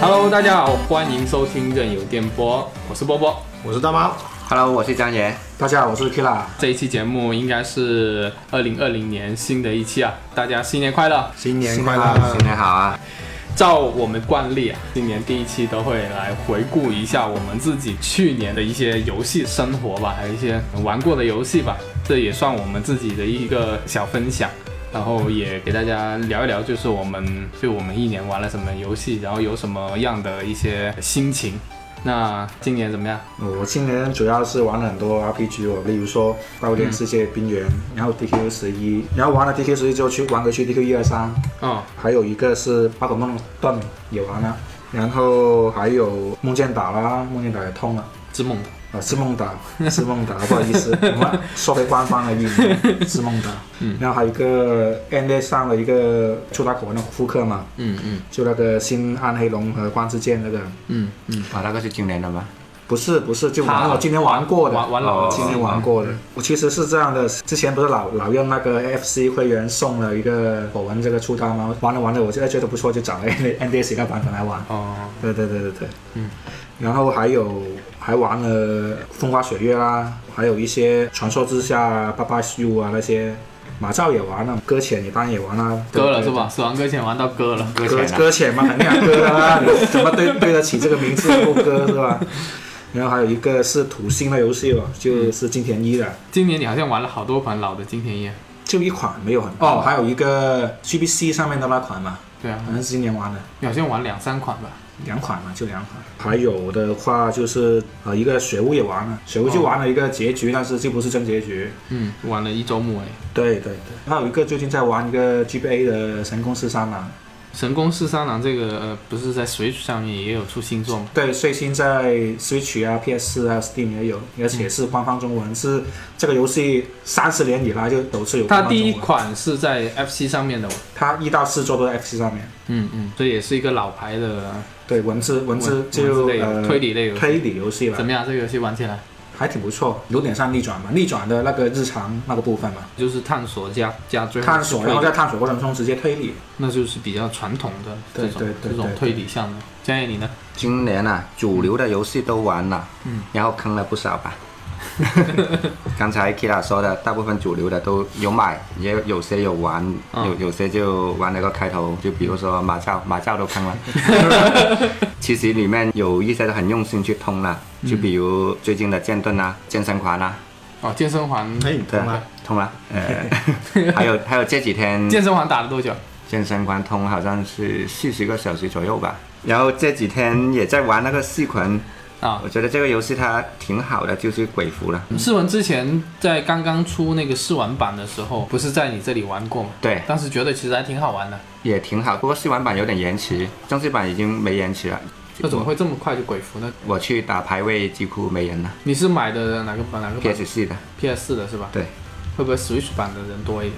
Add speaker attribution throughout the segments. Speaker 1: Hello，大家好，欢迎收听任由电波，我是波波。
Speaker 2: 我是大妈，
Speaker 3: Hello，我是张岩。
Speaker 2: 大家好，我是 Kira，
Speaker 1: 这一期节目应该是二零二零年新的一期啊，大家新年快乐！
Speaker 2: 新年
Speaker 3: 新
Speaker 2: 快
Speaker 3: 年
Speaker 2: 乐！
Speaker 3: 好，新年好啊！
Speaker 1: 照我们惯例啊，今年第一期都会来回顾一下我们自己去年的一些游戏生活吧，还有一些玩过的游戏吧，这也算我们自己的一个小分享。然后也给大家聊一聊，就是我们就我们一年玩了什么游戏，然后有什么样的一些心情。那今年怎么样？
Speaker 2: 我今年主要是玩了很多 RPG，我哦例如说《刀剑世界
Speaker 1: 嗯
Speaker 2: 冰原》然后 DQ 十一，然后玩了 DQ 十一之后去玩回去 DQ 一二三，
Speaker 1: 嗯，
Speaker 2: 还有一个是《宝可梦盾》也玩了，然后还有《梦见岛》啦，《梦见岛》也通了。
Speaker 1: 之梦
Speaker 2: 啊，是梦岛， 是梦岛，不好意思， 我们说回官方的译名，是梦岛。嗯，然后还有一个 N S 上的一个出打口那种复刻嘛，
Speaker 1: 嗯嗯
Speaker 2: 就那个新暗黑龙和光之剑那个，
Speaker 1: 嗯嗯，
Speaker 3: 哇，那个是今年的吗？
Speaker 2: 不是不是，就玩
Speaker 1: 他
Speaker 2: 我今天玩过的，
Speaker 1: 玩玩老
Speaker 3: 哦
Speaker 1: 了嗯
Speaker 2: 今天玩过的。我其实是这样的，之前不是老老用那个 FC 会员送了一个火纹这个出单吗？玩着玩着，我现在觉得不错，就找了 NDS 那版本来玩。
Speaker 1: 哦，
Speaker 2: 对对对对对，
Speaker 1: 嗯。
Speaker 2: 然后还有还玩了风花雪月啦，还有一些传说之下、巴巴修啊那些，马照也玩了，搁浅也当然也玩了，
Speaker 1: 割了
Speaker 2: 对
Speaker 1: 是？吧？死亡搁浅玩到割了，
Speaker 3: 搁
Speaker 2: 对对
Speaker 3: 浅啊
Speaker 2: 搁
Speaker 3: 了。
Speaker 2: 搁浅嘛，肯定 要搁啦，你怎么对对得起这个名字不搁是吧？然后还有一个是土星的游戏哦，
Speaker 3: 嗯
Speaker 2: 就是金田一的，
Speaker 1: 今年你好像玩了好多款老的金田一，
Speaker 2: 就一款没有很哦，还有一个 GBC 上面的那款嘛，
Speaker 1: 对啊，
Speaker 2: 好像是今年玩的。
Speaker 1: 你好像玩两三款吧？
Speaker 2: 两款嘛，就两款。还有的话就是呃，一个雪屋也玩了，雪屋
Speaker 3: 哦
Speaker 2: 就玩了一个结局，但是就不是真结局。
Speaker 1: 嗯，玩了一周目哎。
Speaker 2: 对对对，还有一个最近在玩一个 GBA 的神宫四三嘛，
Speaker 1: 神宫四三郎这个呃，不是在 Switch 上面也有出新作吗？
Speaker 2: 对，最新在 Switch 啊、PS 啊、Steam 也有，而且是官方中文，是这个游戏三十年以来就首次有
Speaker 1: 它
Speaker 2: 官方
Speaker 1: 第
Speaker 2: 中
Speaker 1: 一
Speaker 2: 文。
Speaker 1: 款是在 FC 上面的，
Speaker 2: 它一到四做都在 FC 上面，
Speaker 1: 嗯嗯，这也是一个老牌的
Speaker 2: 对，文字文字
Speaker 1: 文
Speaker 2: 就
Speaker 1: 文字类
Speaker 2: 呃
Speaker 1: 推理类游戏。
Speaker 2: 推理游戏
Speaker 1: 怎
Speaker 2: 了，
Speaker 1: 么样？这个游戏玩起来
Speaker 2: 还挺不错，有点像逆转嘛，逆转的那个日常那个部分嘛，
Speaker 1: 就是探索加加追
Speaker 2: 探索，然后在探索过程中直接推理。
Speaker 1: 那就是比较传统的这
Speaker 2: 对
Speaker 1: 种
Speaker 2: 对对
Speaker 1: 这种
Speaker 2: 对
Speaker 1: 推理向的。江野你呢？
Speaker 3: 今年啊，主流的游戏都玩了，
Speaker 1: 嗯，
Speaker 3: 然后坑了不少吧。 刚才 Kira 说的，大部分主流的都有买，也有有些有玩，
Speaker 1: 嗯
Speaker 3: 有有些就玩了个开头，就比如说马照，马照都 坑了。其实里面有一些都很用心去通了，
Speaker 2: 嗯
Speaker 3: 就比如最近的剑盾啊、健身环啊，
Speaker 1: 哦，健身环，
Speaker 2: 哎，你
Speaker 3: 对
Speaker 2: 通
Speaker 3: 啊
Speaker 2: 了，，
Speaker 3: 通了。 呃，还有还有这几天
Speaker 1: 健身环打了多久？
Speaker 3: 健身环通好像是四十个小时左右吧。然后这几天也在玩那个细魂，
Speaker 1: 啊
Speaker 3: 我，觉得这个游戏它挺好的，就是鬼服了。
Speaker 1: 试玩之前在刚刚出那个试玩版的时候，不是在你这里玩过吗？
Speaker 3: 对，
Speaker 1: 当时觉得其实还挺好玩的，
Speaker 3: 也挺好。不过试玩版有点延迟，正式版已经没延迟了。
Speaker 1: 那怎么会这么快就鬼服呢？
Speaker 3: 我去打排位几乎没人了
Speaker 1: 你是买的哪个版？哪个版
Speaker 3: ，PS 四的，
Speaker 1: ？PS 4的是吧？
Speaker 3: 对，
Speaker 1: 会不会 Switch 版的人多一点？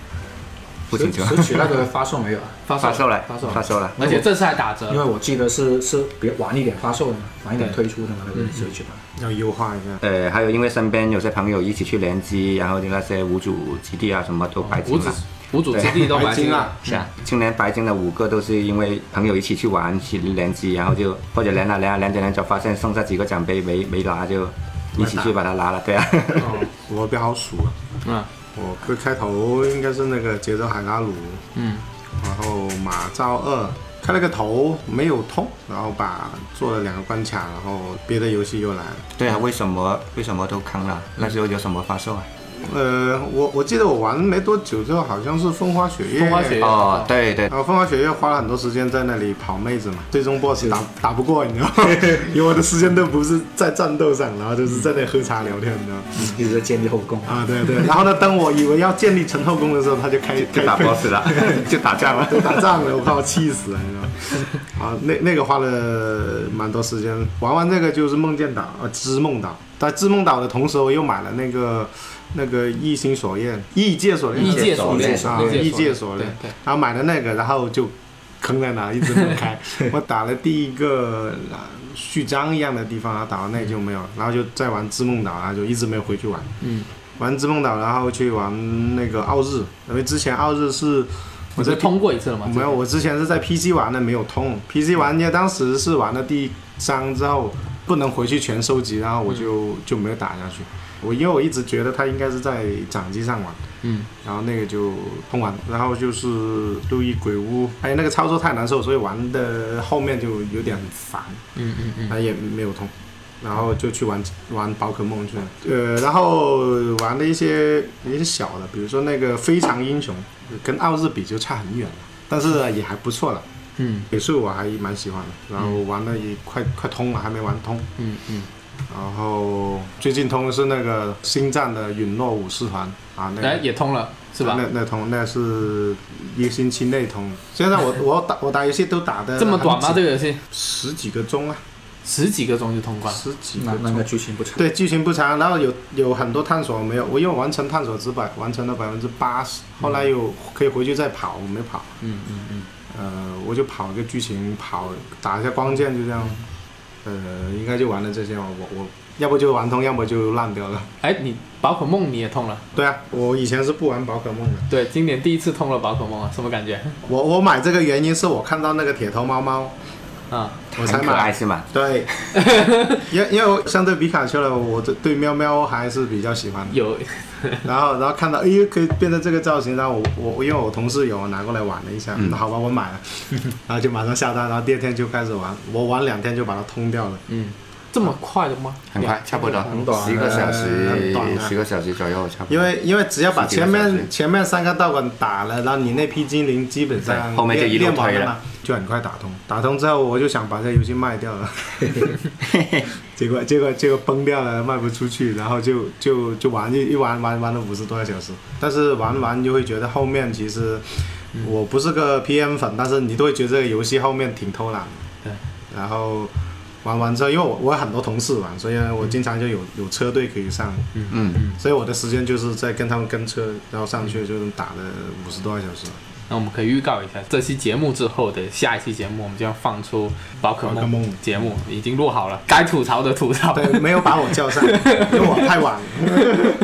Speaker 3: 不清楚。
Speaker 2: 索取那个发售没有啊？
Speaker 1: 发
Speaker 3: 发售了，
Speaker 1: 发售
Speaker 3: 发
Speaker 1: 了，
Speaker 3: 售了。
Speaker 1: 而且这次还打折
Speaker 2: 因为。我记得是是比较晚一点发售的嘛，晚一点推出的嘛，那
Speaker 1: 嗯
Speaker 2: 个索取嘛。
Speaker 4: 要优化一下。
Speaker 3: 呃，还有因为身边有些朋友一起去联机，然后就那些无主基地啊什么都白
Speaker 1: 五
Speaker 3: 金
Speaker 1: 子
Speaker 3: 了。
Speaker 1: 五主之地都白金了，
Speaker 3: 是啊，今年白金的五个都是因为朋友一起去玩去联机，然后就或者连啊连啊连着连着，发现剩下几个奖杯没没拿，就一起去把它拿了。对啊，
Speaker 4: 哦，我比较好数啊。
Speaker 1: 嗯
Speaker 4: 我最开头应该是那个节奏海拉鲁，
Speaker 1: 嗯，
Speaker 4: 然后马照二开了个头没有通，然后把做了两个关卡，然后别的游戏又来了。
Speaker 3: 对啊，为什么为什么都坑了？那时候有什么发售啊？
Speaker 4: 呃，我我记得我玩没多久之后，好像是风花雪月。
Speaker 1: 风花雪月
Speaker 3: 哦，对 对，
Speaker 4: 然后风花雪月花了很多时间在那里跑妹子嘛，最终 BOSS 打打不过，你知道吗？ 因为我的时间都不是在战斗上，然后就是在那喝茶聊天，你知道吗？
Speaker 2: 一直在建立后宫。
Speaker 4: 啊，对对。然后呢，当我以为要建立成后宫的时候，他就开
Speaker 3: 就
Speaker 4: 开
Speaker 3: 打
Speaker 4: 喷
Speaker 3: boss 了，就打架了。
Speaker 4: 都打仗了，我靠，气死了，你知道 吗？啊，那那个花了蛮多时间，玩完这个就是梦见岛，呃，织梦岛。在织梦岛的同时，我又买了那个那个异星锁链，异界锁链，
Speaker 1: 异界锁链
Speaker 4: 啊，异界锁
Speaker 1: 对
Speaker 4: 链。
Speaker 1: 对，
Speaker 4: 然后买了那个，然后就坑在哪一直没 开。我打了第一个啊序章一样的地方，然后打完那就没有，然后就再玩织梦岛，然后就一直没有回去玩。
Speaker 1: 嗯，
Speaker 4: 玩织梦岛，然后去玩那个奥日，因为之前奥日是
Speaker 1: 我
Speaker 4: 在
Speaker 1: 是通过一次了吗？
Speaker 4: 没有，
Speaker 1: 这个，
Speaker 4: 我之前是在 PC 玩的，没有通。PC 玩家当时是玩了第章之后，不能回去全收集，然后我就、
Speaker 1: 嗯
Speaker 4: 就没有打下去。我因为我一直觉得它应该是在掌机上玩，
Speaker 1: 嗯，
Speaker 4: 然后那个就通完，然后就是《路易鬼屋》，哎，那个操作太难受，所以玩的后面就有点烦，
Speaker 1: 嗯嗯嗯，
Speaker 4: 那也没有通。然后就去玩玩宝可梦去了，呃，然后玩了一些一些小的，比如说那个非常英雄，跟奥日比就差很远了，但是呢也还不错了，
Speaker 1: 嗯
Speaker 4: 美术我还蛮喜欢的，然后玩了也快快通了，还没玩通。
Speaker 1: 嗯嗯，
Speaker 4: 然后最近通的是那个星战的陨落武士团啊，那个、
Speaker 1: 哎，也通了是吧？
Speaker 4: 那那通那是一个星期内通。现在我我打我打游戏都打的
Speaker 1: 这么短吗？这个游戏
Speaker 4: 十几个钟啊，
Speaker 1: 十几个钟就通关了，
Speaker 4: 十几个
Speaker 2: 那那
Speaker 4: 钟
Speaker 2: 个。剧情不长。
Speaker 4: 对，剧情不长，然后有有很多探索没有，我因为完成探索只百完成了百分之八十，后来又可以回去再跑，我没跑。
Speaker 1: 嗯嗯嗯，
Speaker 4: 呃，我就跑一个剧情，跑打一下光剑，就这样。呃，应该就玩了这些嘛。我我要不就玩通，要么就烂掉了。
Speaker 1: 哎，你宝可梦你也通了，
Speaker 4: 对啊，我以前是不玩宝可梦的。
Speaker 1: 对，今年第一次通了宝可梦啊，什么感觉？
Speaker 4: 我我买这个原因是我看到那个铁头猫猫，
Speaker 1: 啊，
Speaker 4: 我才
Speaker 3: 很可爱
Speaker 4: 买。
Speaker 3: 是吗？
Speaker 4: 对， 因为因为我相对比卡丘了，我对对喵喵还是比较喜欢的。
Speaker 1: 有，
Speaker 4: 然后然后看到哎呦可以变成这个造型，然后我我因为我同事有我拿过来玩了一下，嗯、好吧我买了，然后就马上下单，然后第二天就开始玩，我玩两天就把它通掉了。
Speaker 1: 嗯，这么快的吗？
Speaker 3: 很啊快，差不多
Speaker 2: 很短
Speaker 3: 十个小
Speaker 4: 很
Speaker 3: 时
Speaker 4: 短，啊
Speaker 3: 十个小时左右，差不多。
Speaker 4: 因为因为只要把
Speaker 3: 十几个
Speaker 4: 前
Speaker 3: 小
Speaker 4: 面
Speaker 3: 时
Speaker 4: 前面三个道馆打了，然后你那批精灵基本上
Speaker 3: 对后面就一路
Speaker 4: 练完
Speaker 3: 推
Speaker 4: 了
Speaker 3: 了
Speaker 4: 嘛，就很快打通。打通之后，我就想把这游戏卖掉 了，结果结果结果崩掉了，卖不出去，然后就就就玩一一玩玩玩了五十多个小时。但是玩完就会觉得后面其实
Speaker 3: 嗯
Speaker 4: 我不是个 PM 粉，但是你都会觉得这个游戏后面挺偷懒的。
Speaker 1: 对，
Speaker 4: 然后。玩完之后，因为我我有很多同事玩，所以呢，我经常就有有车队可以上，
Speaker 3: 嗯，
Speaker 4: 所以我的时间就是在跟他们跟车，然后上去就能打了五十多个小时。
Speaker 1: 那我们可以预告一下，这期节目之后的下一期节目，我们就要放出宝可
Speaker 4: 宝可梦
Speaker 1: 梦节目，已经录好了，该吐槽的吐槽。
Speaker 4: 对，没有把我 叫上，因为我太晚了。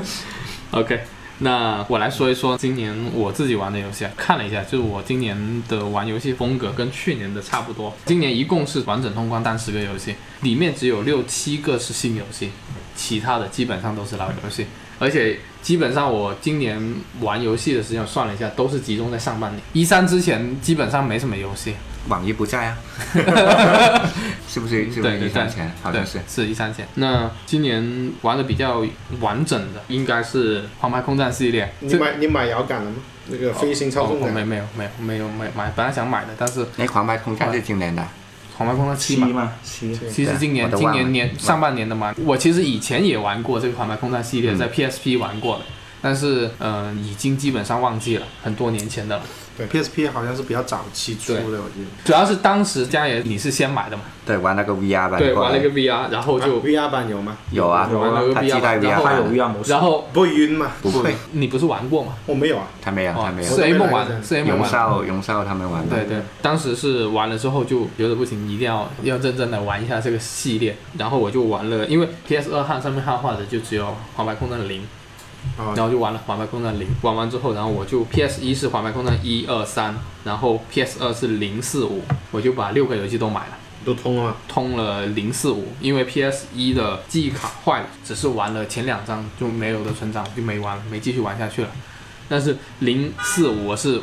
Speaker 1: OK，那我来说一说今年我自己玩的游戏。看了一下，就是我今年的玩游戏风格跟去年的差不多。今年一共是完整通关单十个游戏，里面只有六七个是新游戏，其他的基本上都是老游戏。而且基本上我今年玩游戏的时间我算了一下，都是集中在上半年。一三之前基本上没什么游戏，
Speaker 3: 网易不在 啊，是不是？是
Speaker 1: 对
Speaker 3: 不是
Speaker 1: 对
Speaker 3: 一
Speaker 1: 对
Speaker 3: 三前？好
Speaker 1: 对
Speaker 3: 像是。
Speaker 1: 是一三线。那今年玩的比较完整的应该是《黄牌空战》系列。
Speaker 4: 你
Speaker 1: 这
Speaker 4: 买你买摇杆了吗？那个飞行操纵
Speaker 1: 哦、没
Speaker 4: 杆。
Speaker 1: 没有没有没有没有买，本来想买的，但是《
Speaker 3: 那黄牌空战是今年的，
Speaker 1: 黄牌空战七
Speaker 2: 七
Speaker 1: 嘛，
Speaker 2: 嘛，七。
Speaker 1: 其实今年
Speaker 3: 我都
Speaker 1: 今
Speaker 3: 忘了
Speaker 1: 年年上半年的嘛，我其实以前也玩过这个《黄牌空战》系列，
Speaker 3: 嗯
Speaker 1: 在 PSP 玩过的，但是呃已经基本上忘记了，很多年前的了。
Speaker 4: 对，PSP 好像是比较早期出
Speaker 1: 对
Speaker 4: 的，我记得。
Speaker 1: 主要是当时佳爷你是先买的嘛，
Speaker 3: 对，玩那个 VR 版。
Speaker 1: 对，玩了一个 VR，然后就
Speaker 4: 啊 VR 版有吗？
Speaker 3: 有啊，
Speaker 2: 有啊
Speaker 1: 有
Speaker 3: 他期待 VR
Speaker 2: 它有
Speaker 3: 版，
Speaker 2: VR 模式，
Speaker 1: 然后
Speaker 4: 不会晕吗？
Speaker 3: 不会，
Speaker 1: 你不是玩过吗？
Speaker 4: 我没有啊。
Speaker 3: 他没有，他
Speaker 1: 哦，
Speaker 3: 没有。
Speaker 1: 是 A 梦玩的，
Speaker 4: 我
Speaker 1: 是 A 梦
Speaker 3: 荣
Speaker 1: 玩的。
Speaker 3: 少，荣少他们玩的。
Speaker 1: 对对，当时是玩了之后就觉得不行，一定要要认真的玩一下这个系列。然后我就玩了，因为 PS 二汉上面汉化的就只有《黄牌空战零》，
Speaker 4: 哦
Speaker 1: 然后就玩了《黄牌空战零》。玩完之后，然后我就 PS 一是《黄牌空战一二三》，然后 PS 二是零四五，我就把六个游戏都买了。
Speaker 4: 都通了吗？
Speaker 1: 通了零四五，因为 PS 一的记忆卡坏了，只是玩了前两张就没有的存档，就没玩，没继续玩下去了。但是零四五我是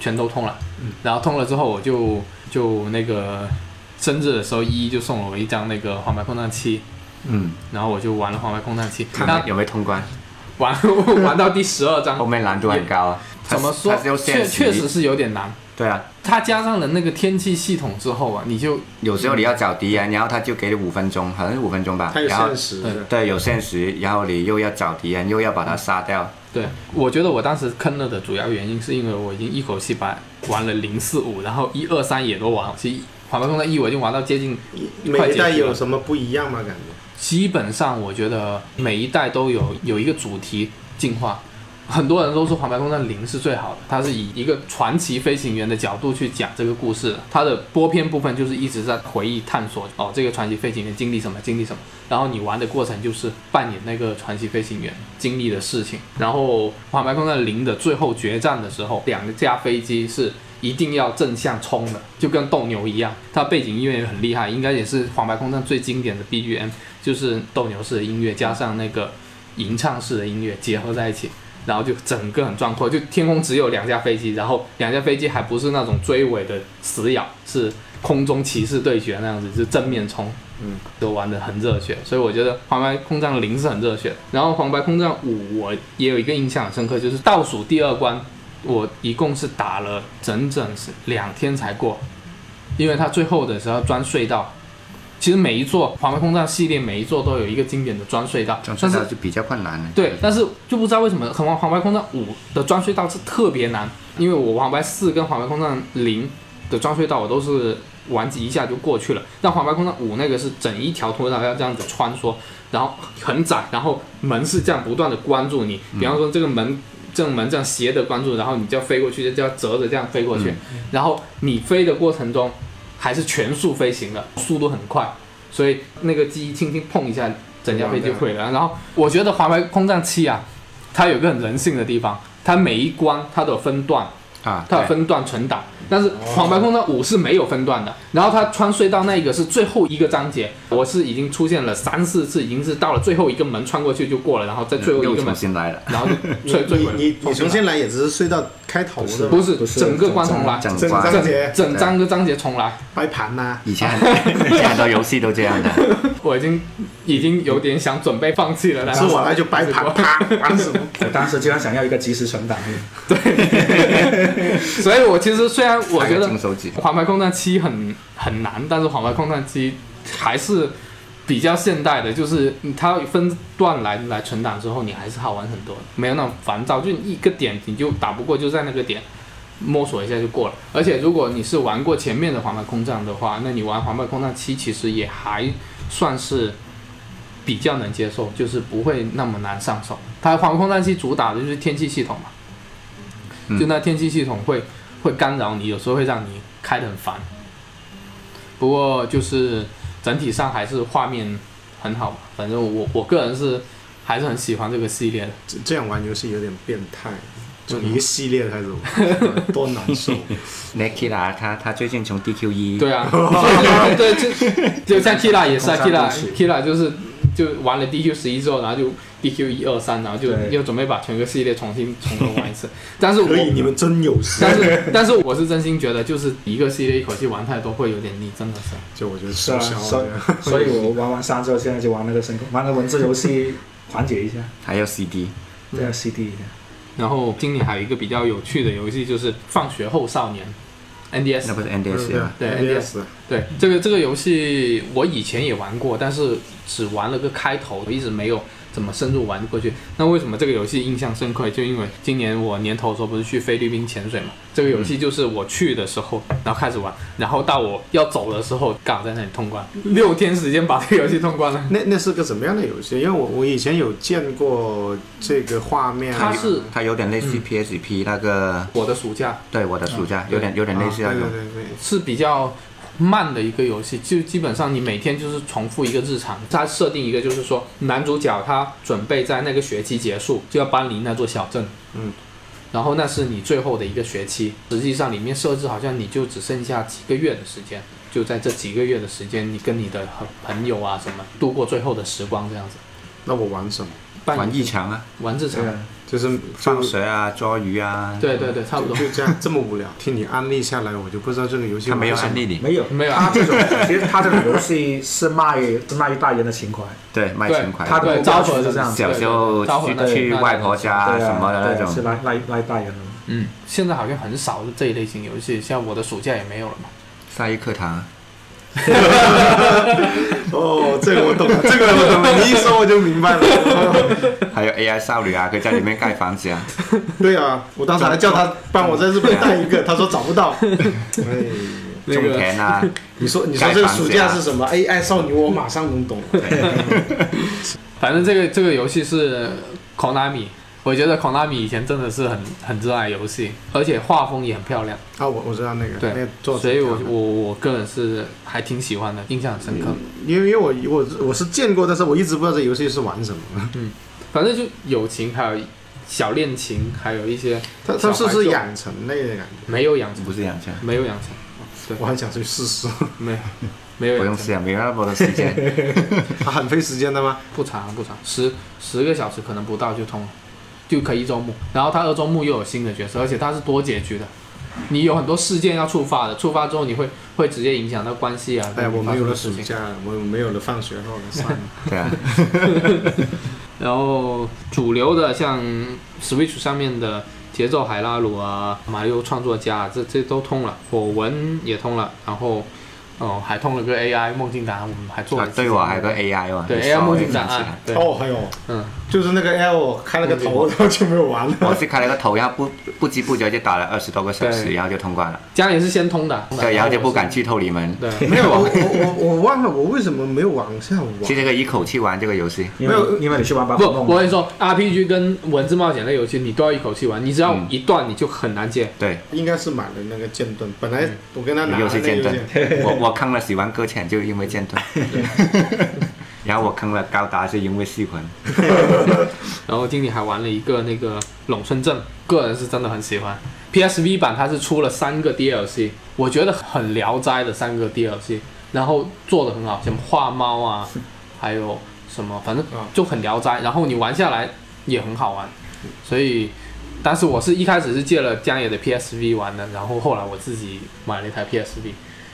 Speaker 1: 全都通了，
Speaker 3: 嗯
Speaker 1: 然后通了之后我就就那个生日的时候，一一就送了我一张那个《黄牌空战七》，
Speaker 3: 嗯，
Speaker 1: 然后我就玩了《黄牌空战七》，
Speaker 3: 看
Speaker 1: 那
Speaker 3: 看有没有通关，
Speaker 1: 玩 玩到第十二
Speaker 3: 后
Speaker 1: 章，
Speaker 3: 面难度很高啊。哦它
Speaker 1: 怎么说
Speaker 3: 它是用？
Speaker 1: 确
Speaker 3: 现实
Speaker 1: 确实是有点难。
Speaker 3: 对啊，
Speaker 1: 它加上了那个天气系统之后啊，你就
Speaker 3: 有时候你要找敌人，然后他就给你五分
Speaker 1: 嗯
Speaker 3: 钟，好像是五分钟
Speaker 1: 啊
Speaker 3: 吧
Speaker 4: 它，有
Speaker 3: 然后
Speaker 4: 限时的。
Speaker 3: 对有限时，然后你又要找敌人，又要把他杀掉，
Speaker 1: 对，我觉得我当时坑了的主要原因是因为我已经一口气把玩了零四五，然后一二三也都玩了，其实《黄牌空战一》我已经玩到接近，快
Speaker 4: 每一
Speaker 1: 解
Speaker 4: 代
Speaker 1: 决了
Speaker 4: 有什么不一样吗？感觉？
Speaker 1: 基本上我觉得每一代都有有一个主题进化，很多人都说《黄白空战零》是最好的，它是以一个传奇飞行员的角度去讲这个故事的。它的播片部分就是一直在回忆探索哦，这个传奇飞行员经历什么，经历什么。然后你玩的过程就是扮演那个传奇飞行员经历的事情。然后《黄白空战零》的最后决战的时候，两架飞机是一定要正向冲的，就跟斗牛一样。它背景音乐也很厉害，应该也是《黄白空战》最经典的 BGM，就是斗牛式的音乐加上那个吟唱式的音乐结合在一起。然后就整个很壮阔，就天空只有两架飞机，然后两架飞机还不是那种追尾的死咬，是空中骑士对决那样子，就正面冲，
Speaker 3: 嗯，
Speaker 1: 都玩得很热血。所以我觉得《黄白空战零》是很热血的。然后《黄白空战五》我也有一个印象很深刻，就是倒数第二关，我一共是打了整整是两天才过，因为它最后的时候钻隧道。其实每一座《黄白空战》系列每一座都有一个经典的钻隧道，
Speaker 3: 装
Speaker 1: 但
Speaker 3: 隧
Speaker 1: 是
Speaker 3: 道就比较困难啊了。
Speaker 1: 对，但是就不知道为什么《横王黄白空战五》的装隧道是特别难，因为我黄白四跟黄白空战零的装隧道我都是玩几一下就过去了，但黄白空战五那个是整一条通道要这样子穿梭，然后很窄，然后门是这样不断的关注你，比方说这个门。正门这样斜的关注，然后你就要飞过去，就要折着这样飞过去。
Speaker 3: 嗯
Speaker 1: 然后你飞的过程中，还是全速飞行的，速度很快，所以那个机翼轻轻碰一下，整架飞机毁
Speaker 3: 嗯
Speaker 1: 了。然后我觉得《华为空战七》啊，它有一个很人性的地方，它每一关它都有分段，
Speaker 3: 啊，
Speaker 1: 它有
Speaker 3: 对
Speaker 1: 分段存档，但是黄白空战五是没有分段
Speaker 3: 嗯
Speaker 1: 的。然后它穿隧道那个是最后一个章节，我是已经出现了三四次，已经是到了最后一个门穿过去就过了，然后在最后一
Speaker 3: 又
Speaker 1: 个
Speaker 3: 重
Speaker 1: 门，
Speaker 3: 新来了，
Speaker 1: 然后就
Speaker 4: 你
Speaker 1: 最最
Speaker 4: 你
Speaker 1: 后一
Speaker 4: 你
Speaker 1: 个
Speaker 4: 你重新来也只是隧道开头的
Speaker 1: 不
Speaker 4: 嘛，
Speaker 1: 是
Speaker 2: 不是
Speaker 1: 整个关重来，
Speaker 3: 整
Speaker 4: 整
Speaker 3: 关
Speaker 4: 章节
Speaker 1: 整章个章节重来。
Speaker 4: 掰盘呐，
Speaker 3: 以前 很以前很多游戏都这样的，
Speaker 1: 我已经已经有点想准备放弃了，但
Speaker 4: 是我来就掰
Speaker 1: 还是
Speaker 4: 盘，
Speaker 1: 我
Speaker 4: 啪，完什么？
Speaker 2: 我当时就然想要一个及时存档，
Speaker 1: 所以我其实虽然我觉
Speaker 3: 还有
Speaker 1: 得
Speaker 3: 金手指
Speaker 1: 《黄牌空战七》很很难，但是《黄牌空战七》还是比较现代的，就是它分段来来存档之后，你还是好玩很多，没有那种烦躁，就一个点你就打不过，就在那个点摸索一下就过了。而且如果你是玩过前面的《黄牌空战》的话，那你玩《黄牌空战七》其实也还算是。比较能接受，就是不会那么难上手。它《黄牌空战七》主打的就是天气系统嘛，
Speaker 3: 嗯
Speaker 1: 就那天气系统会会干扰你，有时候会让你开得很烦。不过就是整体上还是画面很好吧，反正我我个人是还是很喜欢这个系列的。
Speaker 4: 这这样玩游戏有点变态，
Speaker 3: 嗯
Speaker 4: 从一个系列开始玩， 多难受。
Speaker 3: n i k i l a 他他最近从 DQ
Speaker 4: 嗯
Speaker 3: 一
Speaker 1: 对 啊，所以对，就就像 Kira 也是啊
Speaker 2: 同山
Speaker 1: ，Kira
Speaker 2: 不耻
Speaker 1: Kira 就是就玩了 DQ 十一之后，然后就 DQ 一二三，然后就
Speaker 2: 对
Speaker 1: 又准备把全个系列重新重头 玩一次。但是我
Speaker 4: 可以，你们真有事
Speaker 1: 但。是但是我是真心觉得，就是一个系列一口气玩太多会有点腻，真的是。
Speaker 4: 就我觉得吃
Speaker 2: 是啊，
Speaker 4: 消
Speaker 2: 所以所以我玩完三之后，现在就玩那个深空，玩个文字游戏缓解一下，
Speaker 3: 还有 CD，
Speaker 2: 对啊，CD 一下。
Speaker 1: 然后今年还有一个比较有趣的游戏，就是《放学后少年》NDS
Speaker 3: 那不是 NDS 啊？
Speaker 1: 对
Speaker 4: NDS
Speaker 1: 对这个这个游戏，我以前也玩过，但是只玩了个开头，一直没有怎么深入玩过去。那为什么这个游戏印象深刻？就因为今年我年头的时候不是去菲律宾潜水嘛，这个游戏就是我去的时候，然后开始玩，然后到我要走的时候，刚好在那里通关，六天时间把这个游戏通关了。
Speaker 4: 那那是个怎么样的游戏？因为我我以前有见过这个画面，
Speaker 1: 它是
Speaker 3: 它有点类
Speaker 1: 嗯
Speaker 3: 似于 PSP 那个，
Speaker 1: 我的暑假
Speaker 3: 对我的暑假有点有点
Speaker 4: 啊
Speaker 3: 类似那
Speaker 4: 对
Speaker 3: 种，
Speaker 4: 对对对
Speaker 1: 是比较慢的一个游戏，就基本上你每天就是重复一个日常。它设定一个就是说，男主角他准备在那个学期结束就要搬离那座小镇，
Speaker 4: 嗯，
Speaker 1: 然后那是你最后的一个学期。实际上里面设置好像你就只剩下几个月的时间，就在这几个月的时间，你跟你的朋朋友啊什么度过最后的时光这样子。
Speaker 4: 那我玩什么？
Speaker 1: 扮
Speaker 3: 玩异常啊，
Speaker 1: 玩日常
Speaker 2: 对，啊，
Speaker 4: 就是
Speaker 3: 放
Speaker 4: 就
Speaker 3: 蛇啊，捉鱼啊，
Speaker 1: 对对对，差不多。
Speaker 4: 就这样这么无聊。听你安利下来，我就不知道这个游戏
Speaker 3: 他没有
Speaker 4: 玩什么
Speaker 3: 安利你，
Speaker 2: 没有
Speaker 1: 没有
Speaker 2: 他这种，其实他这种游戏是卖是卖一代人的情怀，
Speaker 3: 对卖情怀，
Speaker 2: 他的
Speaker 1: 对，
Speaker 2: 目
Speaker 1: 招
Speaker 2: 标
Speaker 1: 魂
Speaker 2: 群是这样
Speaker 3: 小时候
Speaker 1: 对招魂那
Speaker 3: 去去
Speaker 1: 那
Speaker 3: 外婆家啊
Speaker 2: 对
Speaker 3: 什
Speaker 2: 啊，
Speaker 3: 么的
Speaker 2: 对
Speaker 3: 那
Speaker 2: 啊是
Speaker 3: 种，
Speaker 2: 那那那一代人的。
Speaker 1: 嗯，现在好像很少这一类型游戏，像我的暑假也没有了嘛。
Speaker 3: 下一课堂，
Speaker 4: 哦，这个我懂了，这个我懂了，你一说我就明白了。
Speaker 3: 还有 AI 少女啊，可以在里面盖房子啊，
Speaker 4: 对啊，我当时还叫他帮我在日本带一个，他说找不到。 哎，
Speaker 1: 那
Speaker 3: 种
Speaker 1: 个
Speaker 3: 田啊，
Speaker 4: 你说你说这个暑假是什么？AI 少女，我马上能懂。
Speaker 1: 反正这个这个游戏是 Konami，我我觉得 Konami 以前真的是很很热爱游戏，而且画风也很漂亮，
Speaker 4: 啊，我我知道那个，
Speaker 1: 对
Speaker 4: 那个作者
Speaker 1: 所以我
Speaker 4: 叫
Speaker 1: 我我个人是还挺喜欢的，印象很深刻。
Speaker 4: 因为因为我我我是见过，但是我一直不知道这游戏是玩什么。
Speaker 1: 反正就友情，还有小恋情，还有一些
Speaker 4: 它它
Speaker 1: 小
Speaker 4: 是不
Speaker 1: 白兔
Speaker 4: 是养成类的感觉？
Speaker 1: 没有养成，
Speaker 3: 不是养成，
Speaker 1: 没有养成，
Speaker 4: 我很想去试试，
Speaker 1: 没有没有
Speaker 3: 不
Speaker 1: 养
Speaker 3: 用
Speaker 1: 成，
Speaker 3: 想，没有那么多时 间。
Speaker 4: 它很费时间的吗？
Speaker 1: 不长不长，十十个小时可能不到就通了，就可以一周目。然后它二周目又有新的角色，而且它是多结局的。你有很多事件要触发的，触发之后你会会直接影响到关系啊。
Speaker 4: 哎，
Speaker 1: 跟你
Speaker 4: 我
Speaker 1: 发
Speaker 4: 没
Speaker 1: 生
Speaker 4: 有
Speaker 1: 的
Speaker 4: 了
Speaker 1: 事
Speaker 4: 暑
Speaker 1: 情。
Speaker 4: 假，我没有了放学后了，算了。
Speaker 3: 对啊，
Speaker 1: 然后主流的像 Switch 上面的节奏海拉鲁啊、马里奥创作家啊，这这都通了，火纹也通了，然后哦还通了个 AI 梦境档案，我们还做
Speaker 3: 啊
Speaker 1: 了一次
Speaker 3: 对我还有个 AI 嘛，
Speaker 1: 对
Speaker 3: 你稍
Speaker 1: AI
Speaker 3: 微
Speaker 1: 梦境啊档
Speaker 3: 想起
Speaker 1: 案
Speaker 3: 来，
Speaker 1: 对，
Speaker 4: 哦，还有，
Speaker 1: 嗯，
Speaker 4: 就是那个 L 我开了个头，然后就没有玩了。
Speaker 3: 我是开了个头，然后不不知不觉就打了二十多个小时，
Speaker 1: 对
Speaker 3: 然后就通关了。
Speaker 1: 家里是先通的，
Speaker 3: 对，然后就不敢剧透你们。
Speaker 1: 对， 啊
Speaker 4: 没有，我我我我忘了我为什么没有往下玩。
Speaker 3: 是这个一口气玩这个游戏，
Speaker 2: 因
Speaker 4: 没有
Speaker 2: 为因为你去玩宝
Speaker 1: 不，
Speaker 2: 可梦
Speaker 1: 我跟你说，RPG 跟文字冒险类游戏，你都要一口气玩，你只要
Speaker 3: 嗯
Speaker 1: 一段你就很难接。
Speaker 3: 对，
Speaker 4: 应该是买了那个剑盾，本来我跟他拿了
Speaker 3: 又
Speaker 4: 那
Speaker 3: 是嗯
Speaker 4: 个
Speaker 3: 剑盾，我我坑了喜欢搁浅，就因为剑盾。然后我坑了高达，是因为细魂。
Speaker 1: 然后经理还玩了一个那个《咏春镇》，个人是真的很喜欢。PSV 版它是出了三个 DLC，我觉得很《聊斋》的三个 DLC，然后做的很好，什么画猫啊，还有什么，反正
Speaker 4: 啊
Speaker 1: 就很《聊斋》。然后你玩下来也很好玩，所以，但是我是一开始是借了江野的 PSV 玩的，然后后来我自己买了一台 PSV，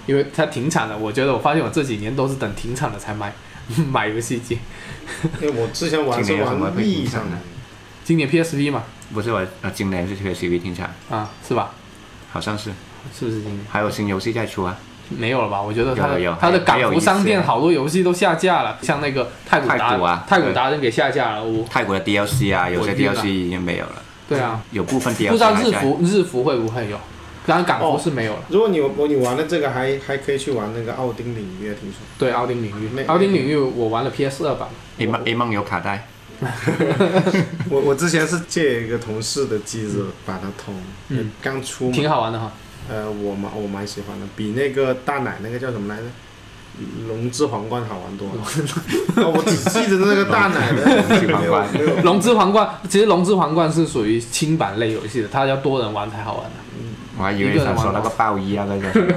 Speaker 1: 因为它停产了，我觉得我发现我这几年都是等停产了才买 买游戏机。
Speaker 4: 因为我之 前玩是
Speaker 3: 今年有什么
Speaker 4: 玩
Speaker 3: 会
Speaker 4: B
Speaker 3: 影响
Speaker 4: 上的
Speaker 3: 呢，
Speaker 1: 今年 PSV 嘛，
Speaker 3: 不是我，呃，今年是 PSV 停产，
Speaker 1: 啊，是吧？
Speaker 3: 好像是，
Speaker 1: 是不是今年？
Speaker 3: 还有新游戏在出啊。
Speaker 1: 没有了吧？我觉得他
Speaker 3: 有有有
Speaker 1: 他的港
Speaker 3: 还有
Speaker 1: 服
Speaker 3: 一些
Speaker 1: 商店好多游戏都下架了，像那个太古达
Speaker 3: 太古啊
Speaker 1: 太古达人给下架了。我
Speaker 3: 泰国的 DLC 啊，有
Speaker 1: 我
Speaker 3: 些
Speaker 1: 晕了
Speaker 3: DLC 已经没有了，
Speaker 1: 对啊，
Speaker 3: 有部分 DLC
Speaker 1: 不知道
Speaker 3: 还
Speaker 1: 日
Speaker 3: 在
Speaker 1: 服日服会不会有，当然港服
Speaker 4: 哦
Speaker 1: 是没有了。
Speaker 4: 如果你我你玩了这个，还还可以去玩那个奥丁领域，啊听说。
Speaker 1: 对奥丁领域
Speaker 4: 那，
Speaker 1: 奥丁领域我玩了 PS 二版，
Speaker 3: A 梦 A 梦有卡带，
Speaker 4: 我我之前是借一个同事的机子把它通，
Speaker 1: 嗯
Speaker 4: 刚出嘛，
Speaker 1: 挺好玩的哈。
Speaker 4: 呃，我蛮我蛮喜欢的，比那个大奶那个叫什么来着？龙之皇冠好玩多了。哦我只记得那个大奶的
Speaker 3: 龙之皇冠
Speaker 4: 没有没有
Speaker 1: 龙之皇冠其实龙之皇冠是属于轻版类游戏的，它要多人玩才好玩的。
Speaker 3: 我还以为你想说那个暴衣啊，那个叫什么？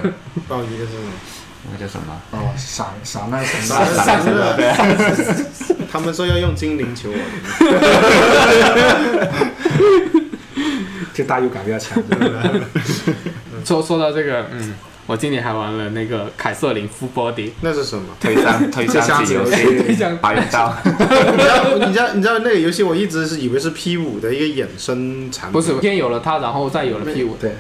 Speaker 4: 暴衣的是什么？
Speaker 3: 那个叫什么？
Speaker 2: 哦，闪闪那闪
Speaker 4: 闪
Speaker 2: 那
Speaker 4: 闪
Speaker 3: 了对啊，
Speaker 4: 他们说要用精灵球我，
Speaker 2: 就代入感比较强，对吧
Speaker 1: 说说到这个，嗯，我今年还玩了那个凯瑟琳 Full Body，
Speaker 4: 那是什么？
Speaker 3: 推搡推
Speaker 2: 这
Speaker 3: 搡
Speaker 2: 箱
Speaker 3: 子
Speaker 2: 子
Speaker 3: 游
Speaker 2: 游
Speaker 3: 戏，
Speaker 2: 戏，
Speaker 1: 像
Speaker 3: 白龙刀，
Speaker 4: 你知道 你知道你知道那个游戏，我一直是以为是 P 五的一个衍生产
Speaker 1: 不
Speaker 4: 品，
Speaker 1: 是先有了它，然后再有了 P 五，
Speaker 2: 对，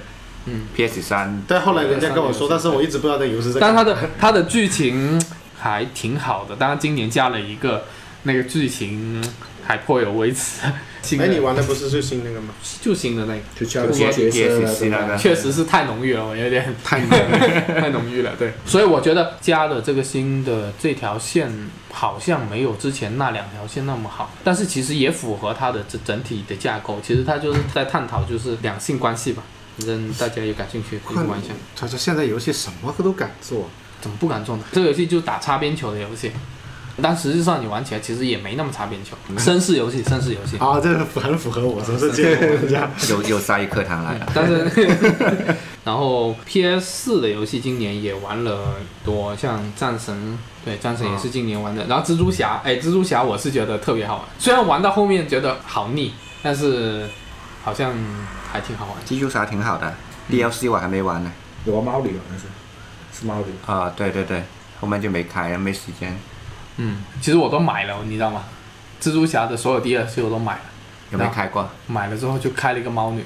Speaker 3: PS 三
Speaker 4: 但后来人家跟我说，但是我一直不知道那游戏在
Speaker 1: 但
Speaker 4: 干
Speaker 1: 它
Speaker 4: 嘛。
Speaker 1: 的它的剧情还挺好的，当然今年加了一个那个剧情还颇有微词，新的
Speaker 4: 哎，你玩的不是最新那个吗？
Speaker 1: 就新的那个，
Speaker 2: 就叫
Speaker 3: 就
Speaker 2: 做角
Speaker 3: PS
Speaker 2: 色
Speaker 3: PS 那个
Speaker 2: 了，
Speaker 1: 确实是太浓郁了，我有点
Speaker 4: 啊太难了
Speaker 1: 太浓郁了，对，所以我觉得加了这个新的这条线好像没有之前那两条线那么好，但是其实也符合它的整整体的架构，其实它就是在探讨就是两性关系吧，反正大家有感兴趣可以去玩一下。
Speaker 4: 他说现在游戏什么都敢做，
Speaker 1: 怎么不敢做呢？这个游戏就是打擦边球的游戏，但实际上你玩起来其实也没那么擦边球。绅士游戏，绅士游戏，
Speaker 4: 啊，这很符合我什么是街头玩家。
Speaker 3: 又又鲨鱼课堂来了，
Speaker 1: 但是， 然后 PS 四的游戏今年也玩了很多，像战神，对，战神也是今年玩的。然后蜘蛛侠，哎，蜘蛛侠我是觉得特别好玩，虽然玩到后面觉得好腻，但是好像还挺好玩。
Speaker 3: 蜘蛛侠挺好的，DLC 我还没玩呢。
Speaker 2: 有个猫女好像是，是猫女，
Speaker 3: 啊，对对对，后面就没开了，没时间，
Speaker 1: 嗯，其实我都买了，你知道吗？蜘蛛侠的所有 DLC 我都买了，
Speaker 3: 有没开过？
Speaker 1: 买了之后就开了一个猫女。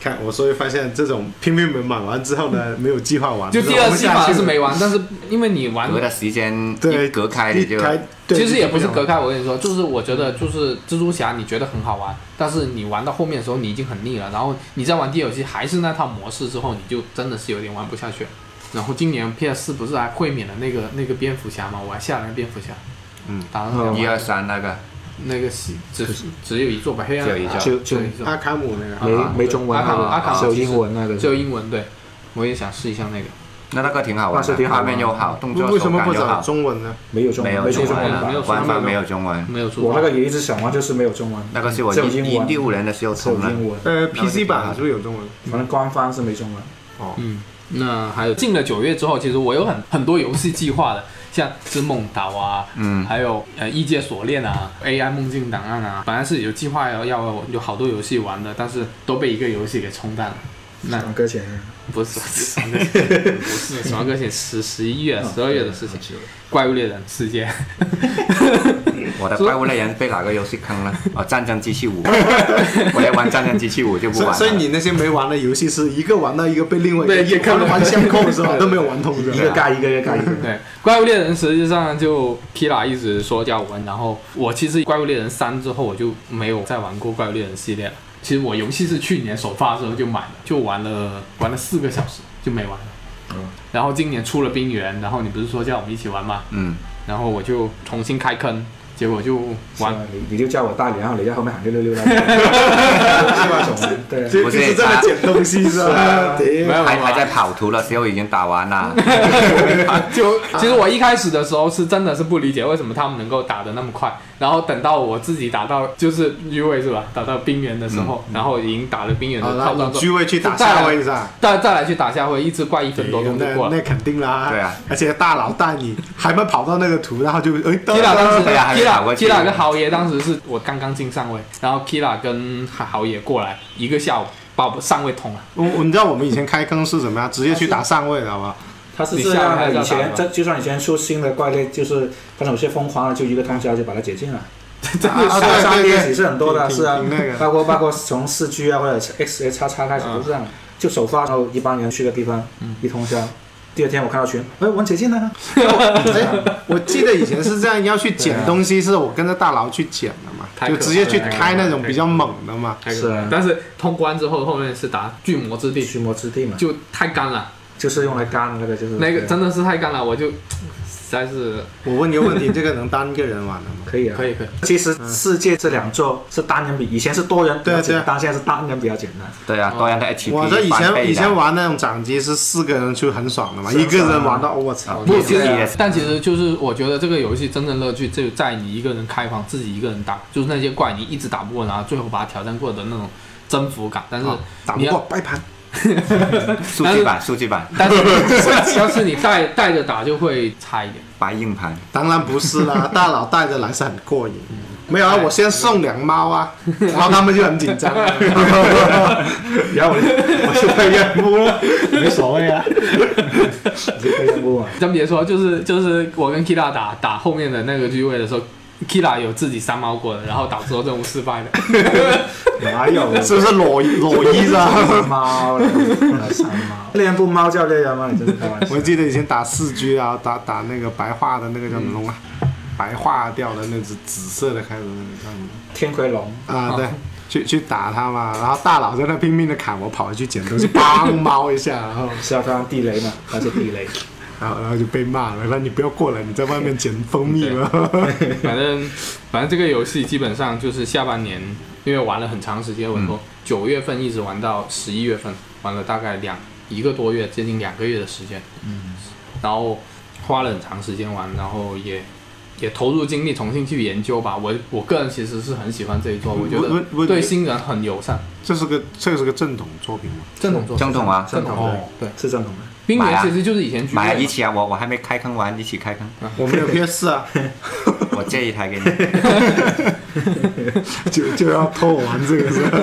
Speaker 4: 看，我所以发现这种拼命门买完之后呢，没有计划玩，
Speaker 1: 就
Speaker 4: 就是
Speaker 1: 第二
Speaker 4: 啊玩不
Speaker 1: 期
Speaker 4: 下
Speaker 1: 反而
Speaker 4: 去
Speaker 1: 是
Speaker 4: 了
Speaker 1: 没玩，但是因为你玩
Speaker 3: 隔，的时间
Speaker 4: 对
Speaker 3: 一隔开你
Speaker 4: 一
Speaker 3: 就
Speaker 4: 开，对
Speaker 1: 其实也不是隔
Speaker 4: 开，
Speaker 1: 开。我跟你说，就是我觉得就是蜘蛛侠，你觉得很好玩，但是你玩到后面的时候你已经很腻了，然后你再玩第二期还是那套模式之后，你就真的是有点玩不下去了。然后今年 PS 4不是还会免了那个那个蝙蝠侠嘛？我还下了蝙蝠侠，
Speaker 4: 嗯，
Speaker 1: 打了两
Speaker 3: 一
Speaker 1: 把
Speaker 3: 二三那个
Speaker 1: 那个西只只有一座吧，黑暗啊
Speaker 3: 只有一座
Speaker 2: 就
Speaker 1: 只
Speaker 2: 就
Speaker 1: 有一座
Speaker 4: 阿卡姆那个，
Speaker 2: 没
Speaker 1: 啊
Speaker 2: 没中文
Speaker 1: 阿卡姆阿卡
Speaker 2: 啊，
Speaker 1: 姆
Speaker 2: 只有
Speaker 1: 其实
Speaker 2: 英文那个
Speaker 1: 只。有英文对，我也想试一下那个。
Speaker 3: 那那个挺好
Speaker 2: 那
Speaker 3: 玩
Speaker 2: 是
Speaker 3: 的，
Speaker 2: 挺好
Speaker 3: 画
Speaker 2: 玩的
Speaker 3: 面又好，动
Speaker 4: 为
Speaker 3: 作
Speaker 4: 为什
Speaker 3: 手
Speaker 4: 么
Speaker 3: 感
Speaker 4: 不
Speaker 3: 又
Speaker 4: 找
Speaker 3: 好，
Speaker 4: 中文呢？
Speaker 2: 没有中
Speaker 3: 没
Speaker 2: 文，
Speaker 3: 有
Speaker 2: 出
Speaker 3: 中
Speaker 2: 中文
Speaker 3: 文
Speaker 1: 啊没有
Speaker 2: 版。
Speaker 3: 了，
Speaker 1: 中文
Speaker 3: 官方没有中文，
Speaker 1: 没有出
Speaker 2: 我那个也一直想玩，就是没有中文。
Speaker 3: 那个是我
Speaker 2: 只有
Speaker 3: 一
Speaker 2: 英
Speaker 3: 一
Speaker 2: 文，
Speaker 3: 六年的时候
Speaker 2: 只有
Speaker 3: 充的，
Speaker 2: 英文，
Speaker 4: 呃
Speaker 3: 那我就
Speaker 4: ，PC 版
Speaker 3: 挺好
Speaker 4: 是不是有中文？
Speaker 2: 反正官方是没中文。
Speaker 4: 哦，
Speaker 1: 嗯，那还有进了九月之后，其实我有很很多游戏计划的，像《织梦岛》啊，
Speaker 3: 嗯
Speaker 1: 还有呃《异界锁链》啊，《AI 梦境档案》啊，本来是有计划要要有好多游戏玩的，但是都被一个游戏给冲淡了。那
Speaker 2: 想搁浅，啊
Speaker 1: 不是死亡搁浅，不是死亡搁浅十十一月、十二月的事情，《怪物猎人世界》
Speaker 3: 我的怪物猎人被哪个游戏坑了？哦，战争机器五，我要玩战争机器五就不
Speaker 4: 所
Speaker 3: 玩了。
Speaker 4: 以所以你那些没玩的游戏是一个玩到一个被另外一
Speaker 1: 被
Speaker 4: 个
Speaker 1: 一个
Speaker 4: 玩玩相扣是吧？都没有玩通
Speaker 1: 啊
Speaker 4: 是
Speaker 2: 一
Speaker 4: 吧？
Speaker 2: 个盖一个，一个 盖一个。
Speaker 1: 对，《怪物猎人》实际上就 Kira 一直说要玩，然后我其实《怪物猎人三》之后我就没有再玩过《怪物猎人》系列了。其实我游戏是去年首发的时候就买的，就玩了玩了四个小时就没玩了。然后今年出了《冰原》，然后你不是说叫我们一起玩吗？
Speaker 3: 嗯，
Speaker 1: 然后我就重新开坑，结果就玩
Speaker 2: 是啊你你就叫我大连，然后你在后面喊六 六六那种，是那种，对啊，
Speaker 4: 就
Speaker 3: 不
Speaker 4: 就是是这么捡东西是吧？对
Speaker 1: 没有
Speaker 3: 还还
Speaker 1: 玩
Speaker 3: 在跑图的时候已经打完了，
Speaker 1: 啊就其实我一开始的时候是真的是不理解为什么他们能够打得那么快，然后等到我自己打到就是鱼尾是吧，打到冰原的时候，然后已经打了冰原
Speaker 4: 好
Speaker 1: 的套
Speaker 4: 了，
Speaker 1: 装
Speaker 4: 你
Speaker 1: 之后
Speaker 4: 居委去打下位是吧？
Speaker 1: 再再来去打下回，一只怪一分多钟就
Speaker 4: 那
Speaker 1: 过了
Speaker 4: 那。肯定啦，
Speaker 3: 对啊，
Speaker 4: 而且大佬带你，还没跑到那个图，然后就哎，到
Speaker 1: Kira 当时
Speaker 3: 对啊还没打过
Speaker 1: Kira
Speaker 3: 去
Speaker 1: Kira 跟豪爷当时是我刚刚进上位，然后 Kira 跟豪爷过来一个下午把我上位捅了。
Speaker 4: 我我你知道我们以前开坑是怎么样？直接去打上位的好吧？
Speaker 2: 他是
Speaker 1: 你
Speaker 2: 这
Speaker 1: 下
Speaker 2: 样
Speaker 1: 来
Speaker 2: 的。
Speaker 1: 再
Speaker 2: 以前
Speaker 1: 打吧
Speaker 2: 这就算以前出新的怪猎，就是反正有些疯狂的，就一个通宵就把它解禁了。
Speaker 1: 真
Speaker 4: 啊
Speaker 1: 的
Speaker 4: 啊
Speaker 1: 是
Speaker 4: 对对
Speaker 2: 商
Speaker 4: 对
Speaker 2: 业也是很多的，
Speaker 4: 挺
Speaker 2: 是啊
Speaker 4: 挺那，个
Speaker 2: 包括包括从四 G 啊或者 X X 叉叉开始都是这样，就首发然后一帮人去个地方一通宵，第二天我看到群，哎，玩解禁了，
Speaker 4: 哎，我记得以前是这样，要去
Speaker 2: 对
Speaker 4: 捡
Speaker 2: 啊
Speaker 4: 东西，是我跟着大佬去捡的嘛，
Speaker 1: 太可
Speaker 4: 就直接去
Speaker 1: 怕了
Speaker 4: 开那种比较猛的嘛。
Speaker 2: 是啊
Speaker 1: 但是通关之后后面是打巨魔之地，
Speaker 2: 驱魔之地嘛，
Speaker 1: 就太干了，
Speaker 2: 就是用来干那个，就是
Speaker 1: 那个
Speaker 2: 对
Speaker 1: 真的是太干了，我就实在是
Speaker 4: 我问你个问题，这个能单个人玩的吗？
Speaker 2: 可以啊，
Speaker 1: 可以可以。
Speaker 2: 其实世界这两座是单人比，以前是多人比较简单，现在是单人比较简单。
Speaker 3: 对啊，多样的 HP
Speaker 4: 我这以
Speaker 3: 翻倍
Speaker 4: 前
Speaker 3: 的
Speaker 4: 以前玩那种掌机是四个人就很爽的嘛，
Speaker 2: 是啊
Speaker 4: 一个人玩到我操，
Speaker 1: 不，其
Speaker 3: 其实
Speaker 1: 实
Speaker 3: 也是啊
Speaker 1: 但其实就是我觉得这个游戏真正乐趣就在你一个人开房，自己一个人打，就是那些怪你一直打不过，然后最后把它挑战过的那种征服感。但是
Speaker 4: 啊打不
Speaker 1: 你要
Speaker 4: 过掰盘。
Speaker 3: 数据版数据版
Speaker 1: 但是要是你 带带着打就会差一点。
Speaker 3: 白硬盘，
Speaker 4: 当然不是啦， 大佬带着来是很过瘾。没有啊，我先送两猫 啊，然后他们就很紧张，啊
Speaker 2: 然后我
Speaker 4: 我就被怨哭了。
Speaker 2: 没所谓 啊，就可以用过啊。
Speaker 1: 真别说，就是就是我跟 Kira 打打后面的那个聚会的时候，Kira 有自己三猫过的，然后导致任务失败的。
Speaker 2: 哪有
Speaker 4: 是不是裸裸衣是吧？
Speaker 2: 猫了？三猫，猎人不猫叫猎人吗？你真是开玩笑
Speaker 4: 我。记得以前打四 G 啊，打打那个白化的那个叫什么龙啊，白化掉的那只紫色的开头那个叫什么？
Speaker 2: 天魁龙，
Speaker 4: 啊，对，去去打他嘛，然后大佬在那拼命的砍我，跑回去捡东西，砰猫一下，然后
Speaker 2: 是要当地雷嘛？它是地雷，
Speaker 4: 然后然后就被骂了，说你不要过来，你在外面捡蜂蜜吗？
Speaker 1: 反正反正这个游戏基本上就是下半年，因为玩了很长时间，我从九月份一直玩到十一月份，玩了大概两一个多月，接近两个月的时间。嗯，然后花了很长时间玩，然后也也投入精力重新去研究吧。我我个人其实是很喜欢这一座，嗯我觉
Speaker 4: 我我
Speaker 1: 得
Speaker 4: 我
Speaker 1: 对新人很友善。
Speaker 4: 这是个这是个正统作品吗？
Speaker 1: 正统做
Speaker 3: 正统啊，
Speaker 1: 正统
Speaker 2: 哦
Speaker 1: 对，
Speaker 2: 是正统的。
Speaker 1: 冰
Speaker 3: 买
Speaker 1: 原
Speaker 3: 啊
Speaker 1: 其实就是以前局
Speaker 3: 买啊
Speaker 1: 内
Speaker 3: 一
Speaker 1: 嘛
Speaker 3: 起啊，我我还没开坑玩，一起开 坑，
Speaker 4: 我没有 PS 啊，
Speaker 3: 我借一台给你，
Speaker 4: 就就要偷我玩这个是吧？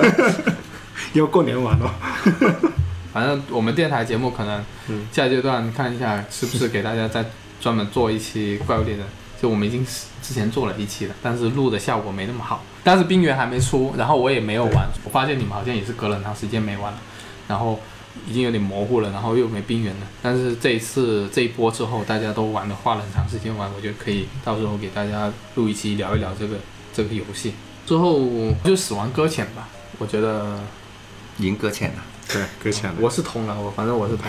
Speaker 4: 要过年玩哦。
Speaker 1: 反正我们电台节目可能下阶段看一下是不是给大家再专门做一期怪物猎人。就我们已经之前做了一期了，但是录的效果没那么好。但是冰原还没出，然后我也没有玩，我发现你们好像也是隔了很长时间没玩了，然后已经有点模糊了，然后又没冰原了。但是这一次这一波之后，大家都玩的花了很长时间玩，我觉得可以到时候给大家录一期聊一聊这个这个游戏。之后就死亡搁浅吧，我觉得
Speaker 3: 赢搁浅了。
Speaker 4: 对，搁浅了，
Speaker 1: 我是通了，我反正我 是通，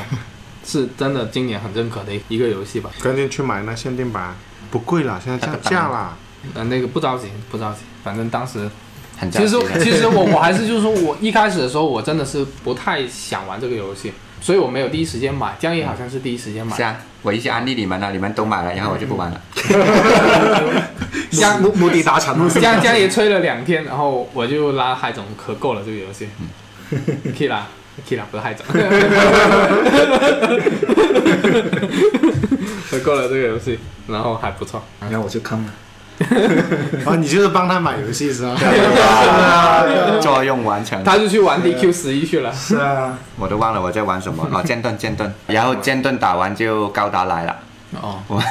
Speaker 1: 是真的今年很认可的一个游戏吧。
Speaker 4: 赶紧去买那限定版，不贵了，现在降价了。
Speaker 1: 呃，那个不着急，不着急，反正当时
Speaker 3: 很着
Speaker 1: 其
Speaker 3: 急
Speaker 1: 实
Speaker 3: 的
Speaker 1: 其实我我还是就是说我一开始的时候我真的是不太想玩这个游戏，所以我没有第一时间买。江一好像是第一时间买
Speaker 3: 是，啊，我一起安利你们了，你们都买了，然后我就不玩 了。
Speaker 1: 江
Speaker 2: 目目的达成了。
Speaker 1: 江江也吹了两天，然后我就拉海总合购了这个游戏。Kira Kira 不是海总， 合购了这个游戏，然后还不错。
Speaker 2: 然后我就坑了，
Speaker 4: 啊，你就是帮他买游戏 是吧？哎
Speaker 3: 作用完
Speaker 2: 嗯
Speaker 3: 成，
Speaker 1: 他就去玩 DQ 十一去了。
Speaker 2: 是啊，
Speaker 3: 我都忘了我在玩什么哦，剑盾剑盾，然后剑盾打完就高达来了，
Speaker 1: 哦，
Speaker 3: 我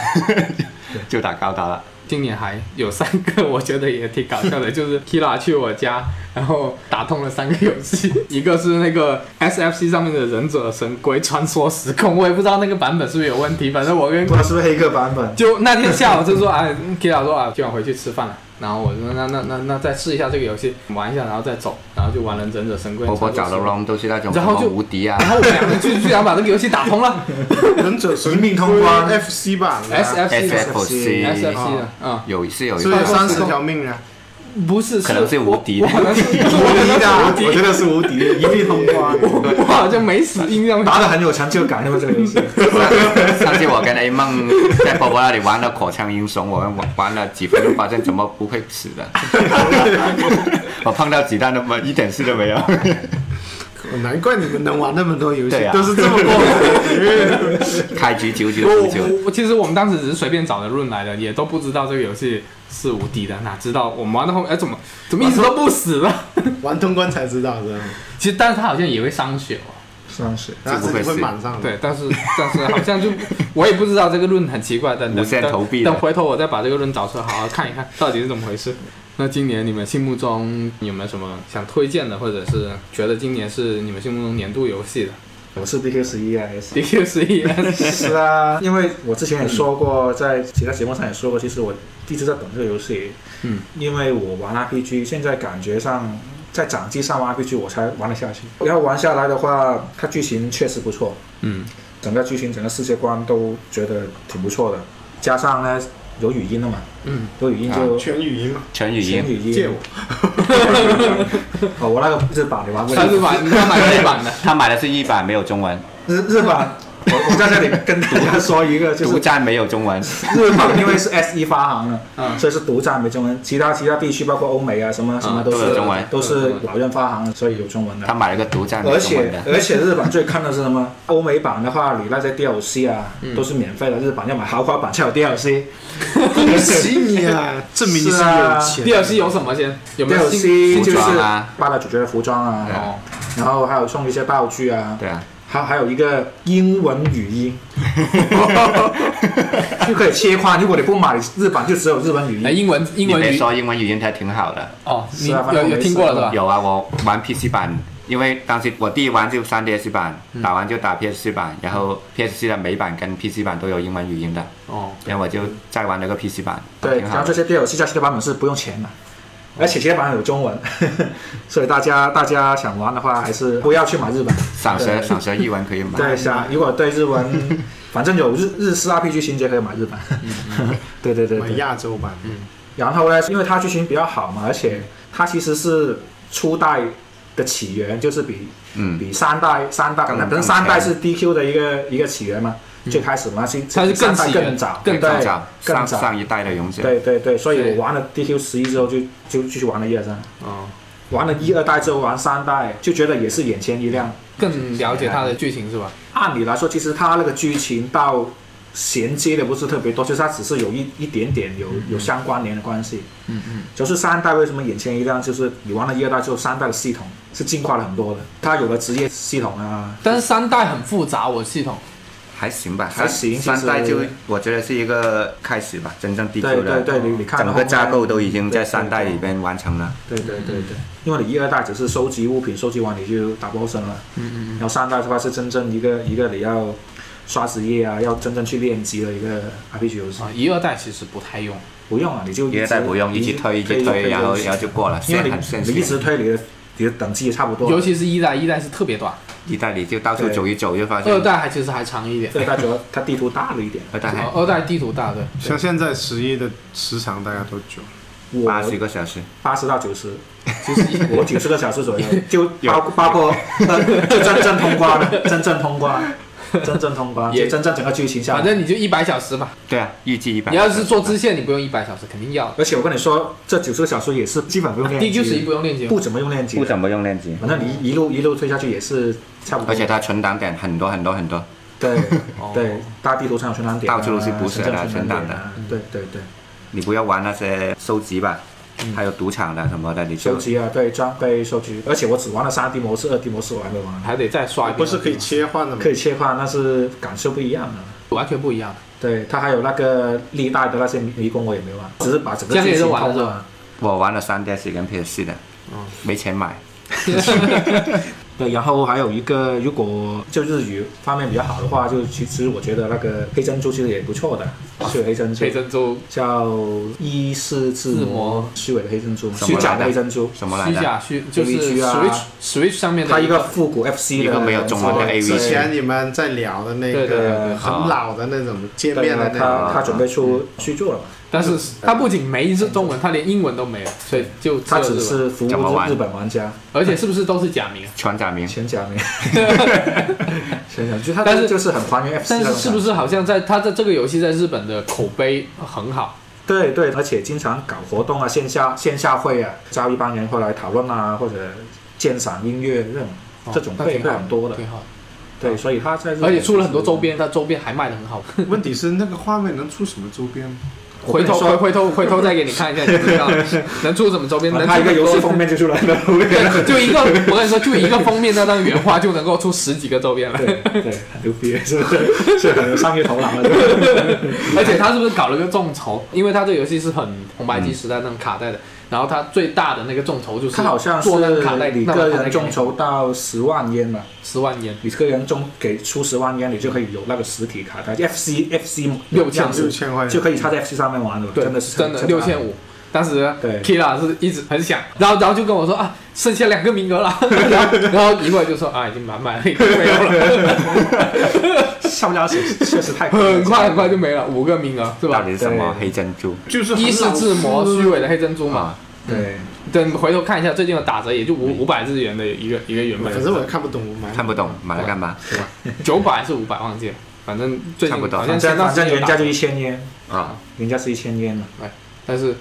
Speaker 3: 就打高达了。
Speaker 1: 今年还有三个，我觉得也挺搞笑 的，就是 Kira 去我家，然后打通了三个游戏，一个是那个 SFC 上面的忍者神龟穿梭时空，我也不知道那个版本是不是有问题，反正我跟
Speaker 2: 不知道是不是黑客版本。
Speaker 1: 就那天下午就说，哎，Kira 说啊，今晚回去吃饭了。然后我说那那那那再试一下这个游戏，玩一下，然后再走，然后就玩了忍者神龟。
Speaker 3: 我我找的
Speaker 1: 了
Speaker 3: ROM 都是那种什
Speaker 1: 然后
Speaker 3: 么
Speaker 1: 就
Speaker 3: 无敌啊
Speaker 1: 然后我们两个就居然把这个游戏打通了
Speaker 4: 忍者神
Speaker 2: 一命通关
Speaker 4: FC 版的
Speaker 1: ，SFC 的
Speaker 3: ，SFC
Speaker 1: SFC 的，嗯，
Speaker 3: 有是有一
Speaker 4: 所以
Speaker 3: 个，
Speaker 4: 三十条命啊，
Speaker 1: 不是，
Speaker 3: 可能是无敌的
Speaker 1: 我我可能是
Speaker 4: 无敌
Speaker 1: 我可能是
Speaker 4: 的，我觉得是无敌，一命通关。
Speaker 1: 我好像没 死印象
Speaker 2: 打得很有成就感，因为这个游戏。
Speaker 3: 上次我跟 A 梦在波波那里玩了口腔英雄，我们玩玩了几分钟，发现怎么不会死的， 我碰到子弹都没一点事都没有。
Speaker 4: 难怪你们能玩那么多游戏
Speaker 3: 对，啊
Speaker 4: 都是这么过来的。
Speaker 3: 开局九九
Speaker 1: 我
Speaker 3: 九九，
Speaker 1: 我我其实我们当时只是随便找的论来的，也都不知道这个游戏是无敌的，哪知道我们玩到后面，哎，怎么怎么一直都不死了？
Speaker 4: 玩通关才知道是吧？
Speaker 1: 其实，但是他好像也会伤血哦。
Speaker 2: 算是
Speaker 4: 然后自己会满上的。
Speaker 1: 对，但是但是好像就我也不知道这个论很奇怪，但
Speaker 3: 无
Speaker 1: 等
Speaker 3: 限投币
Speaker 1: 等
Speaker 3: 的
Speaker 1: 等回头我再把这个论找出来，好好看一看到底是怎么回事。那今年你们心目中有没有什么想推荐的，或者是觉得今年是你们心目中年度游戏的
Speaker 2: 我是 BQ 十一 S。
Speaker 1: ？DQ 十一
Speaker 2: 是啊，因为我之前也说过，在其他节目上也说过，其实我一直在等这个游戏。
Speaker 1: 嗯，
Speaker 2: 因为我玩 RPG，现在感觉上在掌机上玩 RPG 我才玩得下去。要玩下来的话，它剧情确实不错，
Speaker 1: 嗯，
Speaker 2: 整个剧情、整个世界观都觉得挺不错的。加上呢，有语音了嘛，
Speaker 1: 嗯，
Speaker 2: 有语音就
Speaker 4: 全语音嘛，
Speaker 3: 陈语
Speaker 2: 全
Speaker 3: 音
Speaker 2: 语音。
Speaker 4: 借我。
Speaker 2: 哦，我那个日版你玩过？
Speaker 1: 他是版，他买日 版的。
Speaker 3: 他买的是一版没有中文，
Speaker 2: 日日版，我我在这里跟大家说一个，就是
Speaker 3: 独占没有中文，
Speaker 2: 日本 因为是 S 一发行的，
Speaker 1: 嗯
Speaker 2: 所以是独占没中文，其他其他地区包括欧美啊什么什么都
Speaker 3: 都有
Speaker 2: 是、
Speaker 3: 中文
Speaker 2: 都是老院发行的，所以有中文的
Speaker 3: 他。买了个独占没
Speaker 2: 而
Speaker 3: 中文
Speaker 2: 且
Speaker 3: 的。
Speaker 2: 而且日本最坑的是什么？欧美版的话，你那些 DLC 啊、
Speaker 3: 嗯
Speaker 2: 都是免费的，日本要买豪华版才有 DLC。
Speaker 4: 恭喜你啊，证明你是
Speaker 2: 是啊
Speaker 4: 有钱。
Speaker 1: DLC 有什么先？有没有新
Speaker 2: DLC
Speaker 3: 服
Speaker 2: 就是
Speaker 3: 装啊
Speaker 2: 扮了主角的服装啊，
Speaker 1: 哦，
Speaker 2: 然后还有送一些道具啊，
Speaker 3: 对啊，
Speaker 2: 还还有一个英文语 音，就可以切换。如果你不买日版，就只有日文语
Speaker 1: 那
Speaker 2: 音。
Speaker 1: 哎英文英
Speaker 3: 你
Speaker 1: 文
Speaker 3: 别
Speaker 1: 语
Speaker 3: 说英文语音还挺好的。
Speaker 1: 哦，你
Speaker 2: 是啊反正
Speaker 1: 有
Speaker 2: 我
Speaker 1: 有
Speaker 2: 没
Speaker 1: 听
Speaker 2: 试
Speaker 1: 过了
Speaker 2: 过
Speaker 1: 是吧？
Speaker 3: 有啊，我玩 PC 版，因为当时我第一玩就3 DS 版，打完就打 PS 版，然后 PS 的美版跟 PC 版都有英文语音的，
Speaker 1: 哦，
Speaker 3: 然后我就再玩了个 PC 版，
Speaker 2: 对，
Speaker 3: 挺
Speaker 2: 然后
Speaker 3: 好
Speaker 2: 这
Speaker 3: 的。
Speaker 2: 些 DLC 加其他版本是不用钱的，而且其他版本有中文， 所以大家大家想玩的话，还是不要去买日本。
Speaker 3: 赏蛇
Speaker 2: 对
Speaker 3: 赏蛇一文可以买，
Speaker 2: 对，想如果对日文，反正有日日式 RPG 情节可以买日本。对对对
Speaker 4: 买
Speaker 2: 对。
Speaker 4: 亚洲版，
Speaker 2: 然后呢，因为它剧情比较好嘛，而且它其实是初代的起源，就是比
Speaker 3: 嗯，
Speaker 2: 比三代三代，
Speaker 3: 更
Speaker 2: 反正三代是 DQ 的一个一个起源嘛，最开始嘛，其实
Speaker 1: 它是更
Speaker 2: 三代
Speaker 1: 起源
Speaker 2: 更早，
Speaker 1: 更
Speaker 2: 对
Speaker 3: 更早
Speaker 2: 更
Speaker 3: 上
Speaker 2: 早
Speaker 3: 上一代的勇者，
Speaker 2: 对对对，所以
Speaker 1: 对
Speaker 2: 我玩了 DQ 十一之后就就继续玩了一二三，
Speaker 1: 哦，
Speaker 2: 玩了一二代之后玩三代，就觉得也是眼前一亮。
Speaker 1: 更了解它的剧情是吧？
Speaker 2: 按理来说，其实它那个剧情到衔接的不是特别多，就是它只是有一一点点有有相关联的关系。
Speaker 1: 嗯嗯，
Speaker 2: 就是三代为什么眼前一亮，就是你玩了一二代之后，三代的系统是进化了很多的，它有了职业系统啊，
Speaker 1: 但是三代很复杂，我系统
Speaker 3: 还行吧，
Speaker 2: 还行
Speaker 3: 三
Speaker 2: 其
Speaker 3: 三代
Speaker 2: 实
Speaker 3: 就我觉得是一个开始吧，真正 DQ
Speaker 2: 对对
Speaker 3: 的，
Speaker 2: 对，你你看
Speaker 3: 整
Speaker 2: 后
Speaker 3: 个
Speaker 2: 面
Speaker 3: 架构都已经在
Speaker 2: 对对
Speaker 3: 三代
Speaker 2: 对
Speaker 3: 里边完成了。
Speaker 2: 对对对对，因为你一二代只是收集物品，收集完你就打 BOSS 了。嗯嗯然后三代的话是真正一个一个你要刷职业啊，要真正去练级的一个 RPG 游戏。
Speaker 1: 啊，一二代其实不太用。
Speaker 2: 不用啊，你就
Speaker 3: 哦一
Speaker 2: 直
Speaker 3: 代不用，一
Speaker 2: 你
Speaker 3: 直推，一直推，然后然后就过了，
Speaker 2: 因
Speaker 3: 线
Speaker 2: 为
Speaker 3: 很
Speaker 2: 你
Speaker 3: 线
Speaker 2: 你一
Speaker 3: 性。
Speaker 2: 直推你的也等级也差不多了。
Speaker 1: 尤其是一代，一代是特别短，
Speaker 3: 一代你就到处
Speaker 2: 对
Speaker 3: 走一走，就发现
Speaker 1: 二代还其实还长一点，
Speaker 2: 这个大家它地图大了一点，
Speaker 3: 二代还
Speaker 1: 哦二代地图大，对，
Speaker 4: 像现在十一的时长大概多久？
Speaker 2: 我
Speaker 3: 八十个小时，
Speaker 2: 八十到九十，
Speaker 1: 其实
Speaker 2: 我九十个小 时左右，就包包括呃 就真正通关了，真正通关，真正通关，
Speaker 1: 也
Speaker 2: 就真正整个剧情下
Speaker 1: 反
Speaker 2: 来。
Speaker 1: 正你就一百小时吧。
Speaker 3: 对啊，预计一百。
Speaker 1: 你要是做支线，你不用一百小时，肯定要。
Speaker 2: 而且我跟你说，这九十个小时也是基本不用练级，
Speaker 1: DQ 啊十一不用练级，
Speaker 2: 不怎么用练级
Speaker 3: 不
Speaker 2: 的，
Speaker 3: 怎么用链接，
Speaker 2: 反正你一路一路推下去也是差不 多。
Speaker 3: 而且它存档点很多很多很多，
Speaker 2: 对
Speaker 1: 哦
Speaker 2: 对，大地图上有存档点啊，
Speaker 3: 到处都是补血的
Speaker 2: 深圳存档点啊，对对对，
Speaker 3: 你不要玩那些收集吧，还有赌场的什么的，你
Speaker 2: 收
Speaker 3: 就
Speaker 2: 集啊，对装备收集，而且我只玩了三 D 模式，二 D 模式我还没玩，啊
Speaker 1: 还得再刷一遍。
Speaker 4: 不是可以切换的吗
Speaker 2: 可？以切换，但是感受不一样的。啊
Speaker 1: 完全不一样的。
Speaker 2: 对，它还有那个历代的那些迷宫我也没玩，只是把整个
Speaker 1: 这样
Speaker 2: 剧
Speaker 1: 也是
Speaker 2: 情
Speaker 1: 玩了
Speaker 2: 通啊
Speaker 1: 是吧
Speaker 2: 了。
Speaker 3: 我玩了三 DS 跟 PS 的，没钱买，
Speaker 2: 对，然后还有一个，如果就日语方面比较好的话，就其实我觉得那个黑珍珠其实也不错的，虚伪黑珍珠
Speaker 1: 黑珍珠
Speaker 2: 叫伊势
Speaker 1: 自
Speaker 2: 志
Speaker 1: 摩
Speaker 2: 摩虚伪的黑珍珠，
Speaker 3: 什么
Speaker 2: 虚假
Speaker 3: 来的
Speaker 2: 的黑珍珠，
Speaker 3: 什么来
Speaker 1: 虚
Speaker 3: 的？
Speaker 1: 假虚就是
Speaker 2: AVG 啊
Speaker 1: Switch Switch 上面的
Speaker 2: 它一个复古 FC 的
Speaker 3: 一个没有中文的
Speaker 2: 人设
Speaker 3: AV
Speaker 4: 之前你们在聊的那
Speaker 1: 对对对
Speaker 4: 个
Speaker 1: 对
Speaker 4: 很老的那种界
Speaker 2: 对
Speaker 4: 面的
Speaker 2: 啊，
Speaker 4: 那种，
Speaker 2: 他他准备出续作了嘛，
Speaker 1: 但是它不仅没是中文，它连英文都没有，所以就
Speaker 2: 他
Speaker 1: 有
Speaker 2: 只
Speaker 1: 日文，
Speaker 2: 是服务
Speaker 3: 怎么玩
Speaker 2: 日本玩家
Speaker 1: 而且是不是都是假名？
Speaker 3: 全假名，
Speaker 2: 全假名，全假名，就他
Speaker 1: 但是
Speaker 2: 就是很还原 FC
Speaker 1: 但
Speaker 2: 那
Speaker 1: 是
Speaker 2: 种
Speaker 1: 是不
Speaker 2: 感觉。
Speaker 1: 是好像在它在这个游戏在日本的口碑很好？
Speaker 2: 对对，而且经常搞活动啊，线下线下会啊，招一帮人过来讨论啊，或者鉴赏音乐这种。
Speaker 1: 哦
Speaker 2: 这种
Speaker 1: 那
Speaker 2: 配
Speaker 1: 挺
Speaker 2: 备
Speaker 1: 好
Speaker 2: 很多的，
Speaker 1: 挺好。
Speaker 2: 对，所以他在日本
Speaker 1: 而且出了很多
Speaker 2: 就是
Speaker 1: 周，边，它周边还卖的很好。
Speaker 4: 问题是那个画面能出什么周边？
Speaker 2: 我
Speaker 1: 回
Speaker 2: 跟你
Speaker 1: 头
Speaker 2: 说啊
Speaker 1: 回回头回头再给你看一下，你就知道 了能出什么周边，能
Speaker 2: 他
Speaker 1: 出
Speaker 2: 一个游戏封面就出 来了，
Speaker 1: 对，就一个，我跟你说，就一个封面那张原画就能够出十几个周边了，
Speaker 2: 对对，很牛逼，是不是？是很有商业头脑的，对
Speaker 1: 而且他是不是搞了个众筹？因为他这个游戏是很红白机时代那种卡带的，然后他最大的那个众筹就是
Speaker 2: 他好 像是
Speaker 1: 做那个卡带，
Speaker 2: 你
Speaker 1: 那
Speaker 2: 个
Speaker 1: 个卡带
Speaker 2: 人众筹到十万烟吧，
Speaker 1: 十万元，
Speaker 2: 你个人中给出十万烟，你就可以有那个实体卡带，FC FC
Speaker 1: 六千
Speaker 4: 六千块
Speaker 2: 就可以插在 FC 上面玩了，
Speaker 1: 对，
Speaker 2: 真的是
Speaker 1: 真的六千
Speaker 2: 五。
Speaker 1: 五。当时
Speaker 2: 对
Speaker 1: Kira 是一直很想，然后然后就跟我说啊，剩下两个名额了，然后然后一会儿就说啊，已经满满了，已经没有了，
Speaker 2: 上不了手，确实太
Speaker 1: 很快很快就没了，五个名额是
Speaker 3: 到
Speaker 1: 吧
Speaker 3: 底？是什么
Speaker 2: 对
Speaker 3: 黑珍珠？
Speaker 4: 就是很
Speaker 1: 一是
Speaker 4: 老
Speaker 1: 自魔
Speaker 4: 式的
Speaker 1: 虚伪的黑珍珠嘛
Speaker 3: 啊，
Speaker 2: 对，
Speaker 1: 等回头看一下最近的打折，也就五五百日元的一个一个原本，
Speaker 4: 反正我也看不懂，我买
Speaker 3: 看不懂，买来干嘛？
Speaker 1: 九百还是五百忘记了，反正最
Speaker 3: 看不
Speaker 1: 近
Speaker 3: 懂
Speaker 1: 好像
Speaker 2: 反正
Speaker 1: 前段
Speaker 2: 反
Speaker 1: 时
Speaker 2: 正
Speaker 1: 间有
Speaker 2: 原
Speaker 1: 打
Speaker 2: 价就一千烟，
Speaker 3: 啊，
Speaker 2: 原价是一千烟嘛，
Speaker 1: 但是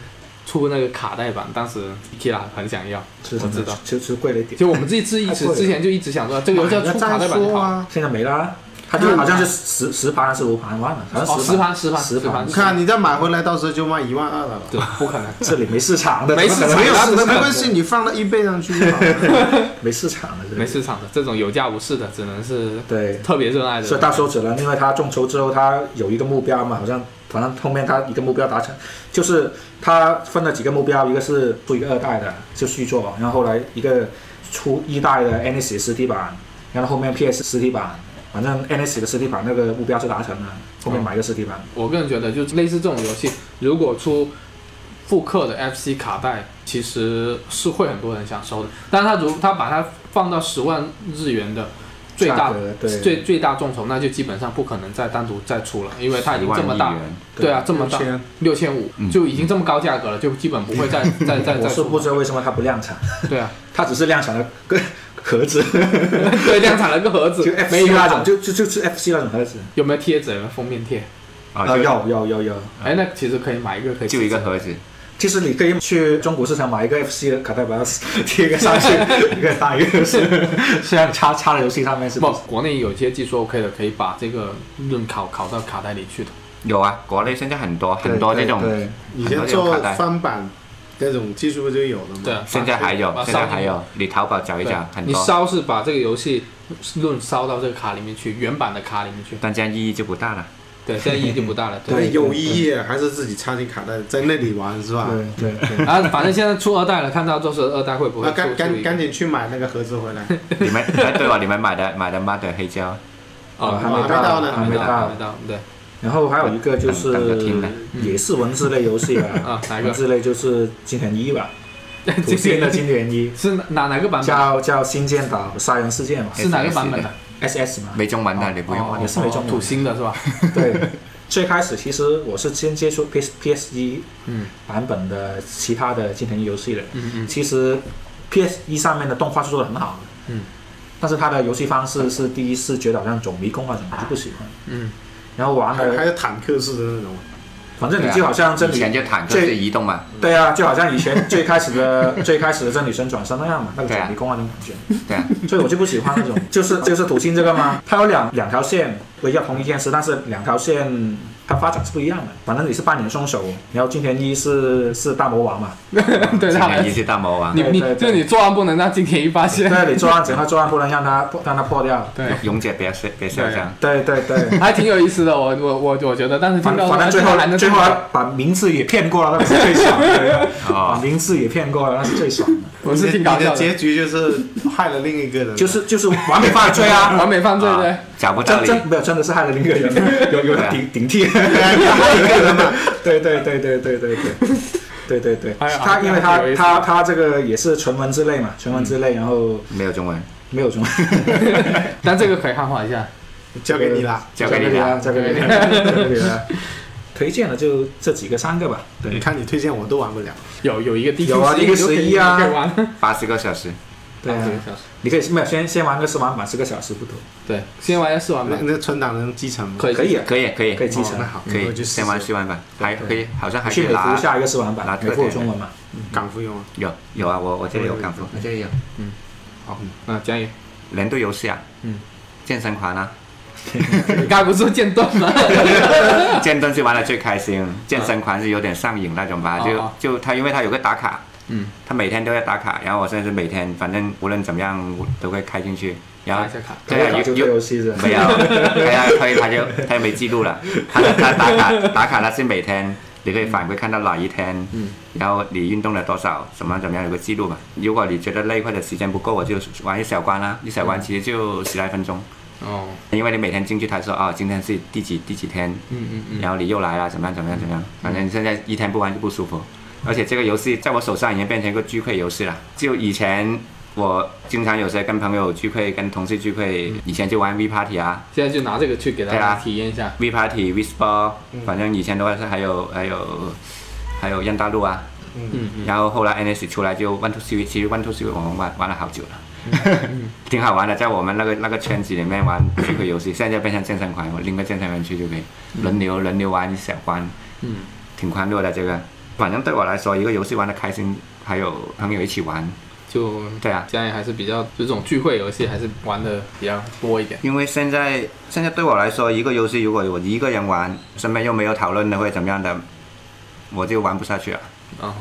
Speaker 1: 出那个卡带版，当时 Kira 很想要，
Speaker 2: 是
Speaker 1: 我知道。
Speaker 2: 其实贵了一点，
Speaker 1: 就我们自己自一直
Speaker 2: 太贵了
Speaker 1: 之前就一直想说，这个游戏要
Speaker 4: 买了
Speaker 1: 出卡带
Speaker 4: 再
Speaker 1: 版就
Speaker 4: 说
Speaker 1: 好。
Speaker 4: 啊。
Speaker 2: 现在没啦。它就好像是十十盘还是五盘忘了，好像
Speaker 1: 哦，十盘十盘
Speaker 2: 十
Speaker 1: 盘，
Speaker 2: 盘
Speaker 4: 你，看，你再买回来，到时候就卖一万二了。
Speaker 1: 对，不可能。
Speaker 2: 这里没市场的，
Speaker 1: 没市场
Speaker 2: 怎么
Speaker 4: 没
Speaker 2: 可
Speaker 4: 有事
Speaker 2: 能有市
Speaker 4: 的，
Speaker 2: 场的
Speaker 4: 没关系，，你放到一倍上去就好了。
Speaker 2: 没市场的，这里
Speaker 1: 没市场的这种有价无市的，只能是
Speaker 2: 对，
Speaker 1: 特别热爱的
Speaker 2: 所以
Speaker 1: 人。
Speaker 2: 到时候只能，因为他众筹之后，他有一个目标嘛，好像反正后面他一个目标达成，就是他分了几个目标，一个是出一个二代的就续作，然后后来一个出一代的 NS 实体版，然后后面 PS 实体版，反正 NS 的实体版那个目标是达成了，后面买一个实体版，
Speaker 1: 我个人觉得，就类似这种游戏，如果出复刻的 FC 卡带，其实是会很多人想收的。但是他如他把它放到十万日元的最大
Speaker 2: 价格对
Speaker 1: 最最大众筹，那就基本上不可能再单独再出了，因为它已
Speaker 3: 一
Speaker 1: 经这么
Speaker 3: 万
Speaker 1: 大
Speaker 3: 亿，元，
Speaker 1: 对啊，这么大
Speaker 4: 6000
Speaker 1: 六千五
Speaker 3: 嗯
Speaker 1: 就已经这么高价格了，就基本不会 再再再
Speaker 2: 我
Speaker 1: 再
Speaker 2: 是
Speaker 1: 出
Speaker 2: 不
Speaker 1: 了。
Speaker 2: 知道为什么它不量产，
Speaker 1: 对啊，
Speaker 2: 它只是量产了个 盒子，
Speaker 1: 对，量产了个盒子
Speaker 2: 就，
Speaker 1: 没
Speaker 2: FC
Speaker 1: 有啊
Speaker 2: 那
Speaker 1: 卡
Speaker 2: 种，就就就是 FC 那种盒子，
Speaker 1: 有没有贴纸？有没有封面贴？
Speaker 3: 啊，
Speaker 2: 啊，
Speaker 3: 就
Speaker 2: 有有有有。
Speaker 1: 哎，那其实可以买一个，可以
Speaker 3: 就一个
Speaker 1: 试试
Speaker 3: 盒子，
Speaker 2: 其实你可以去中国市场买一个 FC 的卡带，把它贴一个 上去，一个大一个 是，虽然插插在游戏上面是
Speaker 1: 不
Speaker 2: 不是？，
Speaker 1: 国内有些技术 OK 的，可以把这个润考考到卡带里去的。
Speaker 3: 有啊，国内现在很多很多这种，
Speaker 2: 对对
Speaker 4: 以前做翻版那种技术不就有了吗？
Speaker 1: 对啊，
Speaker 3: 现在还有
Speaker 1: 把，它
Speaker 3: 现
Speaker 1: 烧
Speaker 3: 在还有，你淘宝找一
Speaker 1: 进去。
Speaker 3: 找，
Speaker 1: 对，
Speaker 3: 很
Speaker 1: 你
Speaker 3: 多，
Speaker 1: 烧是把这个游戏润烧到这个卡里面去，原版的卡里面去。
Speaker 3: 但这样意义就不大了。
Speaker 1: 对，现在意义就不大了。对，
Speaker 4: 对，有意义，还是自己插进卡带，在那里玩是吧？
Speaker 2: 对对对，
Speaker 1: 啊，反正现在出二代了，看到就是二代会不会
Speaker 4: 那
Speaker 1: 出出
Speaker 4: 赶赶
Speaker 1: 一个
Speaker 4: 赶紧去买那个盒子回来。
Speaker 3: 你们哎，对哦，你们买的买的妈的黑胶，
Speaker 1: 哦，
Speaker 2: 还
Speaker 4: 没
Speaker 1: 还
Speaker 4: 到呢
Speaker 1: 还没
Speaker 2: 还没到
Speaker 1: 还没到。对，
Speaker 2: 然后还有一个就是
Speaker 3: 等等着听呢
Speaker 2: 也是文字类游戏吧，
Speaker 1: 啊哪一个
Speaker 2: 文字类就是《金田一》吧， 土星的 金元一
Speaker 1: 是哪哪个版本？
Speaker 2: 叫叫《新建岛杀人事件》嘛
Speaker 3: 哎
Speaker 1: 是哪个版本的？
Speaker 2: ，SS 嘛。
Speaker 3: 没中文的你不用
Speaker 2: 哦
Speaker 3: 玩
Speaker 2: 也。是没中文
Speaker 1: 土星的是吧？
Speaker 2: 对，最开始其实我是先接触 PS PS 一
Speaker 1: 嗯
Speaker 2: 版本的其他的金田一游戏的。
Speaker 1: 嗯嗯
Speaker 2: 其实 PS 一上面的动画是做的很好的，
Speaker 1: 嗯，
Speaker 2: 但是它的游戏方
Speaker 3: 嗯
Speaker 2: 式是第一视觉导向走迷宫那种，我就不喜欢。
Speaker 1: 嗯，
Speaker 2: 然后玩
Speaker 4: 还还
Speaker 2: 的，
Speaker 4: 有坦克式的那种，
Speaker 2: 反正你
Speaker 3: 啊对啊
Speaker 2: 就好像这
Speaker 3: 以前
Speaker 2: 里，
Speaker 3: 就坦克是移动嘛，
Speaker 2: 对啊，就好像以前最开始的 最开始的真女神转身那样嘛，那个
Speaker 3: 对啊
Speaker 2: 走迷宫那种感觉。
Speaker 3: 对啊，
Speaker 2: 所以我就不喜欢那 种，就是就是土星这个嘛，它有两两条线围绕同一件事，但是两条线它发展是不一样的。反正你是扮演凶手，然后金田一是是大魔王嘛，
Speaker 1: 对，
Speaker 3: 今
Speaker 1: 他
Speaker 3: 年一期大魔王
Speaker 1: 你
Speaker 2: 对
Speaker 1: 你
Speaker 2: 对
Speaker 1: 就
Speaker 2: 对
Speaker 1: 你作案不能让今天一发现。
Speaker 2: 对，你作案整个作案不能让它让它破掉。
Speaker 1: 对，
Speaker 3: 勇姐别笑别笑这样，
Speaker 2: 对对 对，
Speaker 1: 还挺有意思的，我我我我觉得，但是听
Speaker 2: 反
Speaker 1: 到
Speaker 2: 反正最
Speaker 1: 他
Speaker 2: 后
Speaker 1: 还能
Speaker 2: 最后还把名字也骗过了，那是最爽的。把
Speaker 3: 哦，
Speaker 2: 名字也骗过了，那是最爽的。
Speaker 1: 我是
Speaker 4: 你
Speaker 1: 挺
Speaker 4: 的
Speaker 1: 搞
Speaker 4: 你
Speaker 1: 笑
Speaker 4: 的
Speaker 1: 的，
Speaker 4: 结局就是害了另一个人，
Speaker 2: 就是就是完美犯罪啊！
Speaker 1: 完美犯罪对
Speaker 3: 啊，找不到
Speaker 2: 真
Speaker 3: 你，
Speaker 2: 真没有真的是害了另一个人，有有人顶顶替。对对对对对对对。对对对，
Speaker 1: 哎呀
Speaker 2: 他因为
Speaker 1: 还挺有
Speaker 2: 他
Speaker 1: 意思的
Speaker 2: 他他这个也是纯文之类嘛，纯文之类，然后
Speaker 3: 没有中文，
Speaker 2: 没有中文，啊
Speaker 1: 但这个可以汉化一下。
Speaker 4: 交给你了。
Speaker 3: 交给你
Speaker 2: 啦，
Speaker 3: 了。
Speaker 2: 交给你啦，交给你啦。推荐的就这几个三个吧，
Speaker 4: 你
Speaker 2: 对
Speaker 4: 看你推荐我都玩不了，
Speaker 1: 有有一个 DQ
Speaker 2: 有啊
Speaker 1: 11
Speaker 2: DQ11 啊
Speaker 1: 可以玩
Speaker 3: 八十个小时，
Speaker 2: 对啊
Speaker 1: 几个，小时。
Speaker 2: 你可以没有先先玩个试玩版，四个小时不多，
Speaker 1: 对，先玩一下试玩
Speaker 4: 那
Speaker 1: 版，
Speaker 4: 那存档能继承吗？
Speaker 1: 可以
Speaker 2: 啊可以啊，
Speaker 3: 可以可以
Speaker 2: 可以继
Speaker 4: 哦
Speaker 2: 承
Speaker 4: 那，好，
Speaker 3: 可
Speaker 4: 我
Speaker 3: 以，
Speaker 4: 去试
Speaker 3: 先玩
Speaker 4: 试
Speaker 3: 试玩版，还可以，好像还可
Speaker 2: 去
Speaker 3: 以
Speaker 2: 美服
Speaker 3: 拿
Speaker 2: 下一个试玩
Speaker 3: 拿
Speaker 2: 版，
Speaker 3: 特
Speaker 2: 美服有
Speaker 3: 点
Speaker 2: 中文嘛？
Speaker 4: 港服用啊。嗯
Speaker 3: 有有啊，我我这里有港服，我这里有
Speaker 4: 好，
Speaker 1: 嗯，讲也，
Speaker 3: 年度游戏啊，
Speaker 1: 嗯，
Speaker 3: 健身环啊，
Speaker 1: 你刚不是说剑盾 吗？
Speaker 3: 健身是玩的最 开心，健身环是有点上瘾那种吧，
Speaker 1: 啊
Speaker 3: 就就他因为他有个打卡，
Speaker 1: 嗯，
Speaker 3: 他每天都要打卡，然后我现在是每天反正无论怎么样我都会开进去，然
Speaker 1: 打
Speaker 3: 后
Speaker 1: 一下卡，
Speaker 3: 对啊，
Speaker 2: 搞
Speaker 3: 有
Speaker 2: 这
Speaker 3: 有
Speaker 2: 个游戏是吧
Speaker 3: 没有，他要推他就他就没记录了，他他打卡打卡他是每天。你可以反馈看到哪一天，
Speaker 1: 嗯
Speaker 3: 然后你运动了多少，怎么样怎么样有个记录嘛。如果你觉得累或者时间不够，我就玩一小关啦、一小关其实就十来分钟，
Speaker 1: 哦，
Speaker 3: 因为你每天进去，他说啊、今天是第几第几天，
Speaker 1: 嗯嗯嗯，
Speaker 3: 然后你又来了，怎么样怎么样怎么样，反正你现在一天不玩就不舒服。而且这个游戏在我手上已经变成一个聚会游戏了。就以前我经常有时候跟朋友聚会、跟同事聚会，以前就玩 V Party 啊
Speaker 1: 现在就拿这个去给大
Speaker 3: 对
Speaker 1: 家
Speaker 3: 啊
Speaker 1: 体验一下。
Speaker 3: ，V Party、V Sport，反正以前的话是还有还有还有任大陆啊。
Speaker 1: 嗯嗯，
Speaker 3: 然后后来 NS 出来就 One Two Three，其实 One Two Three 我们玩玩了好久了。 挺好玩的，在我们那个那个圈子里面玩 聚会游戏，现在变成健身环，我拎个健身环去就可以，轮流轮流玩一小关，
Speaker 1: 嗯，
Speaker 3: 挺欢乐的这个。反正对我来说，一个游戏玩的开心，还有朋友一起玩，
Speaker 1: 就
Speaker 3: 对啊，
Speaker 1: 现在还是比较就这种聚会游戏还是玩的比较多一点。
Speaker 3: 因为现在现在对我来说，一个游戏如果我一个人玩，身边又没有讨论的或者怎么样的，我就玩不下去了。
Speaker 1: 哦，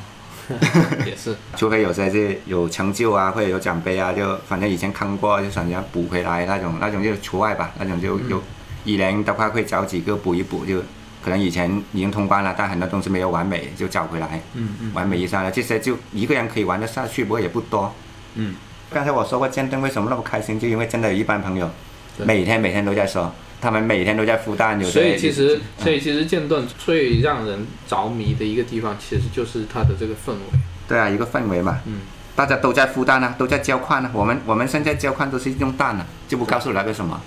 Speaker 1: 也是，
Speaker 3: 除非有些是有成就啊，或者有奖杯啊，就反正以前坑过，就想要补回来那种，那种就除外吧，那种
Speaker 1: 嗯
Speaker 3: 就有一年的话会找几个补一补，就可能以前已经通关了，但很多东西没有完美，就找回来，
Speaker 1: 嗯嗯
Speaker 3: 完美一下了。这些就一个人可以玩得下去，不过也不多。
Speaker 1: 嗯，
Speaker 3: 刚才我说过剑盾为什么那么开心，就因为真的有一帮朋友，
Speaker 1: 对
Speaker 3: 每天每天都在说，他们每天都在孵蛋，有些
Speaker 1: 所以其实，
Speaker 3: 嗯
Speaker 1: 所以其实剑盾最让人着迷的一个地方，其实就是它的这个氛围。
Speaker 3: 对啊，一个氛围嘛，
Speaker 1: 嗯，
Speaker 3: 大家都在孵蛋啊，都在交换啊。我们我们现在交换都是用蛋啊，就不告诉你那个什么。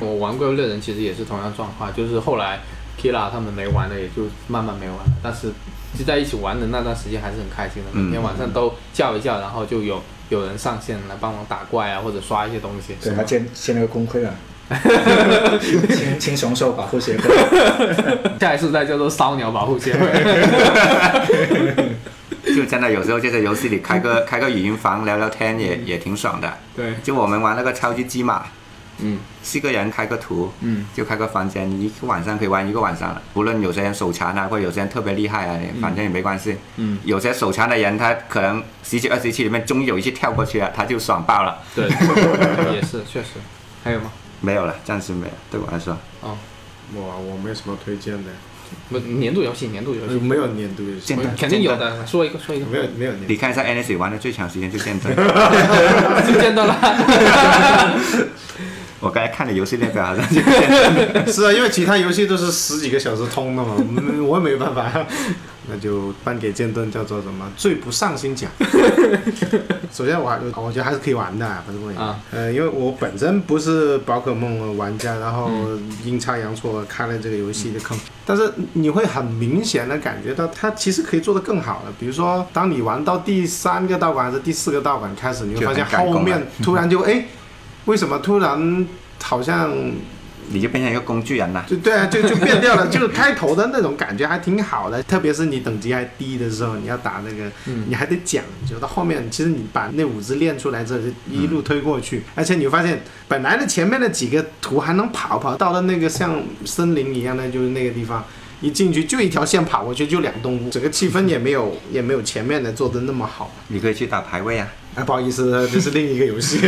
Speaker 1: 我玩过猎人，其实也是同样状况，就是后来 Kira 他们没玩了，也就慢慢没玩了。但是就在一起玩的那段时间还是很开心的，
Speaker 3: 嗯
Speaker 1: 每天晚上都叫一叫，然后就有有人上线来帮忙打怪啊，或者刷一些东西。
Speaker 2: 对，
Speaker 1: 是吗
Speaker 2: 他建建了个公会啊，青青雄兽保护协会，
Speaker 1: 下一世代叫做烧鸟保护协 会。
Speaker 3: 就真的有时候就在游戏里开 个开个语音房聊聊天也也挺爽的。
Speaker 1: 对，
Speaker 3: 就我们玩那个超级鸡嘛，
Speaker 1: 嗯
Speaker 3: 四个人开个图，
Speaker 1: 嗯
Speaker 3: 就开个房间，一个晚上可以玩一个晚上了。无论有些人手残啊，或者有些人特别厉害啊，反正也没关系。
Speaker 1: 嗯，
Speaker 3: 有些手残的人，他可能十几二十期里面终于有一期跳过去了，他就爽爆了。
Speaker 1: 对，也是确实。还有吗？
Speaker 3: 没有了，暂时没有。对我来说，
Speaker 1: 哦，
Speaker 4: 我我没什么推荐的，
Speaker 1: 不，年度游戏，年度游戏，
Speaker 4: 没有年度游戏
Speaker 3: 剑，盾
Speaker 1: 肯定有嗯的。说一个，说一个，
Speaker 4: 没有没有年
Speaker 3: 你
Speaker 4: 度。
Speaker 3: 看一下 NS 玩的最长时间就剑盾。
Speaker 1: 就见到了。
Speaker 3: 我刚才看了游戏列表，好啊像就 是
Speaker 4: 是啊，因为其他游戏都是十几个小时通的嘛，嗯我也没办法。 那就颁给剑盾叫做什么最不上心 奖。首先我还我觉得还是可以玩的，反正我也、
Speaker 1: 啊
Speaker 4: 呃，因为我本身不是宝可梦玩家，然后阴差阳错开了这个游戏的坑，但是你会很明显的感觉到它其实可以做得更好的。比如说，当你玩到第三个道馆还是第四个道馆开始，你会
Speaker 3: 就
Speaker 4: 发
Speaker 3: 很
Speaker 4: 现
Speaker 3: 改
Speaker 4: 后
Speaker 3: 观
Speaker 4: 面
Speaker 3: 了
Speaker 4: 突然就哎，为什么突然好像
Speaker 3: 你就变成一个工具人了。
Speaker 4: 就对啊，就就变掉了， 就是开头的那种感觉还挺好的，特别是你等级还低的时候，你要打那个，你还得讲究。到后面，其实你把那五只练出来之后，就一路推过去，而且你会发现本来的前面的几个图还能跑跑，到了那个像森林一样的，就是那个地方。一进去就一条线跑过去，就两栋屋，整个气氛也没有也没有前面的做的那么好。
Speaker 3: 你可以去打排位啊，
Speaker 4: 啊，不好意思，这是另一个游戏。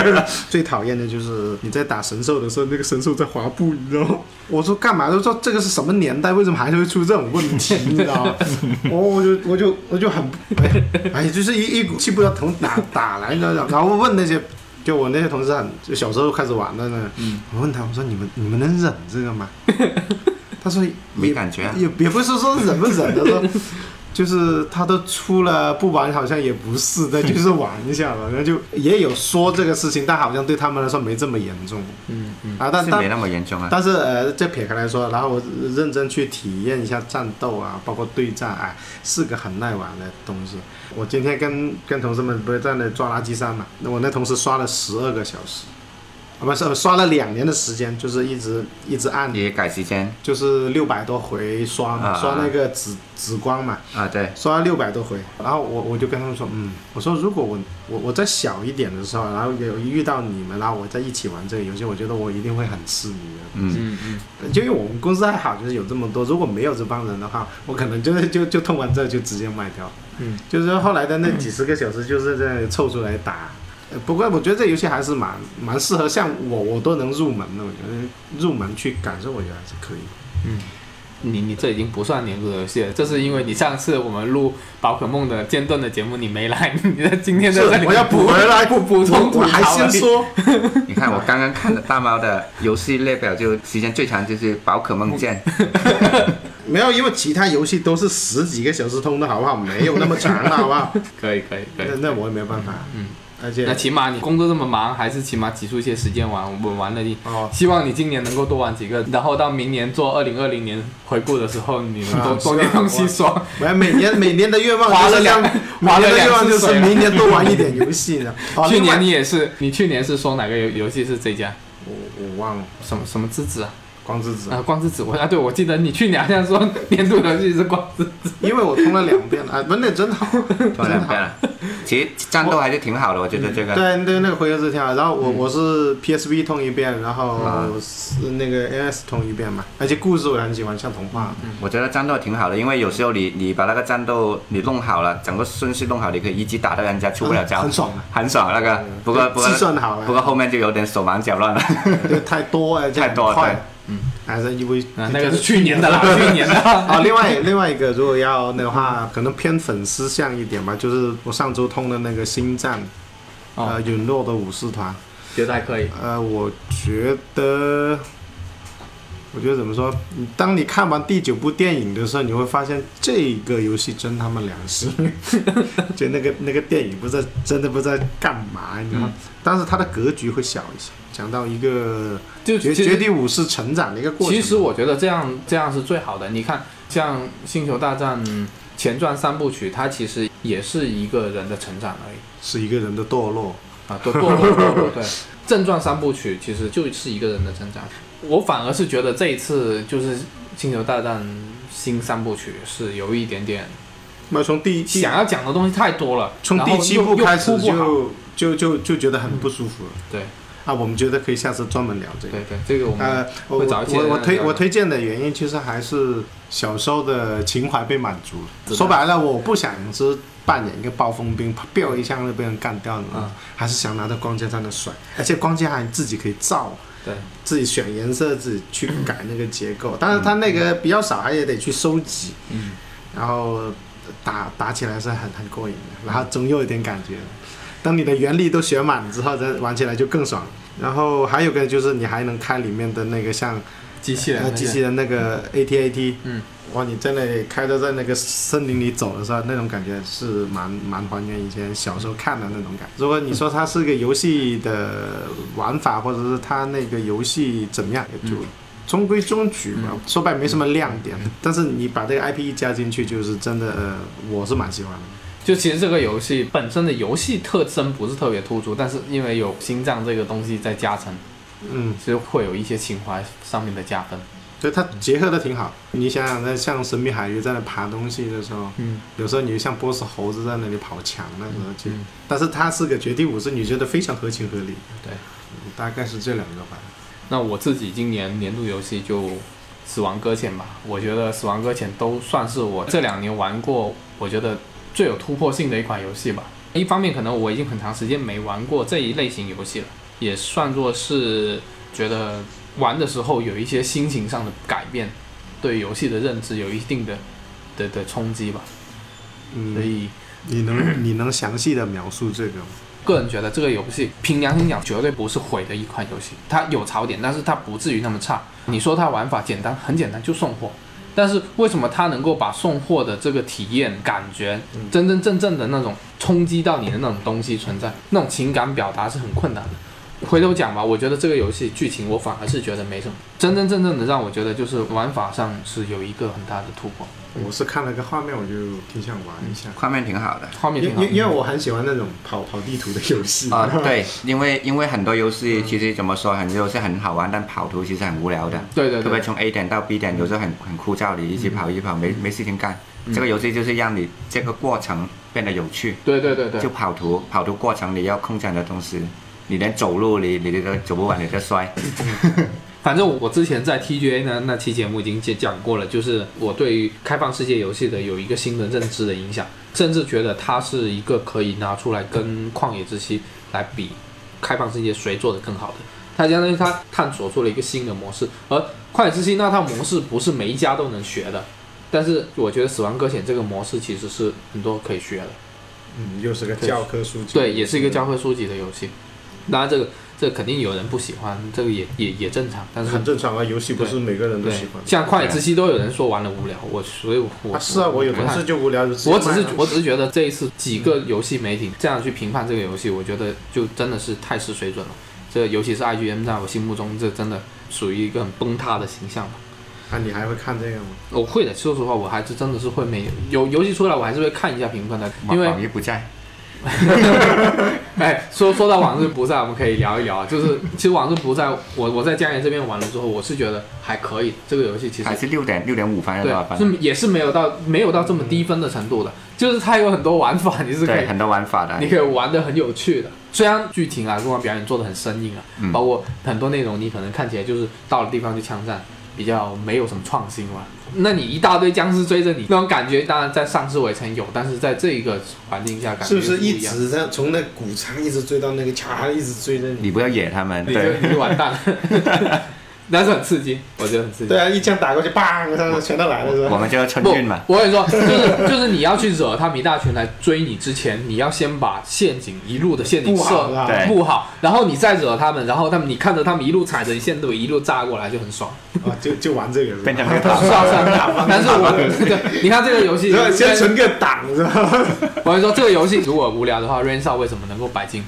Speaker 4: 最讨厌的就是你在打神兽的时候，那个神兽在滑步，你知道吗？我说干嘛？都说这个是什么年代，为什么还是会出这种问题？你知 道吗？我我就我就我就很，哎 哎，就是一一股气不知道从哪打来的。然后问那些，就我那些同事很，就小时候开始玩的呢。
Speaker 3: 嗯
Speaker 4: 我问他，我说你们你们能忍这个 吗？他说
Speaker 3: 没
Speaker 4: 也
Speaker 3: 感觉啊。
Speaker 4: 也也不是说忍不忍的，说 就是他都出了不玩好像也不是的，就是玩一下嘛。那就也有说这个事情，但好像对他们来说没这么严重
Speaker 1: 嗯嗯，
Speaker 4: 啊。但
Speaker 3: 是没
Speaker 4: 但
Speaker 3: 那么严重啊，
Speaker 4: 但是呃，这撇开来说，然后我认真去体验一下战斗啊，包括对战啊，是个很耐玩的东西。我今天跟跟同事们不是在那抓垃圾山嘛，那我那同事刷了十二个小时，啊不是刷了两年的时间，就是一直一直按
Speaker 3: 也改时间
Speaker 4: 就是六百多回刷嘛，
Speaker 3: 啊
Speaker 4: 刷那个紫紫光嘛，
Speaker 3: 啊，对，
Speaker 4: 刷六百多回。然后我我就跟他们说，嗯，我说如果我我我再小一点的时候，然后有遇到你们，然后我再一起玩这个游戏，我觉得我一定会很痴迷的。
Speaker 3: 嗯，
Speaker 1: 嗯嗯，
Speaker 4: 就因为我们公司还好，就是有这么多，如果没有这帮人的话，我可能就是就就通完这就直接卖掉。
Speaker 1: 嗯，
Speaker 4: 就是说后来的那几十个小时就是在凑出来打。呃不过我觉得这游戏还是蛮蛮适合像我我都能入门的，我觉得入门去感受，我觉得还是 可以。
Speaker 1: 你你这已经不算年度游戏了，这是因为你上次我们录宝可梦的间断的节目你没来，你在今天在
Speaker 4: 是
Speaker 1: 这里
Speaker 4: 我要补回来
Speaker 1: 补补充
Speaker 4: 我
Speaker 1: 吐
Speaker 4: 我
Speaker 1: 槽
Speaker 4: 还先
Speaker 1: 而已，
Speaker 4: 说，
Speaker 3: 你看我刚刚看了大猫的游戏列表，就时间最长就是宝可梦剑，
Speaker 4: 没有，因为其他游戏都是十几个小时通的，好不好？没有那么长的，好不好？
Speaker 1: 可以可以可以
Speaker 4: 那。那我也没办法，
Speaker 1: 嗯，
Speaker 4: 而
Speaker 1: 那
Speaker 4: 且
Speaker 1: 起码你工作这么忙，还是起码挤出一些时间玩。我们玩了你，
Speaker 4: 哦，
Speaker 1: 希望你今年能够多玩几个，然后到明年做二零二零年回顾的时候，你能多
Speaker 4: 啊
Speaker 1: 多点东西说。
Speaker 4: 我每年每年的愿望
Speaker 1: 花
Speaker 4: 就
Speaker 1: 了
Speaker 4: 是
Speaker 1: 两
Speaker 4: 让，
Speaker 1: 花
Speaker 4: 每
Speaker 1: 了
Speaker 4: 年的
Speaker 1: 两
Speaker 4: 愿望
Speaker 1: 次
Speaker 4: 就是
Speaker 1: 水了
Speaker 4: 明年多玩一点游戏呢。哦
Speaker 1: 去年
Speaker 4: 另
Speaker 1: 你
Speaker 4: 外
Speaker 1: 也是，你去年是说哪个游游戏是这家？
Speaker 4: 我我忘了
Speaker 1: 什么什么之子啊？
Speaker 4: 光之子，
Speaker 1: 啊，光之子我啊，对，我记得你去年好像说年度游戏是光之，
Speaker 4: 因为我通了两遍了啊，不，那真好。
Speaker 3: 突然变了。啊其实战斗还是挺好的，我觉得这个。
Speaker 4: 对对，那个回合制挺好。然后我、
Speaker 1: 嗯
Speaker 4: 我是 PSV 通一遍，然
Speaker 3: 啊
Speaker 4: 后是那个 NS 通一遍嘛，而且故事我也很喜欢，像童话。
Speaker 1: 嗯
Speaker 3: 我觉得战斗挺好的，因为有时候你你把那个战斗你弄好了，整个顺序弄好，你可以一击打到人家出不了招，
Speaker 4: 很爽啊，
Speaker 3: 很爽那个。不过不过
Speaker 4: 计算好了，
Speaker 3: 不过后面就有点手忙脚乱了。
Speaker 4: 对，太 多啊了，这样
Speaker 3: 太多了
Speaker 4: 快
Speaker 3: 对，
Speaker 1: 嗯，
Speaker 4: 还是因为
Speaker 1: 啊，那个是去年的啦，去年的哦啦。
Speaker 4: 啊，另外另外一个，如果要那个话，可能偏粉丝向一点吧，就是我上周通的那个星战，
Speaker 1: 哦
Speaker 4: 呃，，陨落的武士团，
Speaker 1: 觉得还可以。
Speaker 4: 呃，我觉得，我觉得怎么说？你当你看完第九部电影的时候，你会发现这个游戏真他妈良心， 就那个那个电影不知道真的不知道干嘛，你知道吗？
Speaker 1: 嗯
Speaker 4: 但是它的格局会小一些，讲到一个
Speaker 1: 就
Speaker 4: 绝
Speaker 1: 其
Speaker 4: 绝
Speaker 1: 实
Speaker 4: 地武士成长的一个过
Speaker 1: 其
Speaker 4: 程。
Speaker 1: 实我觉得这样这样是最好的。你看，像《星球大战》前传三部曲，它其实也是一个人的成长而已。
Speaker 4: 是一个人的堕落。
Speaker 1: 啊，堕堕落堕落，对，正传三部曲其实就是一个人的成长。我反而是觉得这一次就是《星球大战》新三部曲是有一点点
Speaker 4: 那从第一
Speaker 1: 想要讲的东西太多了，
Speaker 4: 从
Speaker 1: 然
Speaker 4: 第
Speaker 1: 后
Speaker 4: 七
Speaker 1: 又
Speaker 4: 部
Speaker 1: 又
Speaker 4: 开始
Speaker 1: 铺不好
Speaker 4: 就就就就觉得很不舒服了。
Speaker 1: 对
Speaker 4: 啊，我们觉得可以下次专门聊这个
Speaker 1: 对。对，这个我们
Speaker 4: 呃，我
Speaker 1: 会找
Speaker 4: 我
Speaker 1: 一些
Speaker 4: 我我推
Speaker 1: 人聊
Speaker 4: 我推荐的原因其实还是小时候的情怀被满足
Speaker 1: 是
Speaker 4: 了。
Speaker 1: 的
Speaker 4: 说白了，我不想是扮演一个暴风兵，彪一下就被人干掉了，
Speaker 1: 嗯
Speaker 4: 还是想拿着光剑在那甩，而且光剑还自己可以造。
Speaker 1: 对
Speaker 4: 自己选颜色，自己去改那个结构。但是它那个比较少，还也得去收集。
Speaker 1: 嗯，
Speaker 4: 然后打打起来是很很过瘾的，然后总有一点感觉。等你的原力都学满了之后，再玩起来就更爽。然后还有个就是你还能开里面的那个像
Speaker 1: 机器人
Speaker 4: 呃
Speaker 1: 那
Speaker 4: 机
Speaker 1: 些
Speaker 4: 器人那个 ATAT，
Speaker 1: 嗯，
Speaker 4: 哇，你在那里开着在那个森林里走的时候，那种感觉是蛮蛮还原以前小时候看的那种感。如果你说它是个游戏的玩法，或者是它那个游戏怎么样，
Speaker 1: 嗯
Speaker 4: 也就中规中矩吧，说白没什么亮点。但是你把这个 IP 一加进去，就是真的，呃，我是蛮喜欢的。
Speaker 1: 就其实这个游戏本身的游戏特征不是特别突出，但是因为有心脏这个东西在加成，
Speaker 4: 嗯，
Speaker 1: 其实会有一些情怀上面的加分。
Speaker 4: 所以它结合的挺好。你想想，那像神秘海域在那爬东西的时候，
Speaker 1: 嗯，
Speaker 4: 有时候你像波斯猴子在那里跑墙，那时候就，
Speaker 1: 嗯
Speaker 4: 但是它是个绝地武士，你觉得非常合情合理。
Speaker 1: 对
Speaker 4: 嗯，大概是这两个吧。
Speaker 1: 那我自己今年年度游戏就《死亡搁浅》吧，我觉得《死亡搁浅》都算是我这两年玩过，我觉得最有突破性的一款游戏吧。一方面可能我已经很长时间没玩过这一类型游戏了，也算作是觉得玩的时候有一些心情上的改变，对游戏的认知有一定的的的冲击吧。所
Speaker 4: 嗯，
Speaker 1: 以
Speaker 4: 你能你能详细的描述这个吗？
Speaker 1: 个人觉得这个游戏，凭良心讲，绝对不是毁的一款游戏。它有槽点，但是它不至于那么差。你说它玩法简单，很简单，就送货。但是为什么它能够把送货的这个体验感觉，
Speaker 4: 嗯
Speaker 1: 真真正正的那种冲击到你的那种东西存在，那种情感表达是很困难的。回头讲吧，我觉得这个游戏剧情我反而是觉得没什么，真真正正的让我觉得就是玩法上是有一个很大的突破，
Speaker 4: 我是看了个画面，我就挺想玩一下，
Speaker 3: 画面挺好的。
Speaker 1: 画面
Speaker 4: 因
Speaker 1: 挺好的。
Speaker 4: 因因为我很喜欢那种跑跑地图的游戏
Speaker 3: 啊、对，因为因为很多游戏
Speaker 1: 嗯
Speaker 3: 其实怎么说，很多游戏很好玩，但跑图其实很无聊的。
Speaker 1: 对对
Speaker 3: 特别
Speaker 1: 对，
Speaker 3: 从 A 点到 B 点，有时候很很枯燥，你一直跑一直跑，没没事情干。
Speaker 1: 嗯
Speaker 3: 这个游戏就是让你这个过程变得有趣，
Speaker 1: 对对对对，
Speaker 3: 就跑图，跑图过程你要控制很多东西，你连走路你你都走不完，你就摔。
Speaker 1: 反正我之前在 TGA 呢那期节目已经讲讲过了，就是我对于开放世界游戏的有一个新的认知的影响，甚至觉得它是一个可以拿出来跟《旷野之息》来比，开放世界谁做的更好的。它相当于它探索出了一个新的模式，而《旷野之息》那套模式不是每一家都能学的，但是我觉得《死亡搁浅》这个模式其实是很多可以学的。
Speaker 4: 嗯，又是个教科书籍，
Speaker 1: 对，也是一个教科书级的游戏。当然，这个这个肯定有人不喜欢，这个也也也正常，但是
Speaker 4: 很正常啊，游戏不是每个人都
Speaker 1: 对
Speaker 4: 喜欢，。
Speaker 1: 像《旷野之息》都有人说玩了无聊，我所以我，我、
Speaker 4: 啊，是啊，我有同
Speaker 1: 看
Speaker 4: 事就无聊，就直接
Speaker 1: 我只是
Speaker 4: 买了
Speaker 1: 我只是觉得这一次几个游戏媒体这样去评判这个游戏，我觉得就真的是太失水准了。这尤其是 IGM 在我心目中，这真的属于一个很崩塌的形象吧。
Speaker 4: 啊，你还会看这个吗？
Speaker 1: 我会的，说实话，我还是真的是会每游游戏出来，我还是会看一下评分的，
Speaker 3: 网
Speaker 1: 因 为
Speaker 3: 网易不在，
Speaker 1: 哎，说说到往日不在，我们可以聊一聊啊。就是其实往日不在，我我在江源这边玩了之后，我是觉得还可以，这个游戏其实
Speaker 3: 还是六点六点五分的吧，
Speaker 1: 对，
Speaker 3: 反
Speaker 1: 是
Speaker 3: 正
Speaker 1: 也是没有到没有到这么低分的程度的，就是它有很多玩法，你是可
Speaker 3: 对
Speaker 1: 以
Speaker 3: 很多玩法的
Speaker 1: 你。可以玩的很有趣的。虽然剧情啊，各方表演做的很生硬啊，
Speaker 3: 嗯
Speaker 1: 包括很多内容你可能看起来就是到了地方就枪战，比较没有什么创新嘛。那你一大堆僵尸追着你，那种感觉当然在上市围城有，但是在这一个环境下感觉
Speaker 4: 是不是
Speaker 1: 一
Speaker 4: 一
Speaker 1: 样
Speaker 4: 直在从那谷仓一直追到那个卡，一直追着你？
Speaker 3: 你不要惹他们，
Speaker 1: 你就
Speaker 3: 对，
Speaker 1: 你就完蛋了， 但是很刺激，我觉得很刺激。
Speaker 4: 对啊，一枪打过去，砰，他们全都来了，是
Speaker 3: 我
Speaker 4: 吧？
Speaker 3: 们叫春
Speaker 1: 不
Speaker 3: 运嘛，。
Speaker 1: 我跟你说，就是 就是你要去惹他们一大群来追你之前，你要先把陷阱一路的陷阱
Speaker 4: 不
Speaker 1: 设
Speaker 4: 好啊，
Speaker 3: 对
Speaker 1: 布好，然后你再惹他们，然后他们你看着他们一路踩着线路一路炸过来就很爽，
Speaker 4: 啊，就就玩这个是吧
Speaker 3: 变成一个
Speaker 1: 不
Speaker 3: 大
Speaker 1: 知道上哪。但是我 对，你看这个游戏，
Speaker 4: 然后先存个档是吧？
Speaker 1: 我跟你说，这个游戏如果无聊的话 r a i n s o 为什么能够百金？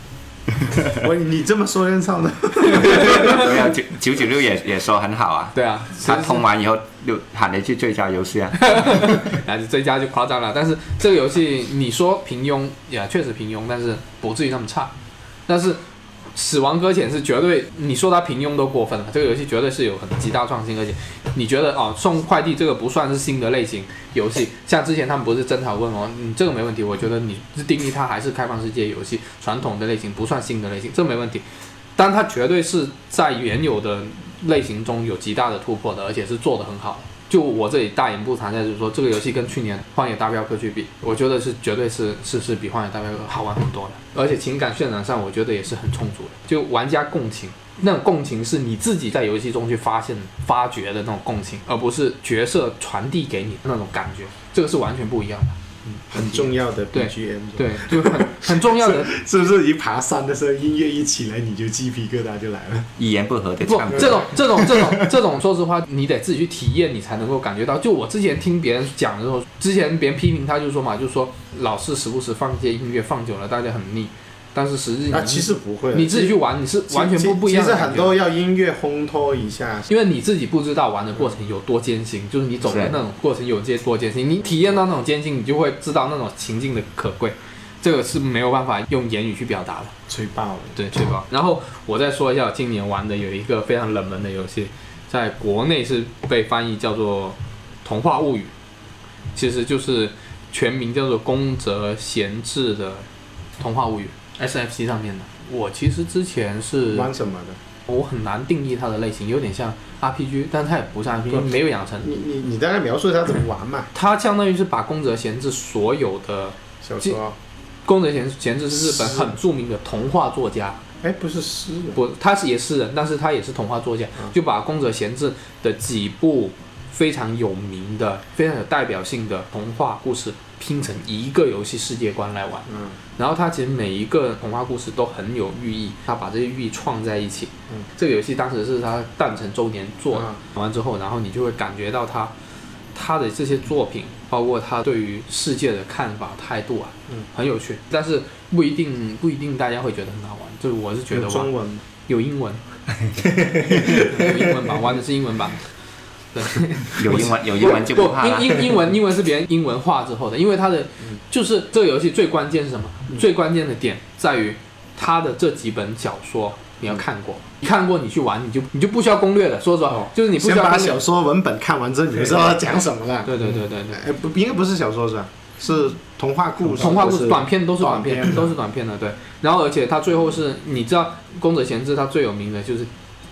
Speaker 4: 我你这么 说人上的，
Speaker 3: 没有九九九六也也说很好啊，
Speaker 1: 对啊，
Speaker 3: 他通完以后就喊你去最佳游 戏啊，
Speaker 1: 啊，这家就夸张了。但是这个游戏你说平庸也确实平庸，但是不至于那么差。但是《死亡搁浅》是绝对，你说它平庸都过分了。这个游戏绝对是有很极大创新，而且你觉得哦，送快递这个不算是新的类型游戏，像之前他们不是争吵问我，嗯，这个没问题，我觉得你定义它还是开放世界游戏传统的类型，不算新的类型，这没问题。但它绝对是在原有的类型中有极大的突破的，而且是做得很好的。就我这里大言不惭在就是说，这个游戏跟去年《荒野大镖客》去比，我觉得是绝对是是是比《荒野大镖客》好玩很多的，而且情感渲染上我觉得也是很充足的，就玩家共情。那种共情是你自己在游戏中去发现、发掘的那种共情，而不是角色传递给你的那种感觉，这个是完全不一样的。
Speaker 4: 很重要的
Speaker 1: 对
Speaker 4: BGM，
Speaker 1: 对，就很很重要的
Speaker 4: 是不是一爬山的时候音乐一起来你就鸡皮疙瘩就来了？
Speaker 3: 一言不合的
Speaker 1: 不
Speaker 3: 唱，，
Speaker 1: 这种这种这种这种，说实话，你得自己去体验，你才能够感觉到。就我之前听别人讲的时候，之前别人批评他就说嘛，就说老是时不时放一些音乐，放久了大家很腻。但是实际
Speaker 4: 啊，
Speaker 1: 你
Speaker 4: 其实不会，
Speaker 1: 你自己去玩，你是
Speaker 4: 其
Speaker 1: 完全不
Speaker 4: 其
Speaker 1: 不一样
Speaker 4: 其
Speaker 1: 的
Speaker 4: 实
Speaker 1: 感
Speaker 4: 很
Speaker 1: 觉。
Speaker 4: 多要音乐烘托一下，
Speaker 1: 因为你自己不知道玩的过程有多艰辛，就是你走的
Speaker 3: 是
Speaker 1: 那种过程有些多艰辛，你体验到那种艰辛，你就会知道那种情境的可贵，这个是没有办法用言语去表达的。
Speaker 4: 吹爆了。
Speaker 1: 对，确保。然后我再说一下，我今年玩的有一个非常冷门的游戏，在国内是被翻译叫做《童话物语》，其实就是全名叫做宫泽贤治的《童话物语》，SFC 上面的。我其实之前是
Speaker 4: 玩什么的？
Speaker 1: 我很难定义它的类型，有点像 RPG，但它也不是 RPG，没有养成。
Speaker 4: 你你你大概描述一下怎么玩嘛？
Speaker 1: 它相当于是把宫泽贤治所有的
Speaker 4: 小说？
Speaker 1: 宫泽贤贤治是日本很著名的童话作家，
Speaker 4: 哎，不是诗人，
Speaker 1: 不，他是也是人，但是他也是童话作家，
Speaker 4: 嗯
Speaker 1: 就把宫泽贤治的几部非常有名的、非常有代表性的童话故事拼成一个游戏世界观来玩。
Speaker 4: 嗯，
Speaker 1: 然后他其实每一个童话故事都很有寓意，他把这些寓意创在一起。
Speaker 4: 嗯，
Speaker 1: 这个游戏当时是他诞辰周年做的，
Speaker 4: 嗯
Speaker 1: 玩完之后，然后你就会感觉到他他的这些作品，包括他对于世界的看法态度啊，
Speaker 4: 嗯，
Speaker 1: 很有趣，但是不一定不一定大家会觉得很好玩，就是我是觉得
Speaker 4: 有
Speaker 1: 玩
Speaker 4: 中文
Speaker 1: 有英 文，有英文版，玩的是英文版。对，
Speaker 3: 有英文有英文就不怕
Speaker 1: 不
Speaker 3: 了嗯
Speaker 1: 英。英英文英文是别人英文化之后的，因为它的就是这个游戏最关键是什么？最关键的点在于它的这几本小说你要看过，
Speaker 3: 嗯
Speaker 1: 你看过你去玩，你就你就不需要攻略了。说实
Speaker 3: 哦
Speaker 1: 话，就是你不
Speaker 4: 先
Speaker 1: 需要
Speaker 4: 把
Speaker 1: 攻略
Speaker 4: 小。说文本看完之后，你就知道讲什么了。
Speaker 1: 对对对对对。
Speaker 4: 哎，不，应该不是小说是吧？是童话故事。
Speaker 1: 童话故
Speaker 4: 就
Speaker 1: 事、
Speaker 4: 是
Speaker 1: 短片都是短
Speaker 4: 短
Speaker 1: 片，
Speaker 4: 片
Speaker 1: 都是短片的，对。然后而且他最后是，你知道宫泽贤治他最有名的就是《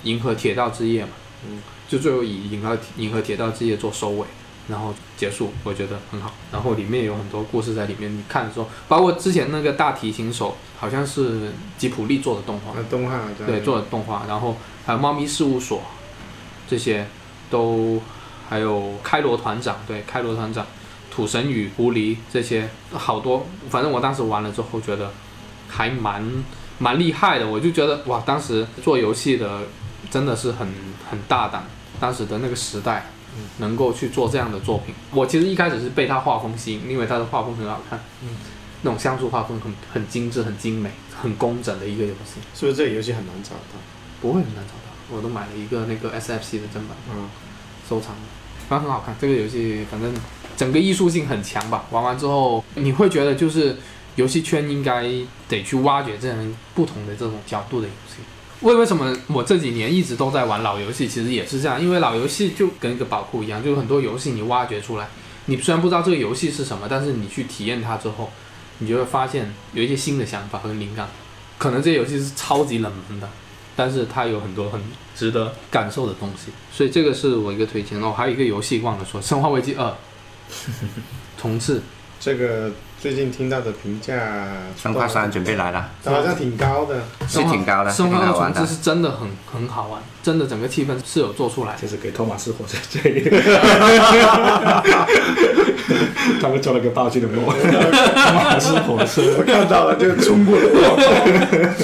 Speaker 1: 银河铁道之夜》嘛，
Speaker 4: 嗯，
Speaker 1: 就最后以《银河银河铁道之夜》做收尾，然后结束，我觉得很好。然后里面有很多故事在里面，你看的时候，包括之前那个大提琴手，好像是吉普力做的动画，
Speaker 4: 啊，动画
Speaker 1: 对，做的动画，然后还有猫咪事务所，这些都还有开罗团长，对，开罗团长、土神与狐狸这些好多，反正我当时玩了之后觉得还蛮蛮厉害的，我就觉得哇，当时做游戏的真的是很很大胆，当时的那个时代。能够去做这样的作品，我其实一开始是被他画风吸引，因为他的画风很好看，
Speaker 4: 嗯，
Speaker 1: 那种像素画风很很精致、很精美、很工整的一个游戏。
Speaker 4: 是不是这个游戏很难找到？
Speaker 1: 不会很难找到。我都买了一个那个 SFC 的正版
Speaker 4: 嗯，
Speaker 1: 收藏，反正很好看。这个游戏反正整个艺术性很强吧。玩完之后你会觉得就是游戏圈应该得去挖掘这样不同的这种角度的游戏。为为什么我这几年一直都在玩老游戏？其实也是这样，因为老游戏就跟一个宝库一样，就是很多游戏你挖掘出来，你虽然不知道这个游戏是什么，但是你去体验它之后，你就会发现有一些新的想法和灵感。可能这些游戏是超级冷门的，但是它有很多很值得感受的东西，所以这个是我一个推荐。哦，还有一个游戏忘了说，《生化危机 二》重置，
Speaker 4: 这个最近听到的评价，
Speaker 3: 生化三准备来了，
Speaker 4: 好像挺高的，
Speaker 3: 是挺高的，
Speaker 1: 生
Speaker 3: 挺
Speaker 1: 化二
Speaker 3: 好
Speaker 1: 重
Speaker 3: 玩
Speaker 1: 置
Speaker 3: 的。
Speaker 1: 是真的很很好玩，真的整个气氛是有做出来的。
Speaker 2: 就是给托马斯火车这里，他们做了个道具的梦，托马斯火车。
Speaker 4: 我看到了就冲过来。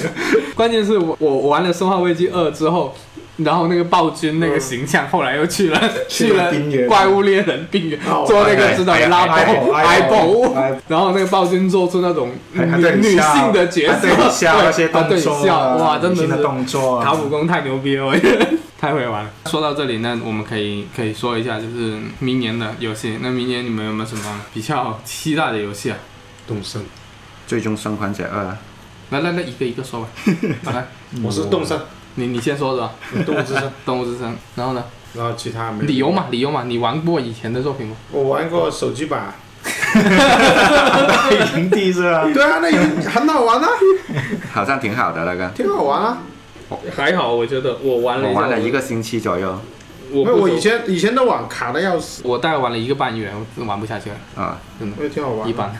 Speaker 1: 关键是我我我玩了《生化危机二》之后，然后那个暴君那个形象后来又去了、去
Speaker 2: 去了
Speaker 1: 了
Speaker 2: 冰原
Speaker 1: 怪物猎人冰原
Speaker 4: 哦
Speaker 1: 做那个
Speaker 3: 哎
Speaker 1: 知道
Speaker 3: 哎
Speaker 1: 拉
Speaker 3: 哎
Speaker 1: 包
Speaker 2: 哎
Speaker 1: 挨
Speaker 2: 哎
Speaker 1: 包
Speaker 2: 哎，
Speaker 1: 然后那个暴君做出那种女
Speaker 2: 还还对你
Speaker 1: 嗯女
Speaker 2: 笑啊
Speaker 1: 性的角
Speaker 2: 还
Speaker 1: 色，
Speaker 2: 对你笑
Speaker 1: 对
Speaker 2: 那些
Speaker 1: 还对
Speaker 2: 动
Speaker 1: 你
Speaker 2: 作
Speaker 1: 笑，
Speaker 2: 啊，
Speaker 1: 哇，真
Speaker 2: 女
Speaker 1: 的
Speaker 2: 性
Speaker 1: 是
Speaker 2: 的动作啊，
Speaker 1: 卡普空太牛逼了，我觉得太会玩了。说到这里呢，我们可以可以说一下，就是明年的游戏。那明年你们有没有什么比较期待的游戏啊？
Speaker 4: 动身，
Speaker 3: 最终生还者二啊，
Speaker 1: 来来来，一个一个说吧。来，
Speaker 4: 我是动身，
Speaker 1: 你你先说吧，
Speaker 4: 动物之声，
Speaker 1: 动物之声》，然后呢？
Speaker 4: 然后其他没有
Speaker 1: 理由嘛，理由嘛，你玩过以前的作品吗？
Speaker 4: 我玩过手机 版，
Speaker 2: 平地是吧？
Speaker 4: 对啊，那游戏很好玩啊，
Speaker 3: 好像挺好的那个。
Speaker 4: 挺好玩啊。
Speaker 1: 还好，我觉得我玩
Speaker 3: 我玩了一，个星期左右
Speaker 1: 我
Speaker 4: 因为我以前以前的网卡的要死，
Speaker 1: 我大概玩了一个半月，我真的玩不下去了，
Speaker 3: 啊，
Speaker 1: 真的
Speaker 4: 我。也挺好玩的，
Speaker 1: 一般，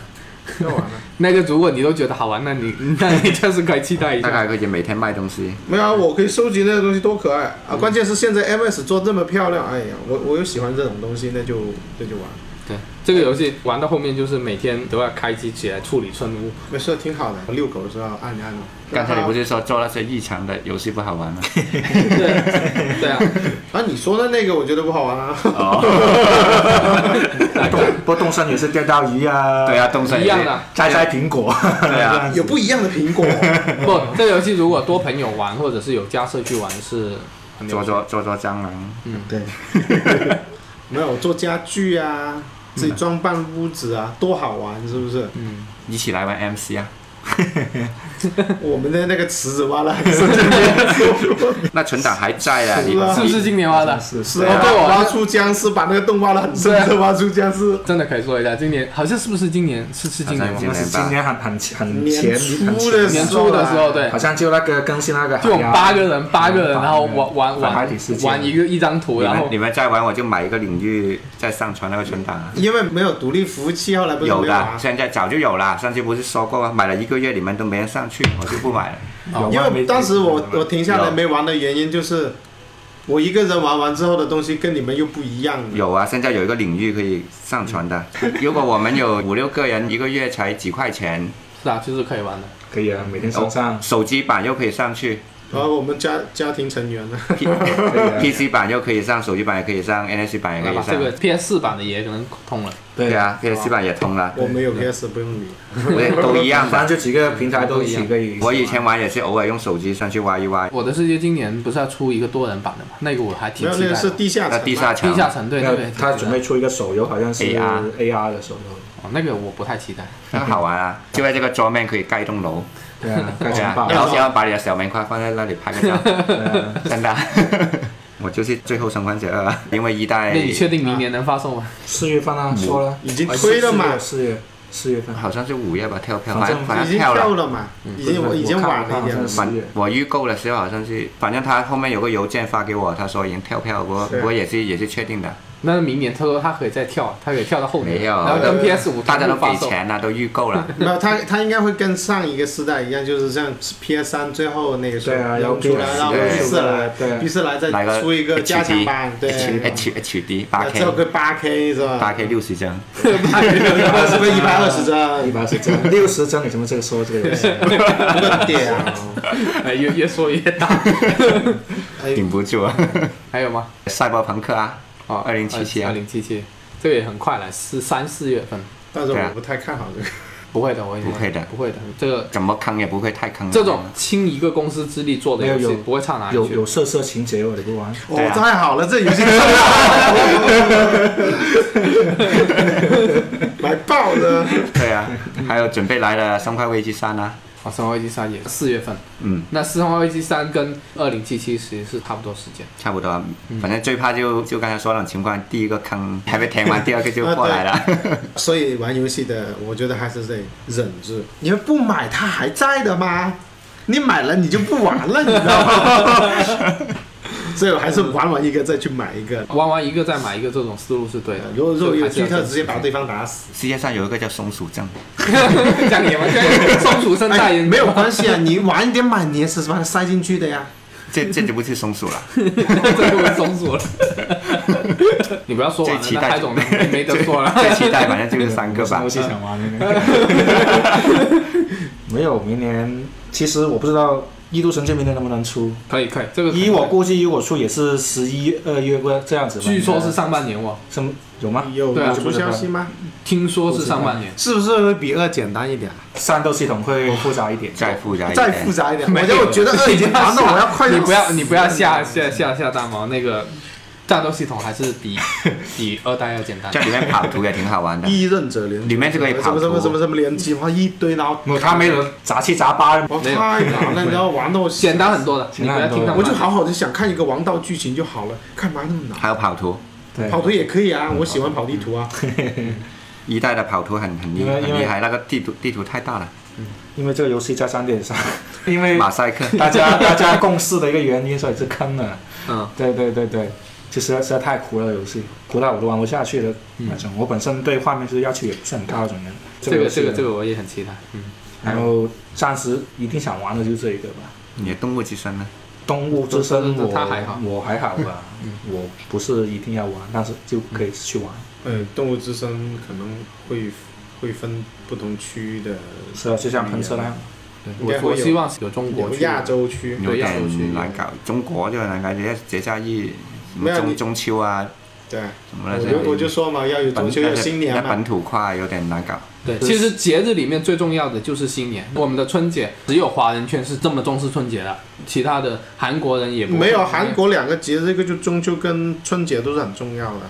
Speaker 4: 挺好玩的。
Speaker 1: 那个如果你都觉得好玩，那你 那你就是可以期待一
Speaker 3: 大
Speaker 1: 下。
Speaker 3: 概可以每天卖东西。
Speaker 4: 没有啊，我可以收集那个东西，多可爱啊！关键是现在 MS 做这么漂亮，哎呀，我我又喜欢这种东西，那就那就玩。
Speaker 1: 对，这个游戏玩到后面就是每天都要开机起来处理村务，
Speaker 4: 没事，挺好的。我遛狗的时候按一按嘛。
Speaker 3: 刚才你不
Speaker 4: 是？
Speaker 3: 是说做那些异常的游戏不 好玩吗？
Speaker 1: 对啊，
Speaker 4: 啊，你说的那个我觉得不好玩啊。
Speaker 3: 哦
Speaker 1: 哦
Speaker 2: 动嗯不动身也是钓钓鱼啊，
Speaker 3: 对啊，动身
Speaker 1: 一样的，
Speaker 2: 摘摘苹果，
Speaker 3: 对 啊，
Speaker 4: 有不一样的苹果，
Speaker 1: 不，这个游戏如果多朋友玩或者是有家社区玩是很有
Speaker 3: 捉捉捉捉蟑螂，
Speaker 2: 对，
Speaker 4: 没有做家具啊，自己装扮屋子啊，多好玩，是不是？
Speaker 1: 嗯，
Speaker 3: 一起来玩 MC 啊。
Speaker 4: 我们的那个池子挖了很深，
Speaker 3: 那存档还在啊，你
Speaker 4: 是啊
Speaker 1: 是不是今年挖的？
Speaker 2: 是是
Speaker 4: 是
Speaker 1: 啊
Speaker 4: 啊
Speaker 1: 对我，
Speaker 4: 挖出僵尸，把那个洞挖了很深
Speaker 1: 对，
Speaker 4: 挖出僵尸。
Speaker 1: 真的可以说一下，今年好像是不是今年是是今年吗
Speaker 3: 好？像
Speaker 2: 那是今年很很很前
Speaker 4: 年初
Speaker 2: 很
Speaker 4: 的
Speaker 2: 前
Speaker 1: 年初的时候，对
Speaker 2: 好，像就那个更新那个
Speaker 1: 就有
Speaker 2: 海洋
Speaker 1: 八个人，八个人，
Speaker 2: 嗯
Speaker 1: 然后玩玩
Speaker 2: 反海
Speaker 1: 玩
Speaker 2: 底世界
Speaker 1: 玩一个一张图，
Speaker 3: 你
Speaker 1: 然
Speaker 3: 们
Speaker 1: 后
Speaker 3: 你们再玩，我就买一个领域再上传那个存档啊。
Speaker 4: 因为没有独立服务器，后来不是
Speaker 3: 有
Speaker 4: 没
Speaker 3: 的，
Speaker 4: 啊？
Speaker 3: 现在早就有了。上次不是说过吗？啊买了一个月，你们都没人上去，我就不买了。
Speaker 2: 有
Speaker 4: 因为当时我我停下来
Speaker 3: 有
Speaker 4: 没玩的原因就是，我一个人玩完之后的东西跟你们又不一样。
Speaker 3: 有啊，现在有一个领域可以上传的。如果我们有五六个人，一个月才几块钱，
Speaker 1: 是啊，就是可以玩的。
Speaker 2: 可以啊，每天上上
Speaker 3: 手机版又可以上去
Speaker 4: 然后我们家家庭成员呢，
Speaker 3: ，P
Speaker 2: 可以啊
Speaker 3: PC 版又可以上，手机版也可以上，NS 版也可
Speaker 1: 那
Speaker 3: 以
Speaker 1: 把
Speaker 3: 上。
Speaker 1: 哎这个 PS 四版的也可能通了，
Speaker 3: 对啊，PS 版也 通了，
Speaker 4: 我没有 PS 不用理。
Speaker 3: 我也都一样
Speaker 2: 反正
Speaker 3: 的。
Speaker 2: 就几个平台都一起可以。
Speaker 3: 我以前玩也是偶尔用手机上去挖一挖，
Speaker 1: 我的世界今年不是要出一个多人版的嘛？那个我还
Speaker 4: 没
Speaker 1: 挺
Speaker 4: 有，
Speaker 1: 期
Speaker 4: 那
Speaker 1: 待
Speaker 4: 个是
Speaker 1: 的。
Speaker 4: 地下
Speaker 3: 那
Speaker 4: 城。
Speaker 3: 地下
Speaker 1: 地
Speaker 3: 城，
Speaker 1: 下城，对
Speaker 2: 那
Speaker 1: 对对，
Speaker 2: 他准备出一个手游，好像是
Speaker 3: AR
Speaker 2: AR 的手游，
Speaker 1: 哦，那个我不太期待。
Speaker 3: 很好玩啊！就在这个桌面可以盖一栋楼，
Speaker 2: 对啊，该
Speaker 3: 对
Speaker 2: 成
Speaker 3: 啊
Speaker 2: 爆，
Speaker 3: 然后然后把你的小门框放在那里拍个照，
Speaker 2: 对啊
Speaker 3: 真的。 我就是最后生还者二啊，因为一代
Speaker 1: 那你确定明年能发售吗？
Speaker 2: 四月份啊，说了
Speaker 4: 已经推了嘛
Speaker 2: 四月四月份，
Speaker 3: 好像是五月吧，跳票，
Speaker 2: 反
Speaker 3: 反
Speaker 2: 正
Speaker 3: 正反
Speaker 4: 已
Speaker 3: 正
Speaker 4: 经
Speaker 3: 跳
Speaker 4: 跳
Speaker 3: 了。嗯
Speaker 4: 了嘛，已经我已经
Speaker 2: 我看
Speaker 4: 晚了一点了
Speaker 2: 我看。四
Speaker 3: 反
Speaker 2: 月
Speaker 3: 我预购的时候好像是，反正他后面有个邮件发给我，他说已经跳票，不过
Speaker 4: 是
Speaker 3: 不过也是也是确定的，
Speaker 1: 那明年他说他可以再跳，他可以跳到后年，
Speaker 3: 没有
Speaker 1: 然后跟 PS 五
Speaker 3: 大家都
Speaker 1: 发
Speaker 3: 给
Speaker 1: 售。
Speaker 3: 钱了，都预购了。
Speaker 4: 没有，他他应该会跟上一个时代一样，就是像 PS 三最后那个时候
Speaker 2: 对啊然后
Speaker 4: 扔出来，
Speaker 2: PS4
Speaker 4: 然后 B 四来
Speaker 2: 对
Speaker 4: ，B 四来
Speaker 3: 来
Speaker 4: 再
Speaker 3: 个
Speaker 4: 出一个加强版，对，
Speaker 3: H H D 八
Speaker 4: 之后
Speaker 3: K
Speaker 4: 个八 K 是吧？
Speaker 3: 八 K 六十帧，
Speaker 4: 是不是一百二十
Speaker 2: 一
Speaker 4: 帧？
Speaker 2: 百是帧，六十帧，你怎么这个说这个游戏？
Speaker 4: 我 点啊！
Speaker 1: 哎，越越说越大。
Speaker 4: 哎
Speaker 3: 顶不住啊！
Speaker 1: 还有吗？
Speaker 3: 赛博朋克啊，
Speaker 1: 哦，
Speaker 3: 2077啊
Speaker 1: 二零七七，这个也很快了，是三四月份，
Speaker 4: 但是
Speaker 3: 对
Speaker 4: 我
Speaker 3: 啊
Speaker 4: 不太看好这个。
Speaker 1: 不会的，我跟你讲
Speaker 3: 不会的
Speaker 1: 不会的，这个
Speaker 3: 怎么坑也不会太坑啊了。
Speaker 1: 这种倾一个公司之力做的游
Speaker 2: 没有
Speaker 1: 戏
Speaker 2: 有
Speaker 1: 不会差哪里
Speaker 2: 有
Speaker 1: 去
Speaker 2: 有。色色情节哦，你不玩？
Speaker 4: 哦
Speaker 3: 对，啊
Speaker 4: 太好了，这 游戏太好了，买爆了！
Speaker 3: 对啊，还有准备来了《生化危机三》啊，
Speaker 1: 啊，生化危机三也是四月份，
Speaker 3: 嗯，
Speaker 1: 那生化危机三跟二零七七其实是差不多时间。
Speaker 3: 差不多啊，
Speaker 4: 嗯
Speaker 3: 反正最怕就就刚才说那种情况，第一个坑还没填完，第二个就过来
Speaker 4: 啊
Speaker 3: 了。
Speaker 4: 所以玩游戏的，我觉得还是得忍住。你们不买，它还在的吗？你买了，你就不玩了，你知道吗？ 所以我还是玩完一个再去买一个。
Speaker 1: 玩完一个再买一个，这种思路是对的。
Speaker 4: 如果如果有推特，直接把
Speaker 1: 把
Speaker 4: 对方打死。
Speaker 3: 世界上有一个叫松鼠症，
Speaker 1: 讲你们跟松鼠生代
Speaker 4: 哎，
Speaker 1: 言
Speaker 4: 没 有关系啊，你晚一点买，你也是把它塞进去的呀。
Speaker 3: 这这就不是松鼠 了。
Speaker 1: 这个松鼠了。 你不要说完了，
Speaker 3: 最期
Speaker 1: 那
Speaker 3: 待
Speaker 1: 海总没没得说了。
Speaker 3: 最期待反正就是三 个吧
Speaker 2: 游。戏想玩的那个。没有，明年其实我不知道《异度神剑》明年能不能出。
Speaker 1: 可以可以，这个
Speaker 2: 以我估计，以我出也是十一二月过这样子吧。
Speaker 1: 据说是上半年哦，
Speaker 2: 什么有吗？
Speaker 4: 有
Speaker 1: 对啊
Speaker 4: 有出消息吗？
Speaker 1: 听说是上半年。
Speaker 4: 是不是会比二简单一点啊？
Speaker 2: 战斗系统会复杂一 点。
Speaker 3: 再复杂一
Speaker 4: 再
Speaker 3: 点，
Speaker 4: 复杂一点，
Speaker 1: 没
Speaker 4: 我
Speaker 1: 有
Speaker 4: 就觉得二已经玩到我要快要
Speaker 1: 你不要
Speaker 4: 死
Speaker 1: 你不要
Speaker 4: 了
Speaker 1: 下下下下大毛，那个战斗系统还是 比比二代要简单
Speaker 3: 这。里面跑图也挺好玩的。
Speaker 4: 异刃者联
Speaker 3: 里面这个也
Speaker 4: 什
Speaker 3: 跑
Speaker 4: 么
Speaker 3: 图
Speaker 4: 什么什么什么联机，哇一堆，然后
Speaker 2: 没有，他没有杂七杂八。
Speaker 4: 我
Speaker 1: 没有
Speaker 4: 太难了，你知道玩到我
Speaker 1: 简单很多的，你
Speaker 2: 简
Speaker 1: 不要
Speaker 2: 单很多
Speaker 1: 听他
Speaker 4: 我
Speaker 1: 们
Speaker 4: 就好好的想看一个王道剧情就好了，干嘛那么难？
Speaker 3: 还有跑图，
Speaker 2: 对，
Speaker 4: 跑图也可以啊，我喜欢跑地图啊。
Speaker 3: 一代的跑图很很厉
Speaker 2: 因为
Speaker 3: 很
Speaker 2: 因为
Speaker 3: 厉害，那个地图地图太大了。
Speaker 2: 因为这个游戏加三点三，因为
Speaker 3: 马赛 克，
Speaker 2: 大家大家共事的一个原因，所以是坑了。
Speaker 1: 嗯，
Speaker 2: 对对对对，就实在实在太苦了，游戏苦到我都玩不下去了那种。我本身对画面是要求也不是很高的那种人。
Speaker 1: 这个
Speaker 2: 游
Speaker 1: 这
Speaker 2: 戏
Speaker 1: 个这个我也很期待。嗯，
Speaker 2: 然后暂时一定想玩的就是这一个吧。
Speaker 3: 你的动物之森呢？
Speaker 2: 动物之
Speaker 1: 这
Speaker 2: 声
Speaker 1: 这
Speaker 2: 我
Speaker 1: 他还好嗯
Speaker 2: 我还好 吧，我不是一定要玩，但是就可以去玩。
Speaker 4: 嗯，动物之声可能会会分不同区域的，
Speaker 2: 是啊，就像喷射那样，
Speaker 4: 应该
Speaker 1: 我
Speaker 4: 会
Speaker 1: 我
Speaker 4: 有
Speaker 1: 希望有中国
Speaker 4: 有
Speaker 1: 区
Speaker 4: 亚洲区，
Speaker 1: 嗯
Speaker 3: 有
Speaker 1: 對亞洲區
Speaker 3: 點難搞。中國就難搞，而家節假日什
Speaker 4: 沒
Speaker 3: 麼
Speaker 4: 有你
Speaker 3: 中中秋啊，
Speaker 4: 对，
Speaker 3: 什麼
Speaker 4: 我
Speaker 3: 那
Speaker 4: 就
Speaker 3: 些
Speaker 4: 我就说嘛，要有中
Speaker 3: 本
Speaker 4: 秋，有新年
Speaker 3: 要
Speaker 4: 嘛
Speaker 3: 本，土化有點難搞。
Speaker 1: 对，其实节日里面最重要的就是新年。我们的春节只有华人圈是这么重视春节的，其他的韩国人也不
Speaker 4: 没有韩，国两个节日，一个就中秋跟春节都是很重要的。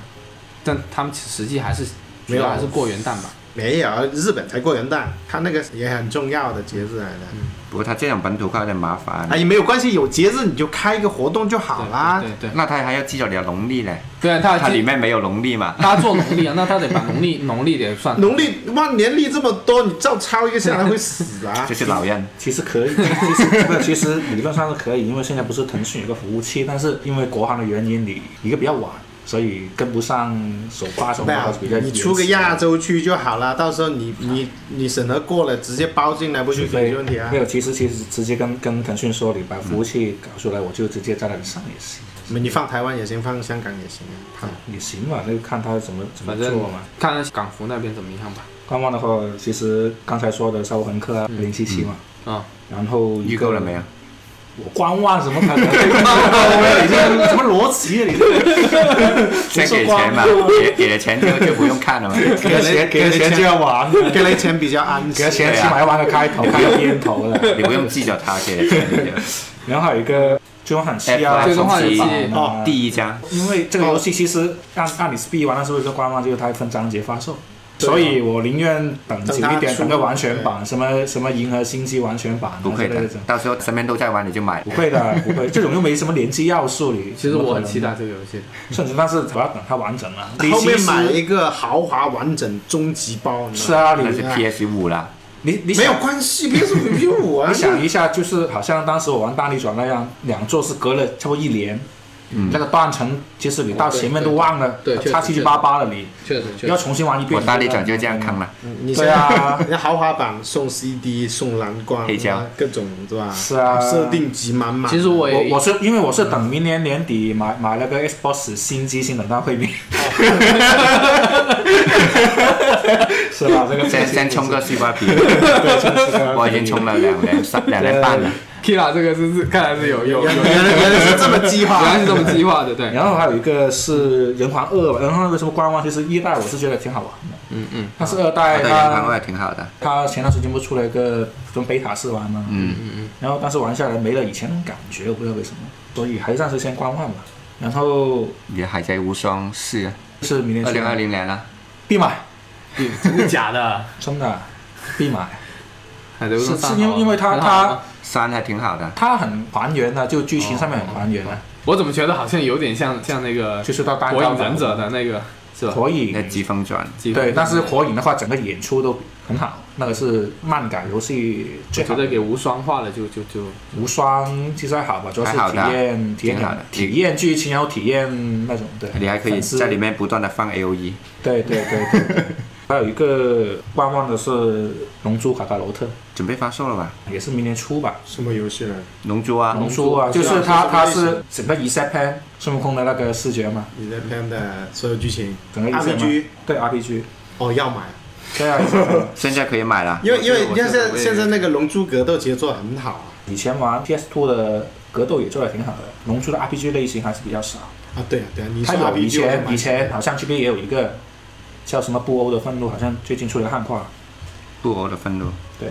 Speaker 1: 但他们实际还是主
Speaker 4: 没有
Speaker 1: 要还是过元旦吧。
Speaker 4: 没有，日本才过元旦，他那个也很重要的节日来的。
Speaker 3: 不過他這種本土化有點麻煩。
Speaker 4: 哎，也没有关系，有节日你就开一个活动就好啦
Speaker 1: 对。对对，
Speaker 3: 那他還要記住你有農曆呢，
Speaker 1: 对啊，他
Speaker 3: 它裡面沒有農曆嘛。
Speaker 1: 他做农历啊，那他得把农历农历得算
Speaker 4: 农历哇，年历这么多，你照抄一个下来会死啊
Speaker 3: 就！是老人，
Speaker 2: 其实 可以，其实不，其实理论上是可以，因为现在不是腾讯有个服务器，但是因为国行的原因，你一个比较晚，所以跟不上首发首
Speaker 4: 没
Speaker 2: 发
Speaker 4: 有
Speaker 2: 比较，
Speaker 4: 你出个亚洲区就好啦，到时候你你你审核过了，直接包进来不就解
Speaker 2: 除非
Speaker 4: 决问题啊
Speaker 2: 没？有，其实其实直接跟跟腾讯说，你把服务器搞出来，我就直接在那里上也行，
Speaker 4: 你放台湾也行，放香港也行啊。好
Speaker 2: 也行嘛，那就看他怎么怎么
Speaker 1: 反
Speaker 2: 做
Speaker 1: 正
Speaker 2: 嘛。
Speaker 1: 看看港服那边怎么样吧。
Speaker 2: 观望的话，其实刚才说的烧恒客啊，零七七嘛，
Speaker 1: 啊、
Speaker 2: 然后一
Speaker 3: 預
Speaker 2: 个
Speaker 3: 告了沒有？
Speaker 2: 我观望什么可 能？你这什么逻辑啊？你这
Speaker 3: 先給錢嘛，給給了錢就就不用看了嘛。
Speaker 2: 给了钱给了钱就要玩，
Speaker 4: 给了钱比较安
Speaker 2: 给了
Speaker 4: 心。
Speaker 2: 钱起码要玩个开头，开个片头的。
Speaker 3: 你不用記住他給了錢你就
Speaker 2: 然后还有一个《最终幻想七》啊，
Speaker 1: 最终幻
Speaker 3: 想七
Speaker 2: 啊，
Speaker 3: 第一张，
Speaker 2: 因为这个游戏其实按按你 speed 玩的时候，就观望就是它分章节发售，所以我宁愿等久一点，等个完全版，什么什么银河星际完全版啊
Speaker 3: 不
Speaker 2: 之
Speaker 3: 會
Speaker 2: 类的
Speaker 3: 的
Speaker 2: 这种，。
Speaker 3: 到時候身邊都在玩你就買
Speaker 2: 不。会的，不会，这种又没什么联机要素，你
Speaker 1: 其实我很期待这个游戏，
Speaker 2: 甚至但是我要等它完整了。
Speaker 4: 后面
Speaker 2: 你其实
Speaker 4: 买一个豪华完整终极包，你知
Speaker 2: 是
Speaker 4: 道吗
Speaker 2: 啊，
Speaker 3: 那
Speaker 2: 你
Speaker 3: 是 PS 五啦，
Speaker 2: 你你
Speaker 4: 没有
Speaker 2: 想
Speaker 4: 关系，别是 P 五啊
Speaker 2: 你。想一下，就是好像当时我玩大逆转那样，两座是隔了差不多一年，
Speaker 3: 嗯
Speaker 2: 那个断层，其实你到前面都忘了，
Speaker 1: 对对对
Speaker 2: 差七七八八了，你
Speaker 1: 确实确
Speaker 2: 要
Speaker 1: 实。
Speaker 2: 重新玩一遍。
Speaker 3: 我大力转就這樣坑啦。
Speaker 4: 嗯你
Speaker 2: 对啊
Speaker 4: 像，人家豪华版送 CD 送蓝光、
Speaker 3: 黑胶
Speaker 4: 啊，各种是吧？
Speaker 2: 是啊
Speaker 4: 设定集满满。啊
Speaker 1: 其实我也
Speaker 2: 我我是因为我是等明年年底买买那个 Xbox 新机，先等到会面， 是吧？这个
Speaker 3: 先先充個西瓜皮， 我已經充了兩年三兩年半了。
Speaker 1: Kira 这个是是看来是有有有，原
Speaker 4: 原来原来是这么计划
Speaker 1: 来是这么计划的， 对。
Speaker 2: 然后还有一个是人皇二吧，人皇二为什么观望？其实一代我是觉得挺好玩的，
Speaker 1: 嗯嗯
Speaker 2: 但是二代
Speaker 3: 啊对，韩
Speaker 2: 它
Speaker 3: 国也挺好的。
Speaker 2: 它前段时间不出了一个从贝塔试玩吗？
Speaker 3: 嗯，
Speaker 2: 然后但是玩下来没了以前那种感觉，我不知道为什么，所以还是暂时先观望吧。然后
Speaker 3: 你的《海贼无双四》
Speaker 2: 是明年
Speaker 3: 二
Speaker 2: 出
Speaker 3: 零二零年了，
Speaker 2: 必买，
Speaker 1: 嗯，真的假的？
Speaker 2: 真的啊必买，
Speaker 1: 海贼无
Speaker 2: 是
Speaker 1: 双
Speaker 2: 是
Speaker 1: 三
Speaker 2: 因为因为它
Speaker 1: 很好啊
Speaker 2: 它
Speaker 3: 三还挺好的。
Speaker 2: 它很还原的，就剧情上面很还
Speaker 3: 哦
Speaker 2: 原的，啊
Speaker 1: 我怎么觉得好像有点像像那个
Speaker 2: 就是到单
Speaker 1: 火
Speaker 2: 刀
Speaker 1: 影忍者的那个是吧？
Speaker 2: 火
Speaker 3: 那《
Speaker 2: 影。
Speaker 3: 疾风传
Speaker 1: 几乎
Speaker 2: 对，但是火影的话，整个演出都很好，那个是漫改游戏
Speaker 1: 我
Speaker 2: 最
Speaker 1: 觉
Speaker 2: 好
Speaker 1: 得
Speaker 2: 的。
Speaker 1: 给无双化了就就就
Speaker 2: 无双其实还好吧，主要是
Speaker 3: 还好
Speaker 2: 体
Speaker 3: 的
Speaker 2: 验体验
Speaker 3: 挺好的
Speaker 2: 感、体验剧情，然后体验那种对》，。
Speaker 3: 你还可以
Speaker 2: 粉丝
Speaker 3: 在里面不断的放 A O E。
Speaker 2: 对对对对对。还有一个观望的是《龙珠卡卡罗特》，
Speaker 3: 准备发售了吧？
Speaker 2: 也是明年初吧。
Speaker 4: 什么游戏呢？
Speaker 3: 龙珠啊，
Speaker 2: 龙珠啊，
Speaker 4: 龙珠
Speaker 2: 就是
Speaker 4: 是
Speaker 2: 它，
Speaker 4: 什么
Speaker 2: 它
Speaker 4: 意思
Speaker 2: 是整个一 set plan 孙悟空的那个视觉嘛，
Speaker 4: 你在 plan 的所有剧情
Speaker 2: 整个一 set 嘛
Speaker 4: RPG，
Speaker 2: 对 RPG，
Speaker 4: 哦，要买，
Speaker 2: 对啊，一 set plan
Speaker 3: 现在可以买了。
Speaker 4: 因为因为你看现
Speaker 3: 我
Speaker 4: 在
Speaker 3: 是
Speaker 4: 现在那个《龙珠格斗》节奏很好啊，
Speaker 2: 以前玩 PS2 的格斗也做的挺好的，龙珠的 RPG 类型还是比较少。
Speaker 4: 啊对啊对啊，你
Speaker 2: 它
Speaker 4: 说
Speaker 2: 有
Speaker 4: RPG 我
Speaker 2: 以
Speaker 4: 就
Speaker 2: 前
Speaker 4: 买
Speaker 2: 以前好像 GB 也有一个叫什么布欧的愤怒，好像最近出了个汉化，
Speaker 3: 布偶的愤怒，
Speaker 2: 对，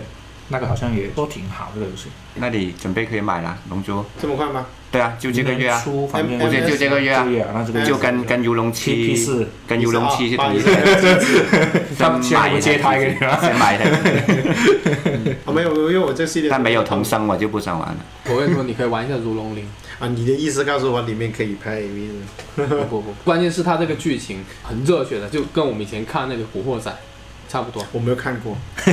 Speaker 2: 那个好像也都挺好这个游戏。
Speaker 3: 那你准备可以买了龙珠？
Speaker 4: 这么快吗？
Speaker 3: 对啊，就这个月啊，
Speaker 2: 出反正
Speaker 4: 不
Speaker 3: 就是就这个月啊
Speaker 2: 对，啊，那这个
Speaker 3: 就跟跟游龙
Speaker 2: P P
Speaker 3: 七，
Speaker 2: 四，
Speaker 3: 跟游龙七是同一
Speaker 4: 哦不好意
Speaker 3: 天，
Speaker 2: 他们
Speaker 3: 先买一
Speaker 2: 接他一个
Speaker 3: 台先买一台，
Speaker 4: 啊没有，因为我这系列
Speaker 3: 但没有童声我就不想玩啊了。
Speaker 1: 我跟你说，你可以玩一下如龙零。
Speaker 4: 啊，你的意思告诉我里面可以拍 AV 是吗？
Speaker 1: 不不不，关键是它这个剧情很热血的，就跟我们以前看那个《古惑仔》差不多。
Speaker 4: 我没有看过，
Speaker 1: 再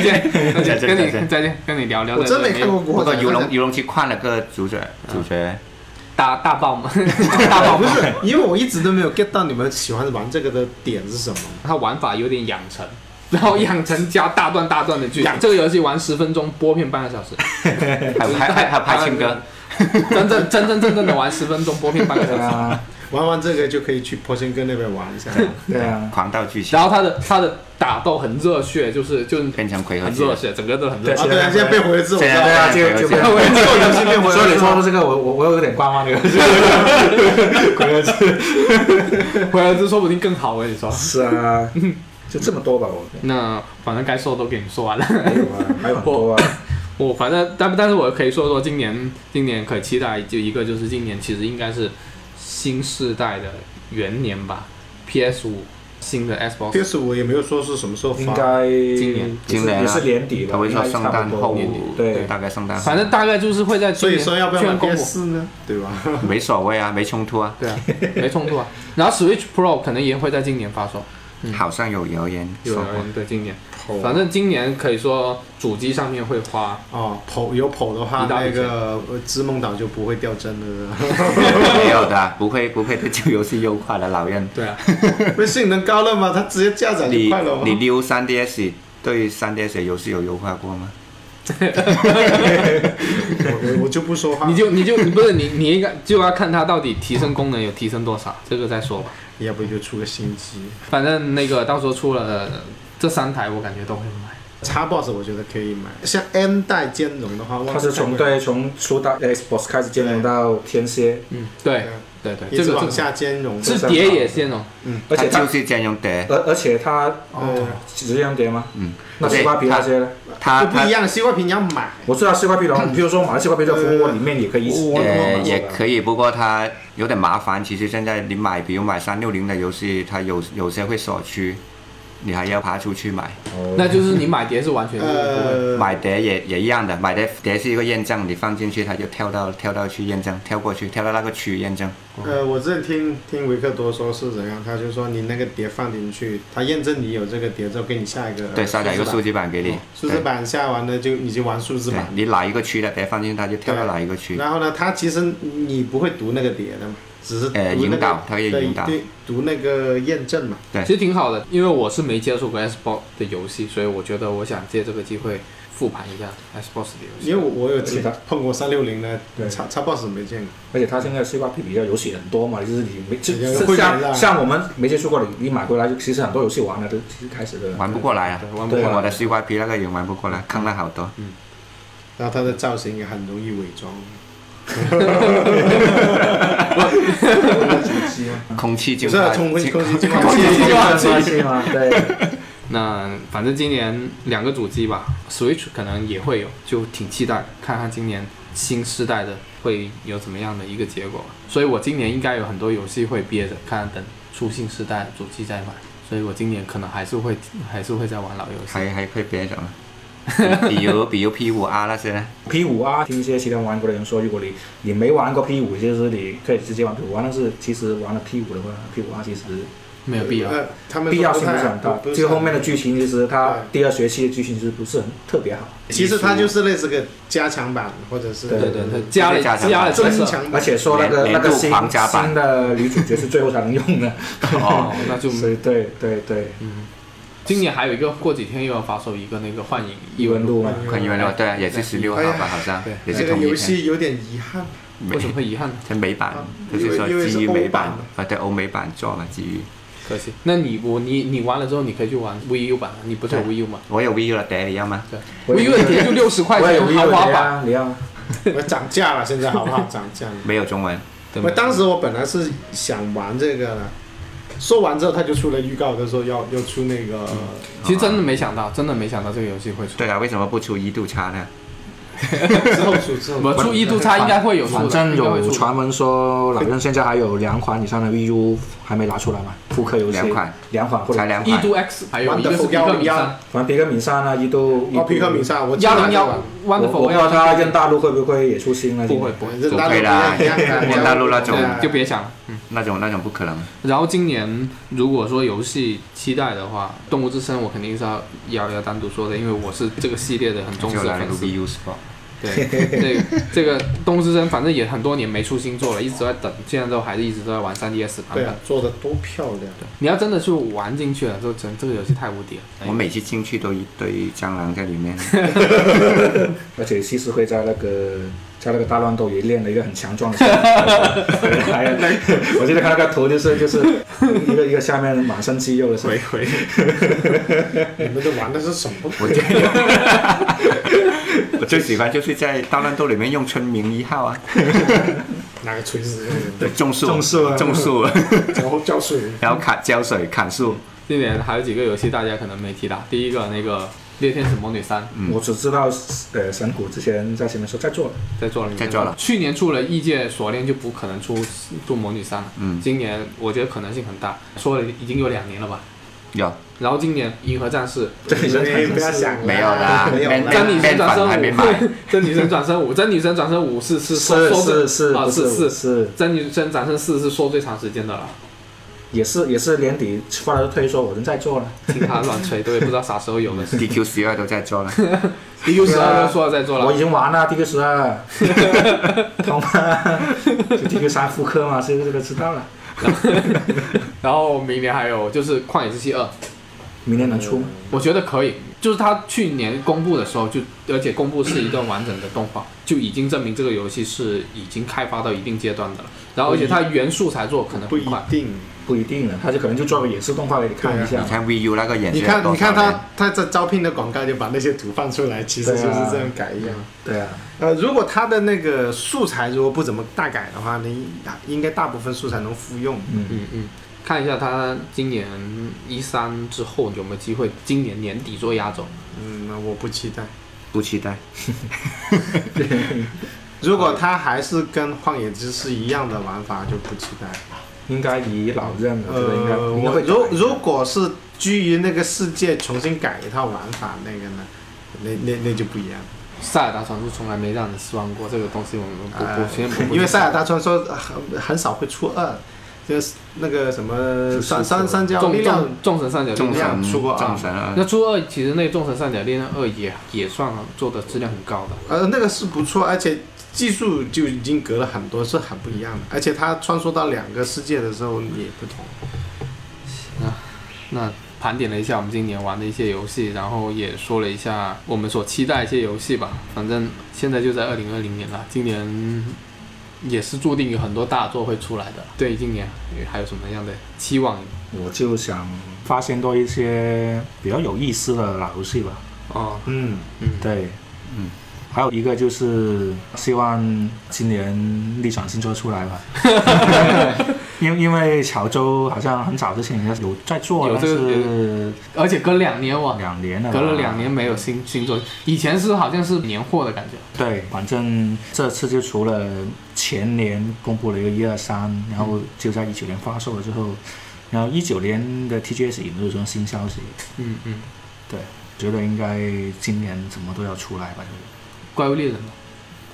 Speaker 1: 见，再见，跟
Speaker 3: 再见再见
Speaker 1: 你再见，跟你聊聊。
Speaker 4: 我真没看过《古
Speaker 3: 不
Speaker 4: 惑
Speaker 3: 过
Speaker 4: 仔》。
Speaker 3: 游龙游龙七换了个主角，主角
Speaker 1: 大大爆嘛， 大爆
Speaker 4: 不
Speaker 1: 嘛。
Speaker 4: 是，因为我一直都没有 get 到你们喜欢玩这个的点是什么。
Speaker 1: 它玩法有点养成，然后养成加大段大段的剧情。这个游戏玩十分钟，播片半个小时。啊
Speaker 3: 还还还还拍青哥，
Speaker 1: 真正真真正正的玩十分钟，播片半个小
Speaker 2: 对
Speaker 1: 时。
Speaker 2: 啊，
Speaker 4: 玩完这个就可以去坡心根那边玩一下。
Speaker 2: 对啊，
Speaker 3: 狂到剧情
Speaker 1: 然后他的他的打斗很热血，就是就是
Speaker 3: 变成回合
Speaker 1: 很
Speaker 3: 制
Speaker 1: 热
Speaker 3: 了，
Speaker 1: 血，整个都很热
Speaker 2: 对
Speaker 1: 血。
Speaker 4: 啊，对啊，现在被回字，我知
Speaker 3: 现
Speaker 4: 道
Speaker 3: 在
Speaker 2: 对啊，
Speaker 3: 对
Speaker 2: 就
Speaker 3: 啊
Speaker 2: 就
Speaker 3: 对啊
Speaker 2: 所
Speaker 4: 这个游戏变回合
Speaker 2: 以
Speaker 4: 制
Speaker 2: 你
Speaker 4: 了。
Speaker 2: 说到这个，我我我有点观望 这个，鬼儿子
Speaker 1: 啊回合制说不定更好，我跟你说。
Speaker 2: 是啊，就这么多吧，我
Speaker 1: 那反正该说的都给你说完了。
Speaker 2: 还有啊，还有很多啊，
Speaker 1: 我反正但但是我可以说说今年今年可以期待就一个就是今年其实应该是新世代的元年吧，PS 五新的 Xbox
Speaker 4: PS 五也没有说是什么时候
Speaker 2: 应
Speaker 4: 发，
Speaker 2: 该
Speaker 1: 今年
Speaker 2: 也
Speaker 3: 今
Speaker 2: 是
Speaker 3: 年啊
Speaker 2: 也是年底
Speaker 3: 他
Speaker 2: 吧，
Speaker 3: 会
Speaker 2: 应
Speaker 3: 说
Speaker 2: 该
Speaker 3: 圣
Speaker 2: 差
Speaker 3: 诞
Speaker 2: 不
Speaker 3: 后
Speaker 2: 多
Speaker 1: 年底，
Speaker 2: 对
Speaker 3: 大概圣诞后，
Speaker 1: 反正大概就是会在今
Speaker 4: 所以
Speaker 1: 年
Speaker 4: 说要不要
Speaker 1: 居
Speaker 4: 买
Speaker 1: 然公
Speaker 4: PS
Speaker 1: 布
Speaker 4: 四呢？对吧？
Speaker 3: 没所谓啊，没冲突啊，
Speaker 1: 对啊，没冲突啊。然后 Switch Pro 可能也会在今年发售，
Speaker 2: 嗯
Speaker 3: 好像有谣言
Speaker 1: 有
Speaker 3: 说
Speaker 4: 啊
Speaker 1: 人对今年，
Speaker 4: 跑
Speaker 1: 反正今年可以说主机上面会花，
Speaker 4: 哦，跑有跑的话，
Speaker 1: 一大笔
Speaker 4: 那
Speaker 1: 钱
Speaker 4: 个呃知梦岛就不会掉帧了。
Speaker 3: 没有的，啊不会不会对旧游戏优化的，老任。
Speaker 1: 对啊，
Speaker 4: 不是性能高了吗？它直接加载就
Speaker 3: 你
Speaker 4: 快了吗？
Speaker 3: 你溜三 DS 对三 DS 的游戏有优化过吗？
Speaker 4: 我我我就不说话，
Speaker 1: 你就你就你不是你你应该就要看它到底提升功能有提升多少，这个再说吧。
Speaker 4: 要不就出个新机。
Speaker 1: 反正那个到时候出了这三台，我感觉都会买。
Speaker 4: Xbox 我觉得可以买，像 N 代兼容的话，
Speaker 2: 它是从对从初代 Xbox 开始兼容到天蝎，
Speaker 1: 嗯，对
Speaker 4: 对
Speaker 1: 对
Speaker 4: 啊
Speaker 1: 对，
Speaker 4: 也
Speaker 1: 这
Speaker 4: 是
Speaker 1: 个
Speaker 4: 往
Speaker 1: 这
Speaker 4: 下兼容
Speaker 1: 个
Speaker 4: 的。
Speaker 1: 是碟也兼容，
Speaker 2: 而且
Speaker 3: 它就
Speaker 2: 它
Speaker 3: 是兼容的，
Speaker 2: 而而且它
Speaker 4: 哦，
Speaker 2: 只是样碟吗？
Speaker 3: 嗯，
Speaker 2: 那
Speaker 3: 对
Speaker 2: 西瓜皮那些呢？
Speaker 3: 它
Speaker 4: 就不一
Speaker 3: 啊它
Speaker 4: 样，西瓜屏你要买。
Speaker 2: 我知道西瓜皮龙，比如说马来西瓜皮这个服务里面也可以一起
Speaker 4: 我
Speaker 3: 呃
Speaker 4: 我
Speaker 3: 也可以，不过它有点麻烦。其实现在你买，比如买三六零的游戏，它有有些会锁区，你还要爬出去买。
Speaker 2: 哦
Speaker 1: 那就是你买碟是完全不会。
Speaker 4: 嗯呃，
Speaker 3: 买碟也也一样的，买碟碟是一个验证，你放进去它就跳到跳到去验证，跳过去跳到那个区验证。
Speaker 4: 呃，我之前听听维克多说是怎样，他就说你那个碟放进去，他验证你有这个碟之后，给你下一个
Speaker 3: 对，下载一个数
Speaker 4: 字
Speaker 3: 字版给你
Speaker 4: 版，，数字版下完了就你就玩数字
Speaker 3: 对
Speaker 4: 版，
Speaker 3: 你哪一个区的碟放进去，它就跳到哪一个区。
Speaker 4: 然后呢，他其实你不会读那个碟的嘛，只是读
Speaker 3: 呃
Speaker 4: 那个
Speaker 3: 引导它可以
Speaker 4: 对
Speaker 3: 引导
Speaker 4: 对，读那个验证嘛。
Speaker 3: 对
Speaker 1: 其实挺好的，因为我是没接触过 Xbox 的游戏，所以我觉得我想借这个机会复盘一下 Xbox 的游戏。
Speaker 4: 因为我我有
Speaker 2: 是的
Speaker 4: 碰过三六零的，
Speaker 2: 对
Speaker 4: 叉叉 box 没见过。
Speaker 2: 而且它现在西瓜皮比较游戏很多嘛，就是你没就
Speaker 4: 就是
Speaker 2: 是
Speaker 4: 会买的
Speaker 2: 像像我们没接触过的，你买回来就其实很多游戏玩的都其实开 始的。
Speaker 3: 玩不过来啊
Speaker 1: 对，玩不
Speaker 2: 对
Speaker 1: 过
Speaker 2: 啊
Speaker 1: 来
Speaker 3: 我的 CYP 那个也玩不过来，坑了好多。
Speaker 4: 然后它的造型也很容易伪装。
Speaker 3: 空气 净
Speaker 4: 不是
Speaker 3: 化，
Speaker 4: 空气
Speaker 3: 净
Speaker 4: 空气净化
Speaker 1: 净
Speaker 4: 器，
Speaker 1: 化
Speaker 2: 玩游 戏嘛，对，
Speaker 1: 那反正今年两个主机吧，Switch 可能也会有，就挺期待看看今年新世代的会有怎么样的一个结果。所以我今年应该有很多游戏会憋着，看等出新世代主机再买。所以我今年可能还是会还是会在玩老游戏。
Speaker 3: 还还会别什么？ 比如比如 P 五 R 那些 呢？
Speaker 2: P 五啊，听一些其他玩过的人说，如果你你没玩过 P 五，就是你可以直接玩 P 五啊。但是其实玩了 P 五的话，P 五啊其实
Speaker 1: 没有必要。
Speaker 4: 呃，他们
Speaker 2: 必要性不
Speaker 4: 不
Speaker 2: 是
Speaker 4: 太
Speaker 2: 很大
Speaker 4: 不。是
Speaker 2: 就后面的
Speaker 4: 很
Speaker 2: 剧情，其实它第二学期的剧情是不是很特别好，
Speaker 4: 其实它就是类似个加强版，或者是
Speaker 2: 对
Speaker 1: 对对对，加了
Speaker 3: 加强版
Speaker 1: 加了特色
Speaker 4: 增强
Speaker 2: 而
Speaker 4: 版。
Speaker 2: 且说那个
Speaker 3: 年
Speaker 2: 那个
Speaker 3: 年度
Speaker 2: 新
Speaker 3: 狂加版
Speaker 2: 新的女主角是最后才能用 的，
Speaker 1: 哦，那就嗯
Speaker 2: 所以对对对，
Speaker 1: 今年还有一个，过几天又要发售一个那个幻影
Speaker 2: 一
Speaker 1: 异
Speaker 2: 文
Speaker 1: 闻录，
Speaker 2: 录嘛，
Speaker 3: 快一万六，对啊，也是十六号
Speaker 4: 哎
Speaker 3: 吧，
Speaker 4: 呀
Speaker 3: 好像
Speaker 1: 对
Speaker 3: 也
Speaker 4: 这
Speaker 3: 是
Speaker 4: 个
Speaker 3: 同一
Speaker 4: 游
Speaker 3: 天。
Speaker 4: 戏有点遗憾，
Speaker 3: 美
Speaker 1: 为什么会遗憾呢？
Speaker 3: 这美版
Speaker 4: 啊，
Speaker 3: 就是说
Speaker 4: 因为
Speaker 3: 基于美版
Speaker 4: 因为是欧版
Speaker 3: 啊，对欧美版做嘛，基于
Speaker 1: 可惜。那你我你你玩了之后，你可以去玩 VU 版，你不是有
Speaker 3: 对
Speaker 1: VU 吗
Speaker 3: 我有 VU 了，得你要吗？
Speaker 1: ？VU 的碟就六十块
Speaker 2: 我也
Speaker 1: 钱
Speaker 2: 有，
Speaker 1: 豪华版。
Speaker 2: 啊，你要
Speaker 4: 我涨价了，现在好不好？涨价了。
Speaker 3: 没有中文，
Speaker 1: 对
Speaker 4: 我
Speaker 1: 吗？
Speaker 4: 当时我本来是想玩这个的，说完之后他就出了预告，他说要要出那个，
Speaker 1: 其实真的没想到，真的没想到这个游戏会出。
Speaker 3: 对啊，为什么不出一度差呢？
Speaker 4: 之后出之后
Speaker 1: 我
Speaker 4: 出。
Speaker 1: 出一度差应该会有出的，
Speaker 2: 反正
Speaker 1: 应该会
Speaker 2: 有
Speaker 1: 出的。
Speaker 2: 传闻说，老任现在还有两款以上的 VU 还没拿出来嘛，扑克游戏
Speaker 3: 两款，
Speaker 2: 两款或者
Speaker 3: 才两
Speaker 1: 一
Speaker 3: 款，
Speaker 1: 度 X 还有一个是
Speaker 4: Wonderful
Speaker 1: 皮克米山
Speaker 4: 101
Speaker 2: 反正皮克敏三啊，一度
Speaker 4: 哦，皮克敏，三，我
Speaker 1: 幺零
Speaker 4: 幺
Speaker 1: 幺
Speaker 2: 我
Speaker 1: Wonderful，
Speaker 2: 我不知道他任大陆会不会也出新啊了，
Speaker 1: 不会不会，
Speaker 4: 这大
Speaker 3: 不
Speaker 4: 陆
Speaker 3: 会啦
Speaker 4: 不一样的
Speaker 3: 任大陆那种
Speaker 4: 对啊
Speaker 1: 就别想了。
Speaker 3: 那种那种不可能。
Speaker 1: 然后今年如果说游戏期待的话，《动物之声》我肯定是要要要单独说的，因为我是这个系列的很忠实
Speaker 3: 就来
Speaker 1: 粉
Speaker 3: 个
Speaker 1: 丝。
Speaker 3: VU Sport，
Speaker 1: 对，这个这个《动物之声》反正也很多年没出新作了，一直都在等，现在都还是一直都在玩 3DS 版
Speaker 4: 对
Speaker 1: 本
Speaker 4: 啊。，做的多漂亮。
Speaker 1: 你要真的去玩进去了，就真这个游戏太无敌了。
Speaker 3: 我每次 进去都一堆蟑螂在里面，
Speaker 2: 而且其实会在那个在那个大乱斗也练了一个很强 壮的身体。还 有那，我记得看那个图就是就是一个一个下面满身肌肉的身
Speaker 1: 回
Speaker 2: 体。
Speaker 1: 回
Speaker 4: 你们这玩的是什么？
Speaker 3: 我最我最喜欢就是在大乱斗里面用村民一号啊，
Speaker 4: 哪个锤子？
Speaker 3: 对，种树，
Speaker 4: 种树啊
Speaker 3: 种树，
Speaker 4: 浇浇水。
Speaker 3: 然后砍浇水、砍树，
Speaker 1: 今年还有几个游戏大家可能没提到，第一个那个《猎天使魔女三》
Speaker 3: 嗯
Speaker 2: 我只知道呃神谷之前在前面说在做了，
Speaker 1: 在做了，
Speaker 3: 在做了
Speaker 1: 去年出了《异界锁链》，就不可能出做魔女三了。
Speaker 3: 嗯
Speaker 1: 今年我觉得可能性很大，说了已经有两年了吧。
Speaker 3: 有
Speaker 1: 然后今年《银河战士
Speaker 2: 这里
Speaker 4: 哎
Speaker 2: 是
Speaker 4: 不要想了
Speaker 3: 没有啦？
Speaker 4: 没有
Speaker 3: 变
Speaker 4: 啦
Speaker 1: 真女神
Speaker 3: 变
Speaker 1: 转
Speaker 3: 反
Speaker 1: 身
Speaker 3: 还没
Speaker 1: 五
Speaker 3: 买，》，
Speaker 1: 真女神转身五，真女神转身五是是说
Speaker 2: 是
Speaker 1: 说
Speaker 2: 是
Speaker 1: 最
Speaker 2: 是
Speaker 1: 啊
Speaker 2: 不
Speaker 1: 是
Speaker 2: 是
Speaker 1: 是
Speaker 2: 是
Speaker 1: 真女神转身四是说最长时间的了，
Speaker 2: 也是也是年底发了推说我人在做了，
Speaker 1: 听他乱吹，都也不知道啥时候有的 事。
Speaker 3: DQ 十二都 在做了，
Speaker 1: DQ 十
Speaker 3: 啊
Speaker 1: 二说了在做
Speaker 2: 我
Speaker 1: 了，
Speaker 2: 已经玩了 DQ 十二，通了，就 DQ 三复刻嘛，这个这个知道了。
Speaker 1: 然后明年还有就是《旷野之息二》，
Speaker 2: 明年能出吗？
Speaker 1: 我觉得可以，就是他去年公布的时候就，而且公布是一段完整的动画，就已经证明这个游戏是已经开发到一定阶段的了。然后，而且它原素材做可能
Speaker 4: 不
Speaker 1: 很
Speaker 4: 一
Speaker 1: 快，
Speaker 4: 定。
Speaker 2: 不一定了，他就可能就做个演示动画给你看一
Speaker 3: 你
Speaker 2: 下。
Speaker 3: 看 VU 那个演
Speaker 4: 你
Speaker 3: 示
Speaker 4: 看，
Speaker 3: 了多少
Speaker 4: 你看
Speaker 3: 人
Speaker 4: 他他在招聘的广告就把那些图放出来，其实就是这样改一样。
Speaker 2: 对啊，
Speaker 4: 呃，如果他的那个素材如果不怎么大改的话，你应该大部分素材能复用。
Speaker 2: 嗯，
Speaker 1: 嗯嗯，看一下它今年一三之后有没有机会，今年年底做压轴。
Speaker 4: 嗯，那我不期待。
Speaker 3: 不期待，
Speaker 4: 如
Speaker 2: 呃
Speaker 4: 果他还是跟《旷野之息》一样的玩法，就不期待。
Speaker 2: 应该以老任，我觉得应该
Speaker 4: 呃，
Speaker 2: 应该
Speaker 4: 我
Speaker 2: 会改
Speaker 4: 如如果是基于那个世界重新改一套玩法，那个呢，那那那就不一样。
Speaker 1: 塞尔达传说从来没让人失望过，这个东西我们不
Speaker 4: 呃
Speaker 1: 不先不，
Speaker 4: 因为塞尔达传说很很少会出二，就是那个什么三三三角力
Speaker 1: 众
Speaker 4: 量
Speaker 1: 众众神三角
Speaker 3: 众
Speaker 1: 力量。
Speaker 3: 神
Speaker 4: 出过啊
Speaker 3: 众神二
Speaker 1: 那初二其实那个众神三角力量二也也算做的质量很高的。
Speaker 4: 呃，那个是不错，而且技术就已经隔了很多，是很不一样的。而且它穿梭到两个世界的时候也不同。
Speaker 1: 那盘点了一下我们今年玩的一些游戏，然后也说了一下我们所期待一些游戏吧。反正现在就在二零二零年了，今年也是注定有很多大作会出来的。对今年还有什么样的期望？
Speaker 2: 我就想发现多一些比较有意思的老游戏吧。
Speaker 1: 哦，
Speaker 4: 嗯，
Speaker 1: 嗯，
Speaker 2: 对，
Speaker 3: 嗯，
Speaker 2: 还有一个就是希望今年逆转星座出来 吧，因为因为潮州好像很早之前有在做，
Speaker 1: 有
Speaker 2: 但
Speaker 1: 这个
Speaker 2: 是
Speaker 1: 而且隔两年哇，
Speaker 2: 两年了，
Speaker 1: 隔了两年。没有新新作，以前是好像是年货的感觉。
Speaker 2: 对，反正这次就除了前年公布了一个一二三，然后就在一九年发售了之后，然后一九年的 TGS 也没有什么新消息，
Speaker 1: 嗯嗯，
Speaker 2: 觉得应该今年怎么都要出来吧。就是
Speaker 1: 怪物猎人呢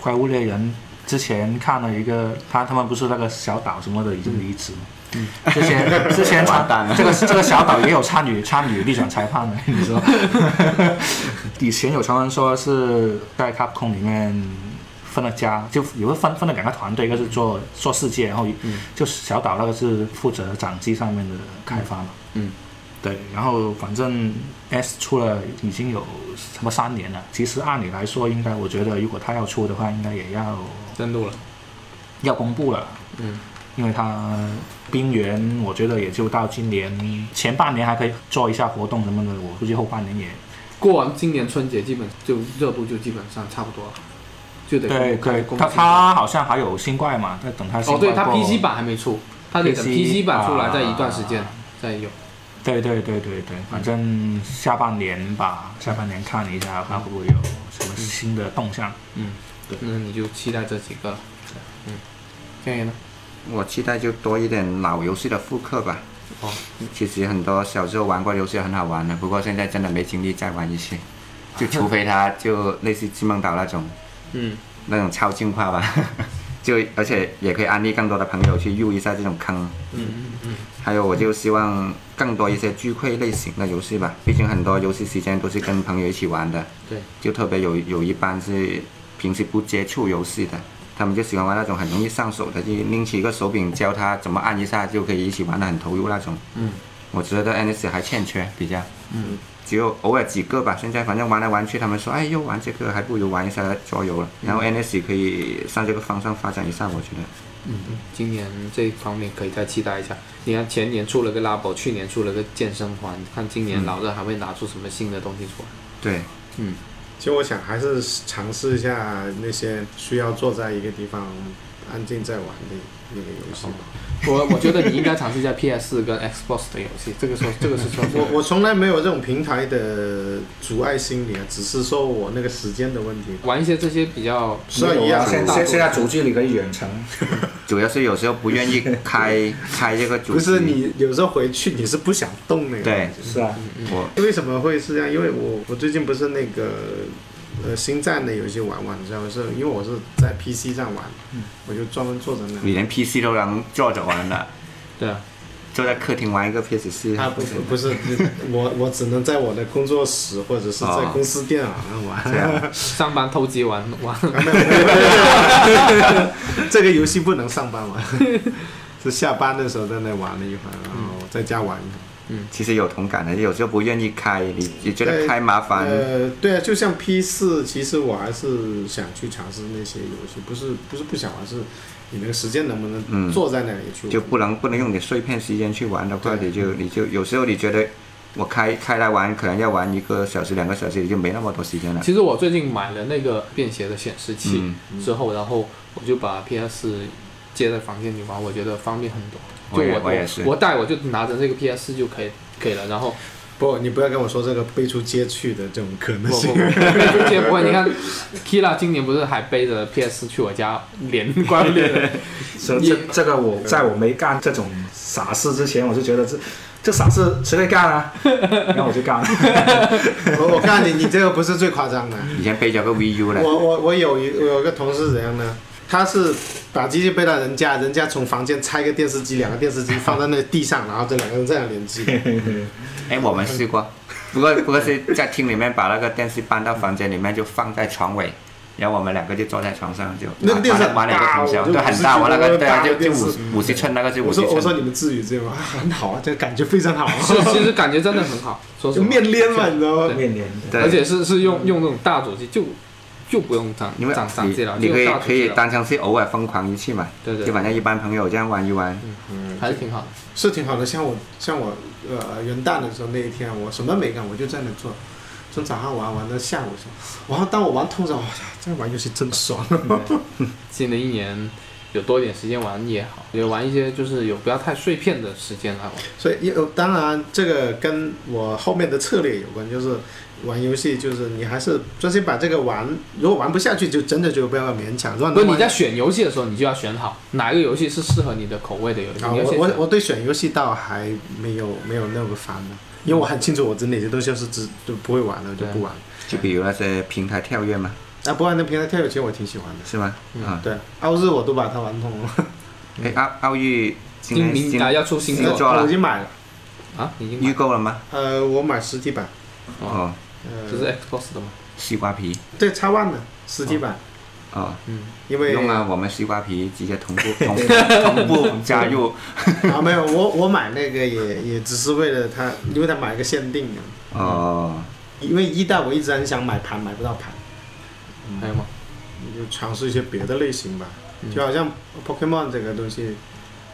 Speaker 2: 怪物猎人之前看了一个，他他们不是那个小岛什么的已经离职吗？
Speaker 1: 嗯，
Speaker 2: 之前之前
Speaker 3: 完蛋
Speaker 2: 参
Speaker 3: 了
Speaker 2: 这个这个小岛也有参与参与逆转裁判的，你 说？以前有传闻说是在 Capcom 里面分了家，就有个分分了两个团队，一个是做做世界，然后
Speaker 1: 嗯
Speaker 2: 就是小岛那个是负责掌机上面的开发嘛。
Speaker 1: 嗯，
Speaker 2: 对，然后反正 S 出了已经有什么三年了，其实按理来说，应该我觉得如果他要出的话，应该也要
Speaker 1: 登录了。
Speaker 2: 要公布了。
Speaker 1: 嗯，
Speaker 2: 因为它冰原，我觉得也就到今年前半年还可以做一下活动什么的，我估计后半年也
Speaker 1: 过完今年春节，基本就热度就基本上差不多了，就得
Speaker 2: 对
Speaker 1: 公
Speaker 2: 对
Speaker 1: 布。
Speaker 2: 它
Speaker 1: 公布
Speaker 2: 它好像还有新怪嘛，在等它新
Speaker 1: 哦，
Speaker 2: 怪
Speaker 1: 对，它
Speaker 2: 过
Speaker 1: PC 版还没出，它得等 PC 版出来
Speaker 2: 啊
Speaker 1: 再一段时间再有。
Speaker 2: 对对对对对，
Speaker 1: 嗯
Speaker 2: 反正下半年吧，下半年看一下它会不会有什么新的动向。
Speaker 1: 那你就期待这几个了。嗯，天爷呢？
Speaker 3: 我期待就多一点老游戏的复刻吧。
Speaker 1: 哦，
Speaker 3: 其实很多小时候玩过游戏很好玩的，不过现在真的没精力再玩 一次，就除非它就类似《金梦岛》那种
Speaker 1: 嗯，
Speaker 3: 那种超进化吧， 就而且也可以安利更多的朋友去入一下这种坑。
Speaker 1: 嗯
Speaker 3: 嗯。还有，我就希望更多一些聚会类型的游戏吧，毕竟很多游戏时间都是跟朋友一起玩的。
Speaker 1: 对。
Speaker 3: 就特别有有一班是平时不接触游戏的，他们就喜欢玩那种很容易上手的，就拎起一个手柄教他怎么按一下就可以一起玩的很投入那种。
Speaker 1: 嗯。
Speaker 3: 我觉得 NS 还欠缺比较，嗯，只有偶尔几个吧。现在反正玩来玩去，他们说，哎，又玩这个，还不如玩一下桌游了。然后 NS 可以向这个方向发展一下，我觉得。
Speaker 1: 嗯今年这方面可以再期待一下。你看前年出了个 Labo，去年出了个健身环，看今年老任还会拿出什么新的东西出来？
Speaker 3: 对，
Speaker 4: 其实我想还是尝试一下那些需要坐在一个地方安静在玩的那个游戏吧。
Speaker 1: 我我觉得你应该尝试一下 PS 跟 Xbox 的游戏，这个说这个是说
Speaker 4: 我我从来没有这种平台的阻碍心理啊，只是说我那个时间的问题。
Speaker 1: 玩一些这些比较
Speaker 4: 是啊，一样
Speaker 1: 嗯
Speaker 2: 现
Speaker 4: 的。
Speaker 2: 现现在主机里的远程，
Speaker 3: 主要是有时候不愿意开开这个主机。
Speaker 4: 不是你有时候回去你是不想动那个。
Speaker 3: 对，
Speaker 2: 是啊，
Speaker 1: 嗯
Speaker 3: 我
Speaker 4: 为什么会是这样？因为我我最近不是那个呃星战的游戏玩玩之后，是因为我是在 PC 上玩，我就专门坐在那
Speaker 3: 你
Speaker 4: 里。
Speaker 3: 连 PC 都能坐着玩了，
Speaker 1: 对啊，
Speaker 3: 坐在客厅玩一个 PS 四，
Speaker 4: 啊，不是不是， 我我只能在我的工作室或者是在
Speaker 3: 哦
Speaker 4: 公司电脑上玩。
Speaker 3: 这样。
Speaker 1: 上班偷鸡玩玩。
Speaker 4: 这个游戏不能上班玩， 是下班的时候在那玩了一会儿，然后在家玩一会儿。
Speaker 3: 其实有同感的，有时候不愿意开，你你觉得
Speaker 4: 对
Speaker 3: 开麻烦，
Speaker 4: 呃，对啊，就像 P 四，其实我还是想去尝试那些游戏，不是不是不想玩，是你那个时间能不能
Speaker 3: 嗯
Speaker 4: 坐在那里去玩？
Speaker 3: 就不能不能用你碎片时间去玩的话，
Speaker 4: 对
Speaker 3: 你就你就有时候你觉得我开开来玩，可能要玩一个小时两个小时，你就没那么多时间了。
Speaker 1: 其实我最近买了那个便携的显示器
Speaker 3: 嗯
Speaker 1: 之后，然后我就把 PS 接在房间里玩，我觉得方便很多。
Speaker 3: 我
Speaker 1: 就
Speaker 3: 也
Speaker 1: 我
Speaker 3: 我也是
Speaker 1: 我带我就拿着这个 PS 就可以可以了，然后
Speaker 4: 不，你不要跟我说这个背出街去的这种可能
Speaker 1: 我
Speaker 4: 性
Speaker 1: 我。我接不会，你看 Kira 今年不是还背着 PS 去我家连关连了，
Speaker 2: 所以这这个我在我没干这种傻事之前，我就觉得这这傻事谁会干啊？然后我就干了。
Speaker 4: 我我告诉你，你这个不是最夸张 的。
Speaker 3: 以前背着个 VU
Speaker 4: 我
Speaker 3: 了，
Speaker 4: 我我有一我有一个同事怎样呢？他是把机器背到人家，人家从房间拆个电视机，两个电视机放在那地上，然后这两个人这样联 机。
Speaker 3: 哎，我们试过，不过不过是在厅里面把那个电视搬到房间里面，就放在床尾。然后我们两个就坐在床上，就
Speaker 4: 那个电视
Speaker 3: 玩了一个通宵，
Speaker 4: 很大我就
Speaker 3: 对，很大，
Speaker 4: 我
Speaker 3: 我那个对啊，
Speaker 4: 大的
Speaker 3: 就就
Speaker 4: 电视
Speaker 3: 五五十寸那个就五
Speaker 4: 我
Speaker 3: 十
Speaker 4: 说我说
Speaker 3: 寸，
Speaker 4: 你们至于这样吗？啊，很好啊，这感觉非常好啊，
Speaker 1: 是其实感觉真的很好，说实
Speaker 4: 就
Speaker 1: 话，
Speaker 4: 面连嘛，你知 道吗？
Speaker 2: 面年的，
Speaker 3: 对
Speaker 1: 而且是是用用那种大主机就就不用长
Speaker 3: 因为
Speaker 1: 长长机了，
Speaker 3: 你
Speaker 1: 就
Speaker 3: 可以
Speaker 1: 用大主
Speaker 3: 可
Speaker 1: 机
Speaker 3: 以
Speaker 1: 了，
Speaker 3: 当成是偶尔疯狂一次嘛，
Speaker 1: 对对
Speaker 3: 就反正一般朋友这样玩一玩，
Speaker 1: 还是挺好的。
Speaker 4: 是挺好的。像我像我呃元旦的时候那一天，啊我什么没干，我就在那做，从早上玩玩到下午说，哇，当我玩通宵，哇，这玩游戏真爽。
Speaker 1: 新的一年有多一点时间玩也好，也玩一些就是有不要太碎片的时间来玩。
Speaker 4: 所以也当然这个跟我后面的策略有关，就是玩游戏就是你还是专心把这个玩，如果玩不下去就真的就不要勉强。如果
Speaker 1: 不是
Speaker 4: 能
Speaker 1: 你
Speaker 4: 啊玩
Speaker 1: 在选游戏的时候，你就要选好哪个游戏是适合你的口味的游戏。
Speaker 4: 啊，
Speaker 1: 你要
Speaker 4: 我
Speaker 1: 先
Speaker 4: 我
Speaker 1: 选
Speaker 4: 我对选游戏倒还没有没有那么烦的，因为我很清楚我这哪些东西是只就不会玩了就不玩。
Speaker 3: 就比如那些平台跳跃嘛，
Speaker 4: 啊，不过那平台跳跃其实我挺喜欢的，
Speaker 3: 是吗？啊，
Speaker 4: 对，奥日我都把它玩通了，
Speaker 3: 哎，奥奥运今
Speaker 1: 今
Speaker 3: 年
Speaker 1: 明啊要出新
Speaker 3: 你
Speaker 1: 作
Speaker 3: 要做了
Speaker 4: 我已经买了，
Speaker 1: 啊，已经
Speaker 3: 预
Speaker 1: 买
Speaker 3: 购了吗？
Speaker 4: 呃，我买实体版，
Speaker 1: 哦，
Speaker 3: 哦，
Speaker 4: 呃，
Speaker 1: 这是 Xbox 的吗？
Speaker 3: 西瓜皮
Speaker 4: 对叉 One 的实体版，
Speaker 3: 哦，
Speaker 4: 因
Speaker 3: 不
Speaker 4: 为
Speaker 3: 用啊，我们西瓜皮直接同步同步同步加入
Speaker 4: 啊，没有，我我买那个也也只是为了它，因为它买一个限定的，
Speaker 3: 哦，
Speaker 4: 因为一代我一直很想买盘，买不到盘，嗯
Speaker 1: 还有吗？
Speaker 4: 你就尝试一些别的类型吧，
Speaker 1: 嗯
Speaker 4: 就好像 Pokemon 这个东西，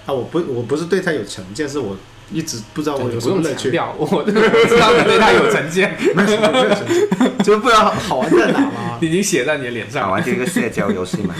Speaker 4: 啊，我不我不是对它有成见，是我一直不知道啊我
Speaker 1: 你不
Speaker 4: 有什么
Speaker 1: 用
Speaker 4: 乐
Speaker 1: 强
Speaker 4: 趣，
Speaker 1: 调，我我知道你对他有成见，
Speaker 4: 没有什么没有什么，就是不知道好玩在 哪嘛。
Speaker 1: 已经写在你的脸
Speaker 3: 打
Speaker 1: 上
Speaker 4: 啊
Speaker 1: 了。
Speaker 3: 完啊这个社交游戏嘛，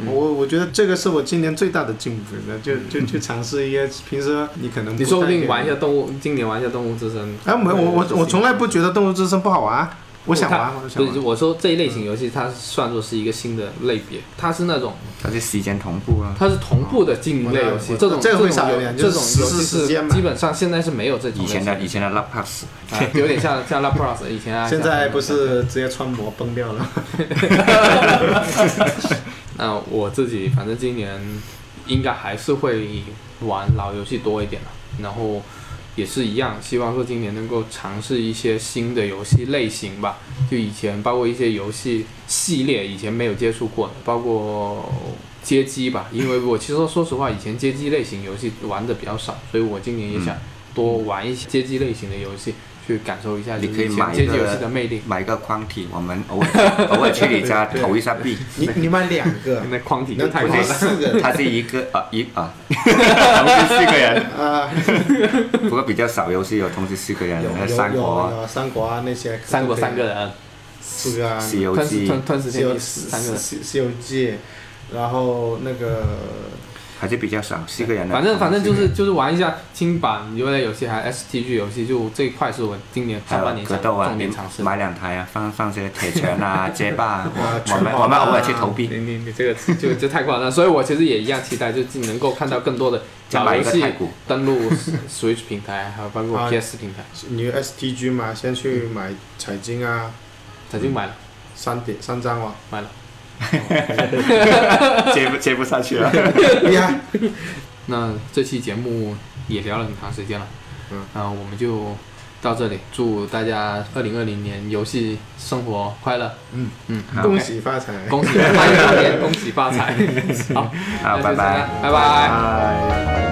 Speaker 1: 嗯
Speaker 4: 我我觉得这个是我今年最大的进步，那就就去尝试一些平时你可能
Speaker 1: 你说不
Speaker 4: 太
Speaker 1: 定
Speaker 4: 会
Speaker 1: 玩一下。动物，今年玩一下动物之声。
Speaker 4: 哎，没有我我我从来不觉得《动物之声》不好玩，啊我想玩，我想
Speaker 1: 不是
Speaker 4: 玩。
Speaker 1: 我说这一类型游戏，它算作是一个新的类别，它是那种
Speaker 3: 它是时间同步啊，
Speaker 1: 它是同步的经营类游戏，
Speaker 4: 我
Speaker 1: 这种
Speaker 4: 这个
Speaker 1: 种
Speaker 4: 会少一
Speaker 1: 游
Speaker 4: 点
Speaker 1: 这
Speaker 4: 就是
Speaker 1: 种
Speaker 4: 实
Speaker 1: 游
Speaker 4: 施
Speaker 1: 戏
Speaker 4: 时间
Speaker 1: 是
Speaker 4: 嘛
Speaker 1: 基本上现在是没有这种
Speaker 3: 以
Speaker 1: 类
Speaker 3: 前
Speaker 1: 型
Speaker 3: 的以前的 Love Pass，
Speaker 1: 啊有点像像 La Plus 以前啊，
Speaker 4: 现在
Speaker 1: 像
Speaker 4: 不是直接穿模崩掉了？
Speaker 1: 那我自己反正今年应该还是会玩老游戏多一点了，然后也是一样，希望说今年能够尝试一些新的游戏类型吧。就以前包括一些游戏系列，以前没有接触过的，包括街机吧。因为我其实说实话，以前街机类型游戏玩的比较少，所以我今年也想多玩一些街机类型的游戏，去感受一下
Speaker 3: 你
Speaker 1: 就是
Speaker 3: 可以
Speaker 1: 以前
Speaker 3: 买一
Speaker 1: 街机
Speaker 3: 个
Speaker 1: 游戏的魅力。
Speaker 3: 买个框体，我们偶尔偶尔去你家投一下币，
Speaker 4: 你你买两 个，
Speaker 1: 那框体就
Speaker 4: 能
Speaker 1: 太
Speaker 4: 投
Speaker 1: 夸
Speaker 4: 进
Speaker 1: 张了，
Speaker 4: 四个，
Speaker 3: 它是一个啊一啊，同时四个人，
Speaker 4: 啊，
Speaker 3: 不过比较少游戏有同时四个人
Speaker 4: 有，
Speaker 3: 还有
Speaker 4: 有
Speaker 3: 三
Speaker 4: 有
Speaker 3: 国啊、
Speaker 4: 有三国啊那些，
Speaker 1: 三国三个人，
Speaker 4: 四个啊，
Speaker 3: 西游
Speaker 1: 吞
Speaker 3: 记
Speaker 1: 吞，吞食
Speaker 4: 西
Speaker 1: 天
Speaker 4: 游
Speaker 1: 地
Speaker 4: 西
Speaker 1: 三个人。
Speaker 4: 西西游记，然后那个
Speaker 3: 还是比较少，四个人的。
Speaker 1: 反正反正就
Speaker 3: 同时
Speaker 1: 是就是玩一下轻版游类游戏，还有 STG 游戏，就这一块是我今年
Speaker 3: 还
Speaker 1: 上半
Speaker 3: 有
Speaker 1: 年
Speaker 3: 格
Speaker 1: 想
Speaker 3: 斗啊，
Speaker 1: 重
Speaker 3: 你
Speaker 1: 点尝试的。
Speaker 3: 买两台啊，放放些铁拳啊、 街霸啊，
Speaker 4: 啊
Speaker 3: 我我们我们偶尔去投币，
Speaker 1: 你你你这个就就太夸张，所以我其实也一样期待，就能够看到更多的
Speaker 3: 再
Speaker 1: 老
Speaker 3: 买一
Speaker 1: 游
Speaker 3: 个
Speaker 1: 戏
Speaker 3: 太古。
Speaker 1: 登录 Switch 平台，还有包 括
Speaker 4: 啊
Speaker 1: PS 平台，
Speaker 4: 你有 STG 嘛，先去买彩金啊，
Speaker 1: 早就买了
Speaker 4: 三点三张哦，
Speaker 1: 买了。
Speaker 3: 接不接不 下去了。
Speaker 4: 厉害，
Speaker 1: 那这期节目也聊了很长时间了，
Speaker 4: 嗯，
Speaker 1: 啊、我们就到这里，祝大家二零二零年游戏生活快乐，
Speaker 4: 嗯
Speaker 1: 嗯，
Speaker 4: 恭喜发财。
Speaker 1: 恭喜发财，恭喜发财，好，
Speaker 3: 好，
Speaker 1: 那就
Speaker 3: 拜
Speaker 1: 这
Speaker 3: 拜
Speaker 1: 样。拜拜。
Speaker 5: 哎。